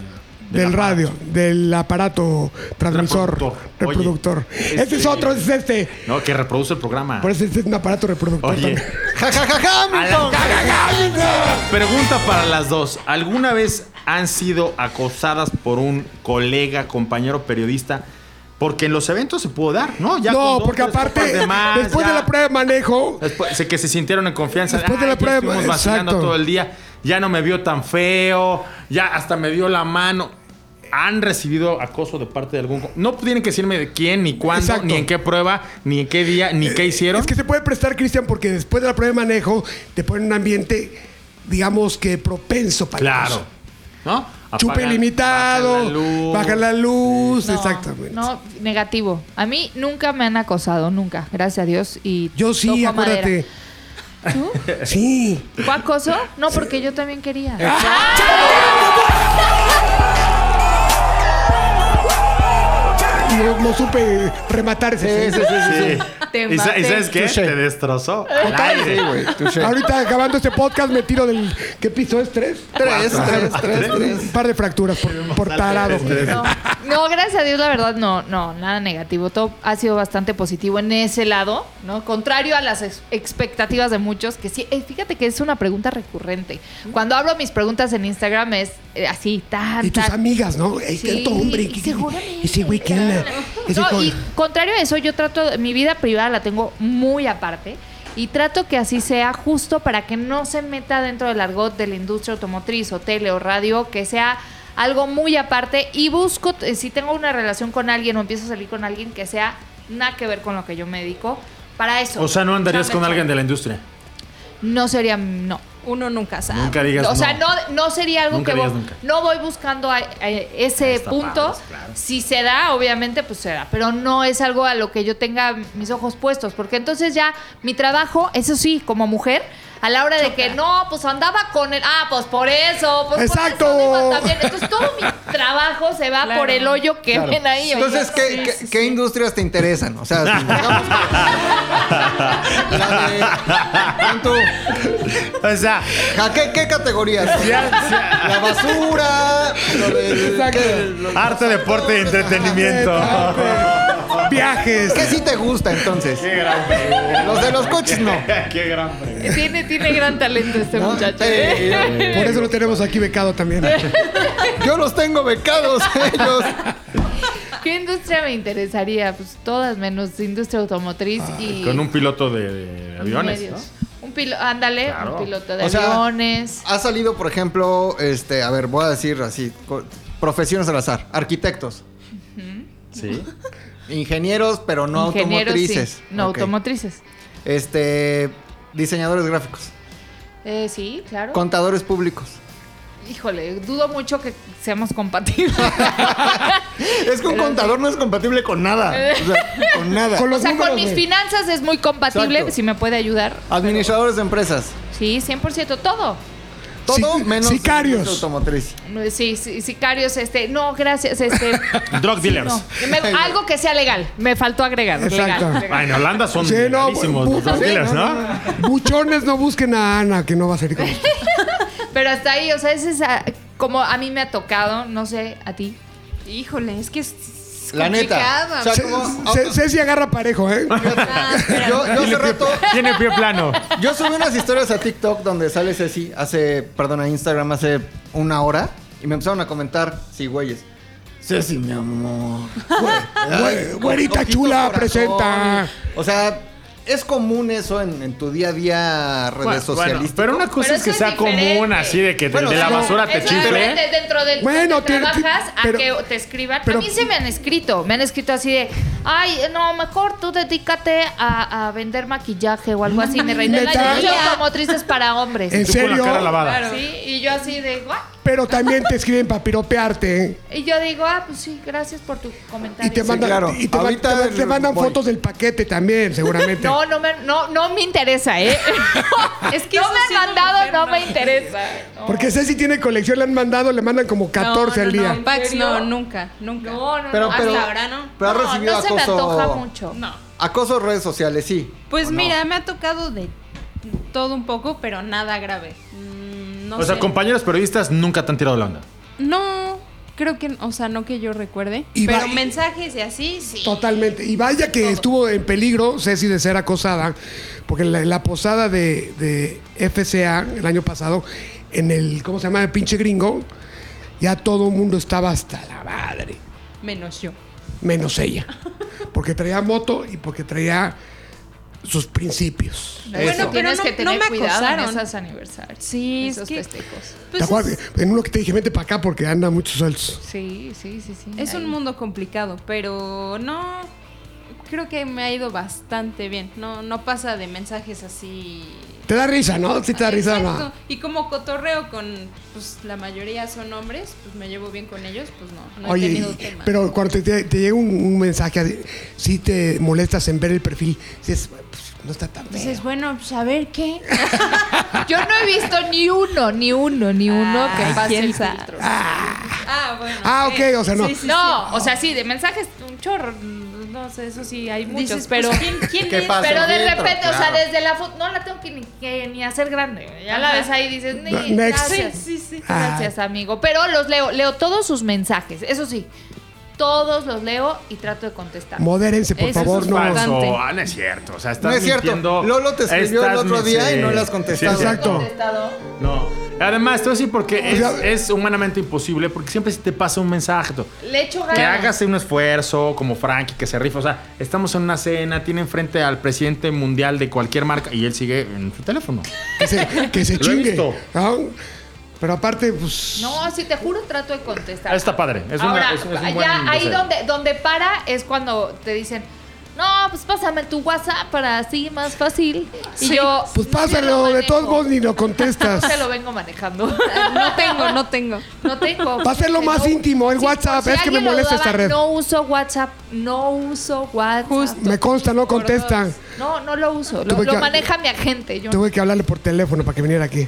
Del
la-
radio, del aparato transmisor,
Reproductor.
reproductor.
Oye,
este es
este-
otro, este es este.
No, que reproduce el programa.
Por eso este es un aparato reproductor
Oye,
también.
¡Ja, ja, ja, Hamilton!
Pregunta para las dos. ¿Alguna vez han sido acosadas por un colega, compañero periodista? Porque en los eventos se pudo dar, ¿no? Ya con
no,
dos,
porque
tres copas
aparte,
de más,
después
ya-
de la prueba de manejo,
después- sé que se sintieron en confianza.
Después de la
Ay, ya
prueba,
estuvimos vacilando
exacto.
todo el día. Ya no me vio tan feo. Ya hasta me dio la mano. ¿Han recibido acoso de parte de algún.? co- No tienen que decirme de quién, ni cuándo,
Exacto.
ni en qué prueba, ni en qué día, ni qué hicieron.
Es que se puede prestar, Cristian, porque después de la prueba de manejo te ponen un ambiente, digamos que propenso para el
Claro.
acoso.
¿No?
Chupe
Apagan- bajan la
limitado,
luz.
baja la luz,
No,
exactamente.
No, negativo. A mí nunca me han acosado, nunca, gracias a Dios. Y
Yo sí,
toco madera.
acuérdate.
¿Tú?
Sí.
¿Fue acoso? No, porque yo también quería.
Ah, No, no supe rematar ese.
Sí, sí, sí, sí.
Te
¿Y, sa- y
maté.
sabes qué?
Touché.
Te destrozó. al aire.
Sí, güey. touché.
Ahorita acabando este podcast me tiro del. ¿Qué piso es? ¿Tres?
Tres, tres, tres, tres.
Un par de fracturas por, por tarado.
No. No, gracias a Dios, la verdad, no, no, nada negativo. Todo ha sido bastante positivo en ese lado, ¿no? Contrario a las ex- expectativas de muchos, que sí, eh, fíjate que es una pregunta recurrente. Cuando abro mis preguntas en Instagram es eh, así, tan,
Y tus
tan.
amigas, ¿no? Es
Sí,
cierto, hombre.
y seguramente.
Ese güey que anda. Ese
No,
co-
y contrario a eso, yo trato, mi vida privada la tengo muy aparte y trato que así sea justo para que no se meta dentro del argot de la industria automotriz o tele o radio, que sea algo muy aparte y busco, eh, si tengo una relación con alguien o empiezo a salir con alguien que sea nada que ver con lo que yo me dedico, para eso.
O sea, no andarías
Chamba,
con alguien
chamba.
de la industria.
No sería, no.
Uno nunca sabe.
Nunca digas
O sea,
no.
no, no sería algo
Nunca
que
digas
voy-
nunca.
no voy buscando a- a ese
Está
punto.
padre, claro.
Si se da, obviamente, pues se da. Pero no es algo a lo que yo tenga mis ojos puestos. Porque entonces ya mi trabajo, eso sí, como mujer, a la hora de que no, pues andaba con el. Ah, pues por eso. Pues
Exacto.
Por eso digo, también. Entonces todo mi trabajo se va
Claro.
por el hoyo que
Claro.
ven ahí.
Entonces, ¿qué, qué, qué industrias te interesan? O sea, digamos que- la de- pon tú,
O sea,
¿a qué, qué categorías? O sea, la basura, lo del- ¿qué, lo-
arte, deporte y entretenimiento.
Viajes.
qué sí te gusta entonces? Los de los coches no.
Qué gran premio.
Tiene, tiene gran talento este
¿no?
muchacho. ¿eh?
Sí.
Por eso lo tenemos aquí becado también.
Yo los tengo becados ellos.
¿Qué industria me interesaría? Pues todas menos industria automotriz y.
Con un piloto de, de aviones, ¿no?
medios. Un piloto, ándale,
Claro.
un piloto de
O sea, ah,
aviones.
Ha salido, por ejemplo, este, a ver, voy a decir así, co- profesiones al azar, arquitectos,
Sí.
ingenieros, pero no
ingenieros,
automotrices.
sí. No,
Ok.
automotrices.
Este, diseñadores gráficos,
Eh, sí, claro.
contadores públicos.
Híjole, dudo mucho que seamos compatibles.
Es que un contador no es compatible con nada, o sea, con nada.
Con
o
los
sea, con
números,
mis
güey.
finanzas es muy compatible,
Exacto. Ah.
si me puede ayudar.
Administradores de empresas,
Sí, 100% todo.
todo
Sic-
menos
sicarios.
automotriz.
Sí, sí, sicarios, este, no, gracias, este.
Drug
sí,
dealers.
no. Me- algo que sea legal, me faltó agregar.
Exacto.
Legal,
Ah,
legal.
en Holanda son
Sí, no,
carísimos
bu-
los drug
sí,
dealers, ¿no?
Buchones, no busquen a Ana, que no va a salir con usted.
Pero hasta ahí, o sea, ese es ah, como a mí me ha tocado, no sé, a ti.
Híjole, es que es, es
La neta.
complicada.
O sea,
Ce-
como-
Ce- Ceci agarra parejo, ¿eh?
Ah, espera.
Yo, yo hace rato,
Tiene pie plano.
yo subí unas historias a TikTok donde sale Ceci hace, perdón, a Instagram hace una hora y me empezaron a comentar, sí, güeyes. Ceci, mi amor.
Güe- Güerita
Ojitos,
chula,
corazones.
presenta.
O sea, es común eso en, en tu día a día redes
Bueno,
socialistas.
pero una cosa
Pero
es que
eso es
sea
diferente.
común, así de que de-
Bueno,
de, la
sí, no.
basura te
Es diferente
chifle.
dentro del
Bueno,
bueno,
tiene-
trabajas
pero-
a que te escriban.
pero-
a mí se me han escrito, me han escrito así de, ay, no, mejor tú dedícate a, a vender maquillaje o algo así. Me reina la
¿Neta?
industria automotrices para hombres.
¿En
Tú con la
serio?
cara lavada.
Sí, y yo así de, "What?".
Pero también te escriben para piropearte, ¿eh?
Y yo digo, ah, pues sí, gracias por tu comentario.
Y te mandan,
claro.
y te man-
Ahorita
te man- te mandan
voy.
fotos del paquete también, seguramente.
No, no me, no, no me interesa, ¿eh?
Es que
no
eso
me
sí
han mandado,
mujer,
no me interesa. No.
Porque Ceci tiene colección, le han mandado, le mandan como 14
no,
al día.
No, Pax,
¿En
no,
serio?
nunca, nunca.
No, no,
Pero-
no.
pero-
hasta
ahora no.
pero has
no,
recibido
no se me
acoso-
antoja mucho.
No.
Acoso de redes sociales, sí.
Pues
¿O no?
mira, me ha tocado de todo un poco, pero nada grave. Mm, No
O sea,
sé.
compañeros periodistas nunca te han tirado la onda.
No, creo que, o sea, no que yo recuerde.
Y va-
pero mensajes y así, sí.
Totalmente. Y vaya que estuvo en peligro Ceci de ser acosada, porque la, la posada de, de FCA el año pasado, en el, ¿cómo se llama? El pinche gringo, ya todo el mundo estaba hasta la madre,
Menos yo.
menos ella. Porque traía moto y porque traía sus principios.
Eso.
pero
tienes
no-
que
no
tener
me
cuidado en
acosaron.
esos aniversarios.
Sí, es
esos
que-
festejos.
Pues
¿Te acuerdas?
es,
En uno que te dije, vente para acá porque anda muchos sueltos.
Sí, sí, sí, sí.
es
ahí.
un mundo complicado, pero no. Creo que me ha ido bastante bien. No, no pasa de mensajes así
Te da risa, ¿no? Sí te da risa,
Exacto.
¿no?
Y como cotorreo con, pues la mayoría son hombres, pues me llevo bien con ellos, pues no, no he
Oye,
tenido tema.
pero cuando te, te- te llega un, un mensaje, así, si te molestas en ver el perfil, dices, "Pues, no está tan bien.
Dices, bueno, pues a ver qué.
Yo no he visto ni uno, ni uno, ni uno
Ah,
que pase
quién
el
sabe.
filtro.
Ah, bueno.
Ah,
sí.
ok, o sea, no.
Sí, sí,
no,
sí.
o sea, sí, de mensajes un chorro. No sé, eso sí, hay muchos,
Dices,
pero...
pues, ¿quién, quién
¿Qué
es?
pasa?
Pero de
Filtro,
repente, o sea,
claro.
desde la foto, no la tengo que ni, que ni hacer grande. Ya la
Ajá.
ves ahí y dices, ni,
No, next.
gracias.
Sí, sí, sí.
Ah.
Gracias, amigo. Pero los leo, leo todos sus mensajes, eso sí. Todos los leo y trato de contestar.
Modérense, por
Eso es
favor,
un
no.
falso. Importante.
Ah, no es cierto. O sea, estás
No es cierto.
mintiendo.
Lolo te escribió el
Estás
otro día
mintiendo.
y no le has contestado.
Sí, sí, sí.
Exacto.
Contestado.
No. Además, todo así porque
O
es,
sea-
es humanamente imposible, porque siempre se te pasa un mensaje. todo.
Le echo ganas.
Que hagas un esfuerzo como Frankie, que se rifa. O sea, estamos en una cena, tiene enfrente al presidente mundial de cualquier marca y él sigue en su teléfono.
Que se, que se
Lo he
chingue.
visto.
¿no? Pero aparte, pues.
No, sí, te juro, trato de contestar.
Está padre. Es una-
Ahora,
es- es un
allá,
buen
ahí
deseo.
donde, donde para es cuando te dicen, no, pues pásame tu WhatsApp para así más fácil. Y yo.
Pues
"No,
pásalo,
yo lo
de todos
manejo".
modos ni lo contestas.
No te lo vengo manejando.
No tengo, no tengo.
No tengo.
Va a ser lo
Porque
más
no-
íntimo, el
Sí,
WhatsApp.
por si
Es que me
alguien lo
molesta esta
dudaba,
red.
No uso WhatsApp. No uso WhatsApp.
Me consta, no contesta.
No, no lo uso. Lo,
Tuve
lo
que-
maneja mi agente. Yo
Tuve que hablarle por teléfono para que viniera aquí.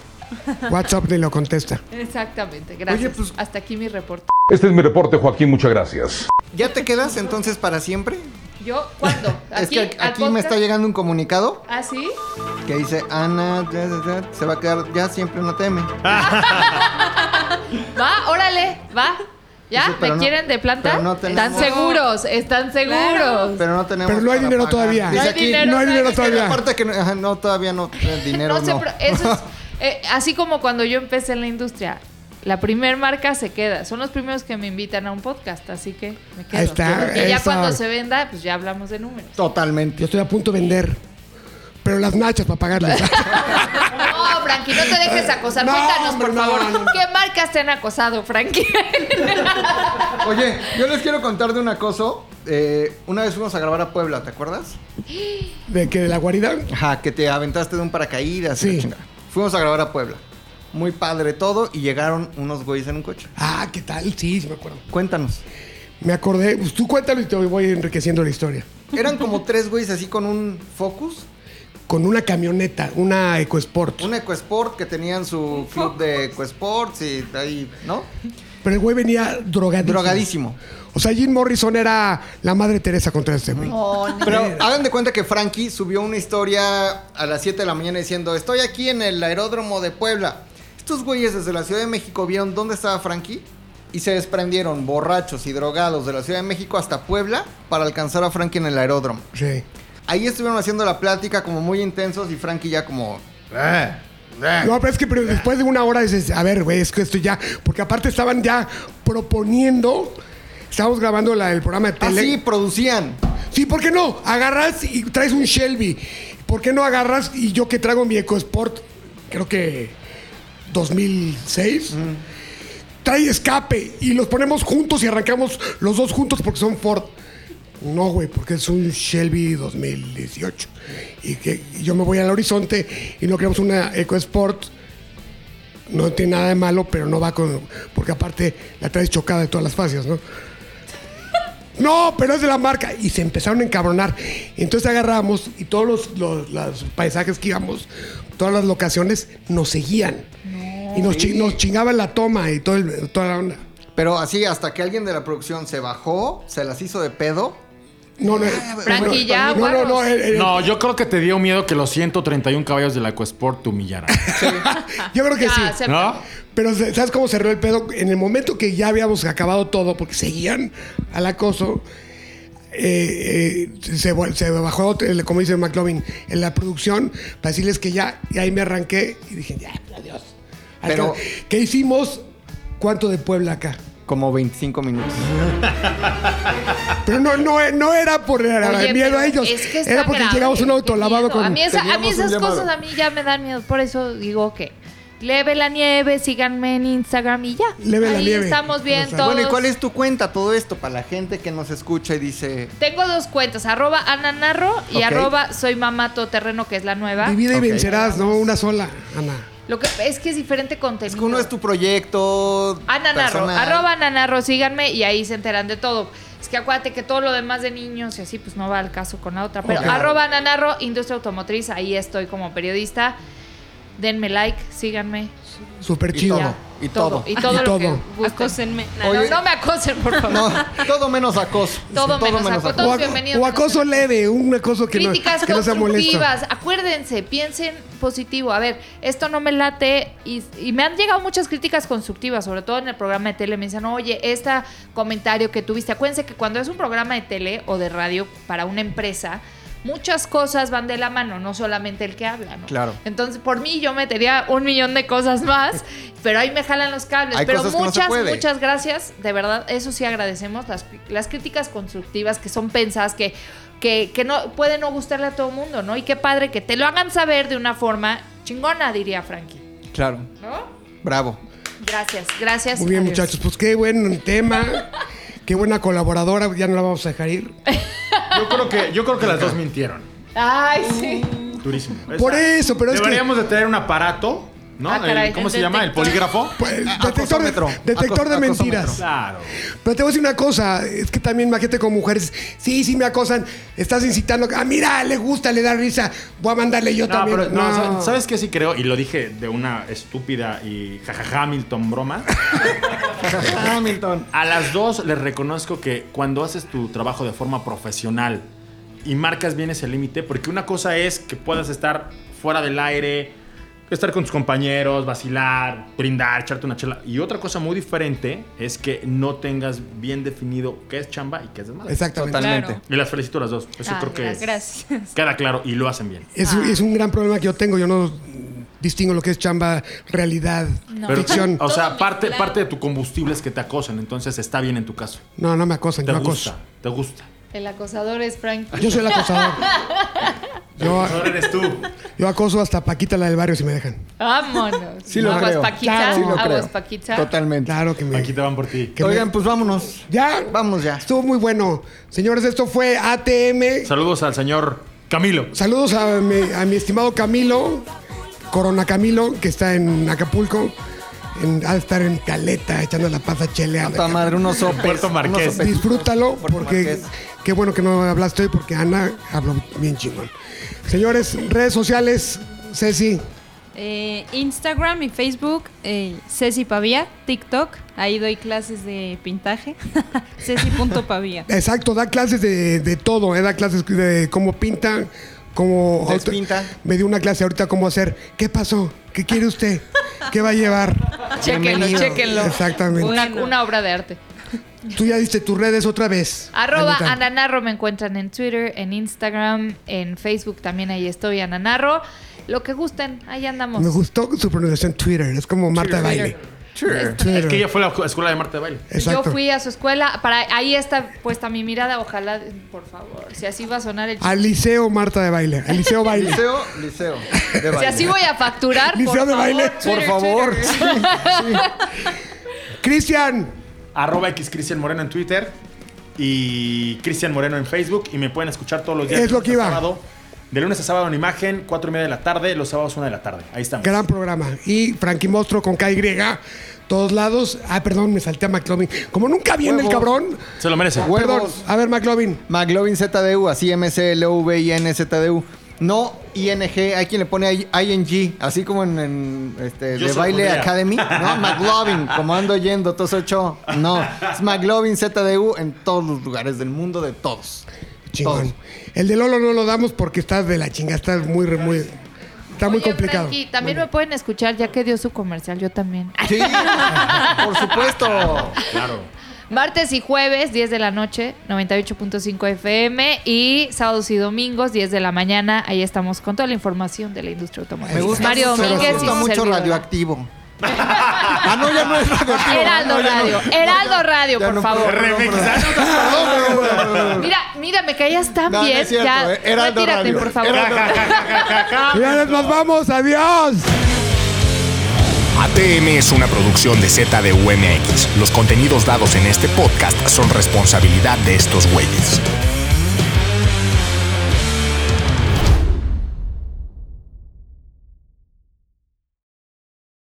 WhatsApp ni lo contesta.
Exactamente. Gracias.
pues-
Hasta aquí mi reporte.
Este es mi reporte, Joaquín, muchas gracias.
¿Ya te quedas entonces para siempre?
¿Yo cuándo?
Es
¿Aquí?
que
¿Al
aquí me
podcast?
está llegando un comunicado
¿Ah, sí?
que dice Ana ya, ya, ya, se va a quedar ya siempre en ATM.
Va, órale, va. ¿Ya?
Sí,
¿Me
pero no-
quieren de planta?
pero no tenemos-
Están seguros, están seguros.
Pero no tenemos.
Pero no hay
para
dinero
pagar.
todavía.
Dice
No hay
aquí,
dinero,
no hay
no hay
dinero
dinero.
todavía.
Aparte que no, ajá, no, todavía no el dinero
No sé,
no.
pero eso es, eh, así como cuando yo empecé en la industria, la primer marca se queda. Son los primeros que me invitan a un podcast, así que me quedo.
Ahí está,
Porque ya
eso.
cuando se venda, pues ya hablamos de números.
Yo
Totalmente.
estoy a punto de vender. Pero las nachas para pagarles.
No, Frankie, no te dejes acosar.
No,
Cuéntanos, por
hombre, no,
favor,
no, no.
¿qué marcas te han acosado, Frankie?
Oye, yo les quiero contar de un acoso. Eh, una vez fuimos a grabar a Puebla, ¿te acuerdas?
¿De que ¿De la guarida?
Ajá, que te aventaste de un paracaídas. y
Sí.
la chingada. Fuimos a grabar a Puebla. Muy padre todo y llegaron unos güeyes en un coche.
Ah, ¿qué tal? Sí, sí me acuerdo.
Cuéntanos.
Me acordé. Pues tú cuéntalo y te voy enriqueciendo la historia.
Eran como tres güeyes así con un Focus,
Con una camioneta, una EcoSport.
un EcoSport que tenían su club de EcoSports y ahí, ¿no?
Pero el güey venía drogadísimo.
Drogadísimo.
O sea, Jim Morrison era la madre Teresa contra este güey.
Pero hagan de cuenta que Frankie subió una historia a las 7 de la mañana diciendo, estoy aquí en el aeródromo de Puebla. Estos güeyes desde la Ciudad de México vieron dónde estaba Frankie y se desprendieron borrachos y drogados de la Ciudad de México hasta Puebla para alcanzar a Frankie en el aeródromo.
Sí.
Ahí estuvieron haciendo la plática como muy intensos y Frankie ya como...
No, pero es que pero después de una hora dices, a ver, güey, es que esto ya. Porque aparte estaban ya proponiendo. Estábamos grabando la- el programa de tele.
Así producían.
Sí, ¿por qué no? Agarras y traes un Shelby. ¿Por qué no agarras y yo que traigo mi EcoSport, creo que 2006? Trae escape y los ponemos juntos y arrancamos los dos juntos porque son Ford. No, güey, porque es un Shelby 2018. Y que y yo me voy al horizonte y no creamos una EcoSport. No tiene nada de malo, pero no va con. Porque aparte la traes chocada de todas las fases, ¿no? No, pero es de la marca. Y se empezaron a encabronar. Entonces agarramos y todos los, los- los paisajes que íbamos, todas las locaciones, nos seguían. y nos, chi- nos chingaban la toma y todo el- toda la onda.
Pero así, hasta que alguien de la producción se bajó, se las hizo de pedo.
No, no.
Ah, Frankie, ya,
No, eh, no, no.
guarros.
el- el-
No, yo creo que te dio miedo que los 131 caballos de la EcoSport te humillaran.
Yo creo que
Ya,
sí.
se-
¿No?
Pero se- ¿sabes cómo cerró el pedo? En el momento que ya habíamos acabado todo, porque seguían al acoso, eh, eh, se, vol- se bajó, el- como dice McLovin, en la producción para decirles que ya, y ahí me arranqué y dije, ya, adiós. Pero,
Pero-
¿Qué hicimos? ¿Cuánto de Puebla acá?
Como 25 minutos.
Pero no, no, e- no era por el
Oye,
miedo a
pero
ellos,
es que está
era porque
grave,
llegamos un
qué
autolavado
miedo.
con...
A mí, esa- a mí
Teníamos un
esas
llamado.
cosas a mí ya me dan miedo, por eso digo que Leve la nieve, síganme en Instagram y ya.
Leve la
Ahí
nieve.
estamos bien
Perfecto.
todos.
Bueno, ¿y cuál es tu cuenta? Todo esto para la gente que nos escucha y dice.
Tengo dos cuentas, arroba ananarro y
Ok.
arroba soy mamá todoterreno, que es la nueva.
Divide
Ok.
y vencerás, ¿no? Una sola, Ana.
Lo que es que es diferente contenido.
Es que uno es tu proyecto.
Ah, Ananarro,
personal.
arroba ananarro, síganme y ahí se enteran de todo. Es que acuérdate que todo lo demás de niños y así, pues no va al caso con la otra. Pero
Ok.
arroba ananarro, industria automotriz, ahí estoy como periodista. Denme like, síganme.
Súper
Y
chido.
todo. Y todo.
Y todo
Y
lo
todo.
que gusten.
Acósenme.
No,
Oye.
no me acosen, por favor.
No, todo menos acoso.
Todo menos acoso.
O,
Todos
aco-
bienvenidos.
o acoso leve, un acoso que no,
Críticas
que no sea molesto.
constructivas. Acuérdense, piensen positivo. A ver, esto no me late. Y, y me han llegado muchas críticas constructivas, sobre todo en el programa de tele. Me dicen, oye, este comentario que tuviste. Acuérdense que cuando es un programa de tele o de radio para una empresa, muchas cosas van de la mano, no solamente el que habla, ¿no?
Claro.
Entonces, por mí, yo metería un millón de cosas más, pero ahí me jalan los cables.
Hay
pero
cosas que no se
muchas,
puede.
muchas gracias. De verdad, eso sí agradecemos. Las, las críticas constructivas que son pensadas, que, que, que no puede no gustarle a todo el mundo, ¿no? Y qué padre que te lo hagan saber de una forma chingona, diría Frankie.
Claro.
¿No?
Bravo.
Gracias, gracias.
Muy bien,
adiós.
muchachos. Pues qué buen tema. Qué buena colaboradora. Ya no la vamos a dejar ir.
Yo creo que, yo creo que las dos mintieron.
Ay, sí.
Durísimo.
Por eso, pero es que-
Deberíamos de tener un aparato, ¿no?
Ah,
El-
caray,
¿Cómo
el
se llama? ¿El
detector.
polígrafo?
Pues,
A-
detector de,
acosómetro.
detector de
Acos-
mentiras.
acosómetro.
Claro.
Pero te voy a decir una cosa, es que también imagínate con mujeres, sí, sí me acosan, estás incitando, ah, mira, le gusta, le da risa, voy a mandarle yo
No,
también.
pero no,
No.
¿sabes- ¿sabes qué sí creo? Y lo dije de una estúpida y jajaja Hamilton broma.
Hamilton.
A las dos les reconozco que cuando haces tu trabajo de forma profesional y marcas bien ese límite, porque una cosa es que puedas estar fuera del aire, estar con tus compañeros, vacilar, brindar, echarte una chela. Y otra cosa muy diferente es que no tengas bien definido qué es chamba y qué es desmadre.
Exactamente.
Totalmente.
Claro.
Y las felicito a las dos. Eso
Ah,
creo que
Gracias.
queda claro y lo hacen bien.
Es, es un gran problema que yo tengo, yo no distingo lo que es chamba, realidad, ficción.
o
Todo
sea, parte,
mezclado.
parte de tu combustible es que te acosan, entonces está bien en tu caso.
No, no me acosan,
Te
yo
gusta,
acoso.
te gusta.
El acosador es Frankie.
Yo soy el acosador. Yo,
Ahora eres tú.
yo acoso hasta Paquita la del barrio si me dejan.
Vámonos.
Sí lo
Aguas
creo.
Paquita.
Sí lo creo.
Aguas Paquita.
Totalmente.
Claro que me.
Aquí te van por ti.
que me-
Oigan, pues vámonos.
ya,
Vamos ya.
estuvo muy bueno. Señores, esto fue ATM.
Saludos al señor Camilo.
Saludos a mi, a mi estimado Camilo, Corona Camilo, que está en Acapulco. En, ha de estar en Caleta echando la pasa
Puta
cheleada.
madre, unos sopes.
Puerto Marqués.
unos sopecitos.
Disfrútalo,
Puerto
porque
Marqués.
qué bueno que no hablaste hoy, porque Ana habló bien chingón. Señores, redes sociales, Ceci,
Eh, Instagram y Facebook, eh, Ceci Pavía, TikTok, ahí doy clases de pintaje, Ceci.pavía.
exacto, da clases de, de todo, eh, da clases de cómo pinta, cómo...
Despinta.
Me dio una clase ahorita cómo hacer, ¿qué pasó? ¿Qué quiere usted? ¿Qué va a llevar?
Chéquenlo, chéquenlo.
Exactamente.
Una,
Bueno.
una obra de arte.
Tú ya diste tus redes otra vez.
Arroba
Anita.
Ananarro me encuentran en Twitter, en Instagram, en Facebook también ahí estoy, Ananarro. Lo que gusten, ahí andamos.
Me gustó su pronunciación Twitter, es como Marta de Baile.
Es que
Twitter.
ella fue a la escuela de Marta de Baile.
Exacto.
Yo fui a su escuela, para ahí está puesta mi mirada, ojalá, por favor, si así va a sonar el
Ah,
Al liceo Marta de Baile, al liceo Baile.
Liceo, liceo. de
Si
baile.
así voy a facturar, por
Liceo de
favor,
baile.
Twitter,
Por favor.
Twitter.
Cristian,
Arroba X Cristian Moreno en Twitter y Cristian Moreno en Facebook. Y me pueden escuchar todos los días.
Es
de
lo que
lunes a
iba.
sábado. de lunes a sábado en imagen, cuatro y media de la tarde, los sábados una de la tarde. Ahí estamos.
gran programa. Y Frankie Mostro con KY, todos lados. Ah, perdón, me salté a McLovin. Como nunca viene
Huevos.
el cabrón.
Se lo merece.
Huevos.
Perdón, a ver, McLovin.
McLovin ZDU, así MCLOVINZDU. No ING, hay quien le pone ahí ING, así como en, en, este,
Yo
de
se lo
Baile
pondría.
Academy, ¿no? McLovin, como ando yendo, todo ocho. No, es McLovin ZDU en todos los lugares del mundo, de todos.
Chingón.
Todos.
El de Lolo no lo damos porque está de la chinga, está muy, muy. Está muy
Oye,
complicado.
Frankie, también me pueden escuchar, ya que dio su comercial, yo también.
Sí, por supuesto.
Claro.
Martes y jueves, 10 de la noche, 98.5 FM. Y sábados y domingos, 10 de la mañana. Ahí estamos con toda la información de la industria automotriz.
Me gusta
Mario
mucho,
Domínguez
me
y
gusta
su
mucho
servidora.
radioactivo. ah, no, ya no es radioactivo.
Heraldo
Ah, no, ya no.
Radio, Heraldo Radio,
Ya
por
no,
favor.
perdón, perdón, perdón.
Mira, mira, me caías tan
No, no
bien.
es cierto,
ya,
eh. Heraldo
retírate,
Radio.
por favor.
Heraldo Radio.
Señores, nos vamos, adiós.
ATM es una producción de ZDUMX. Los contenidos dados en este podcast son responsabilidad de estos güeyes.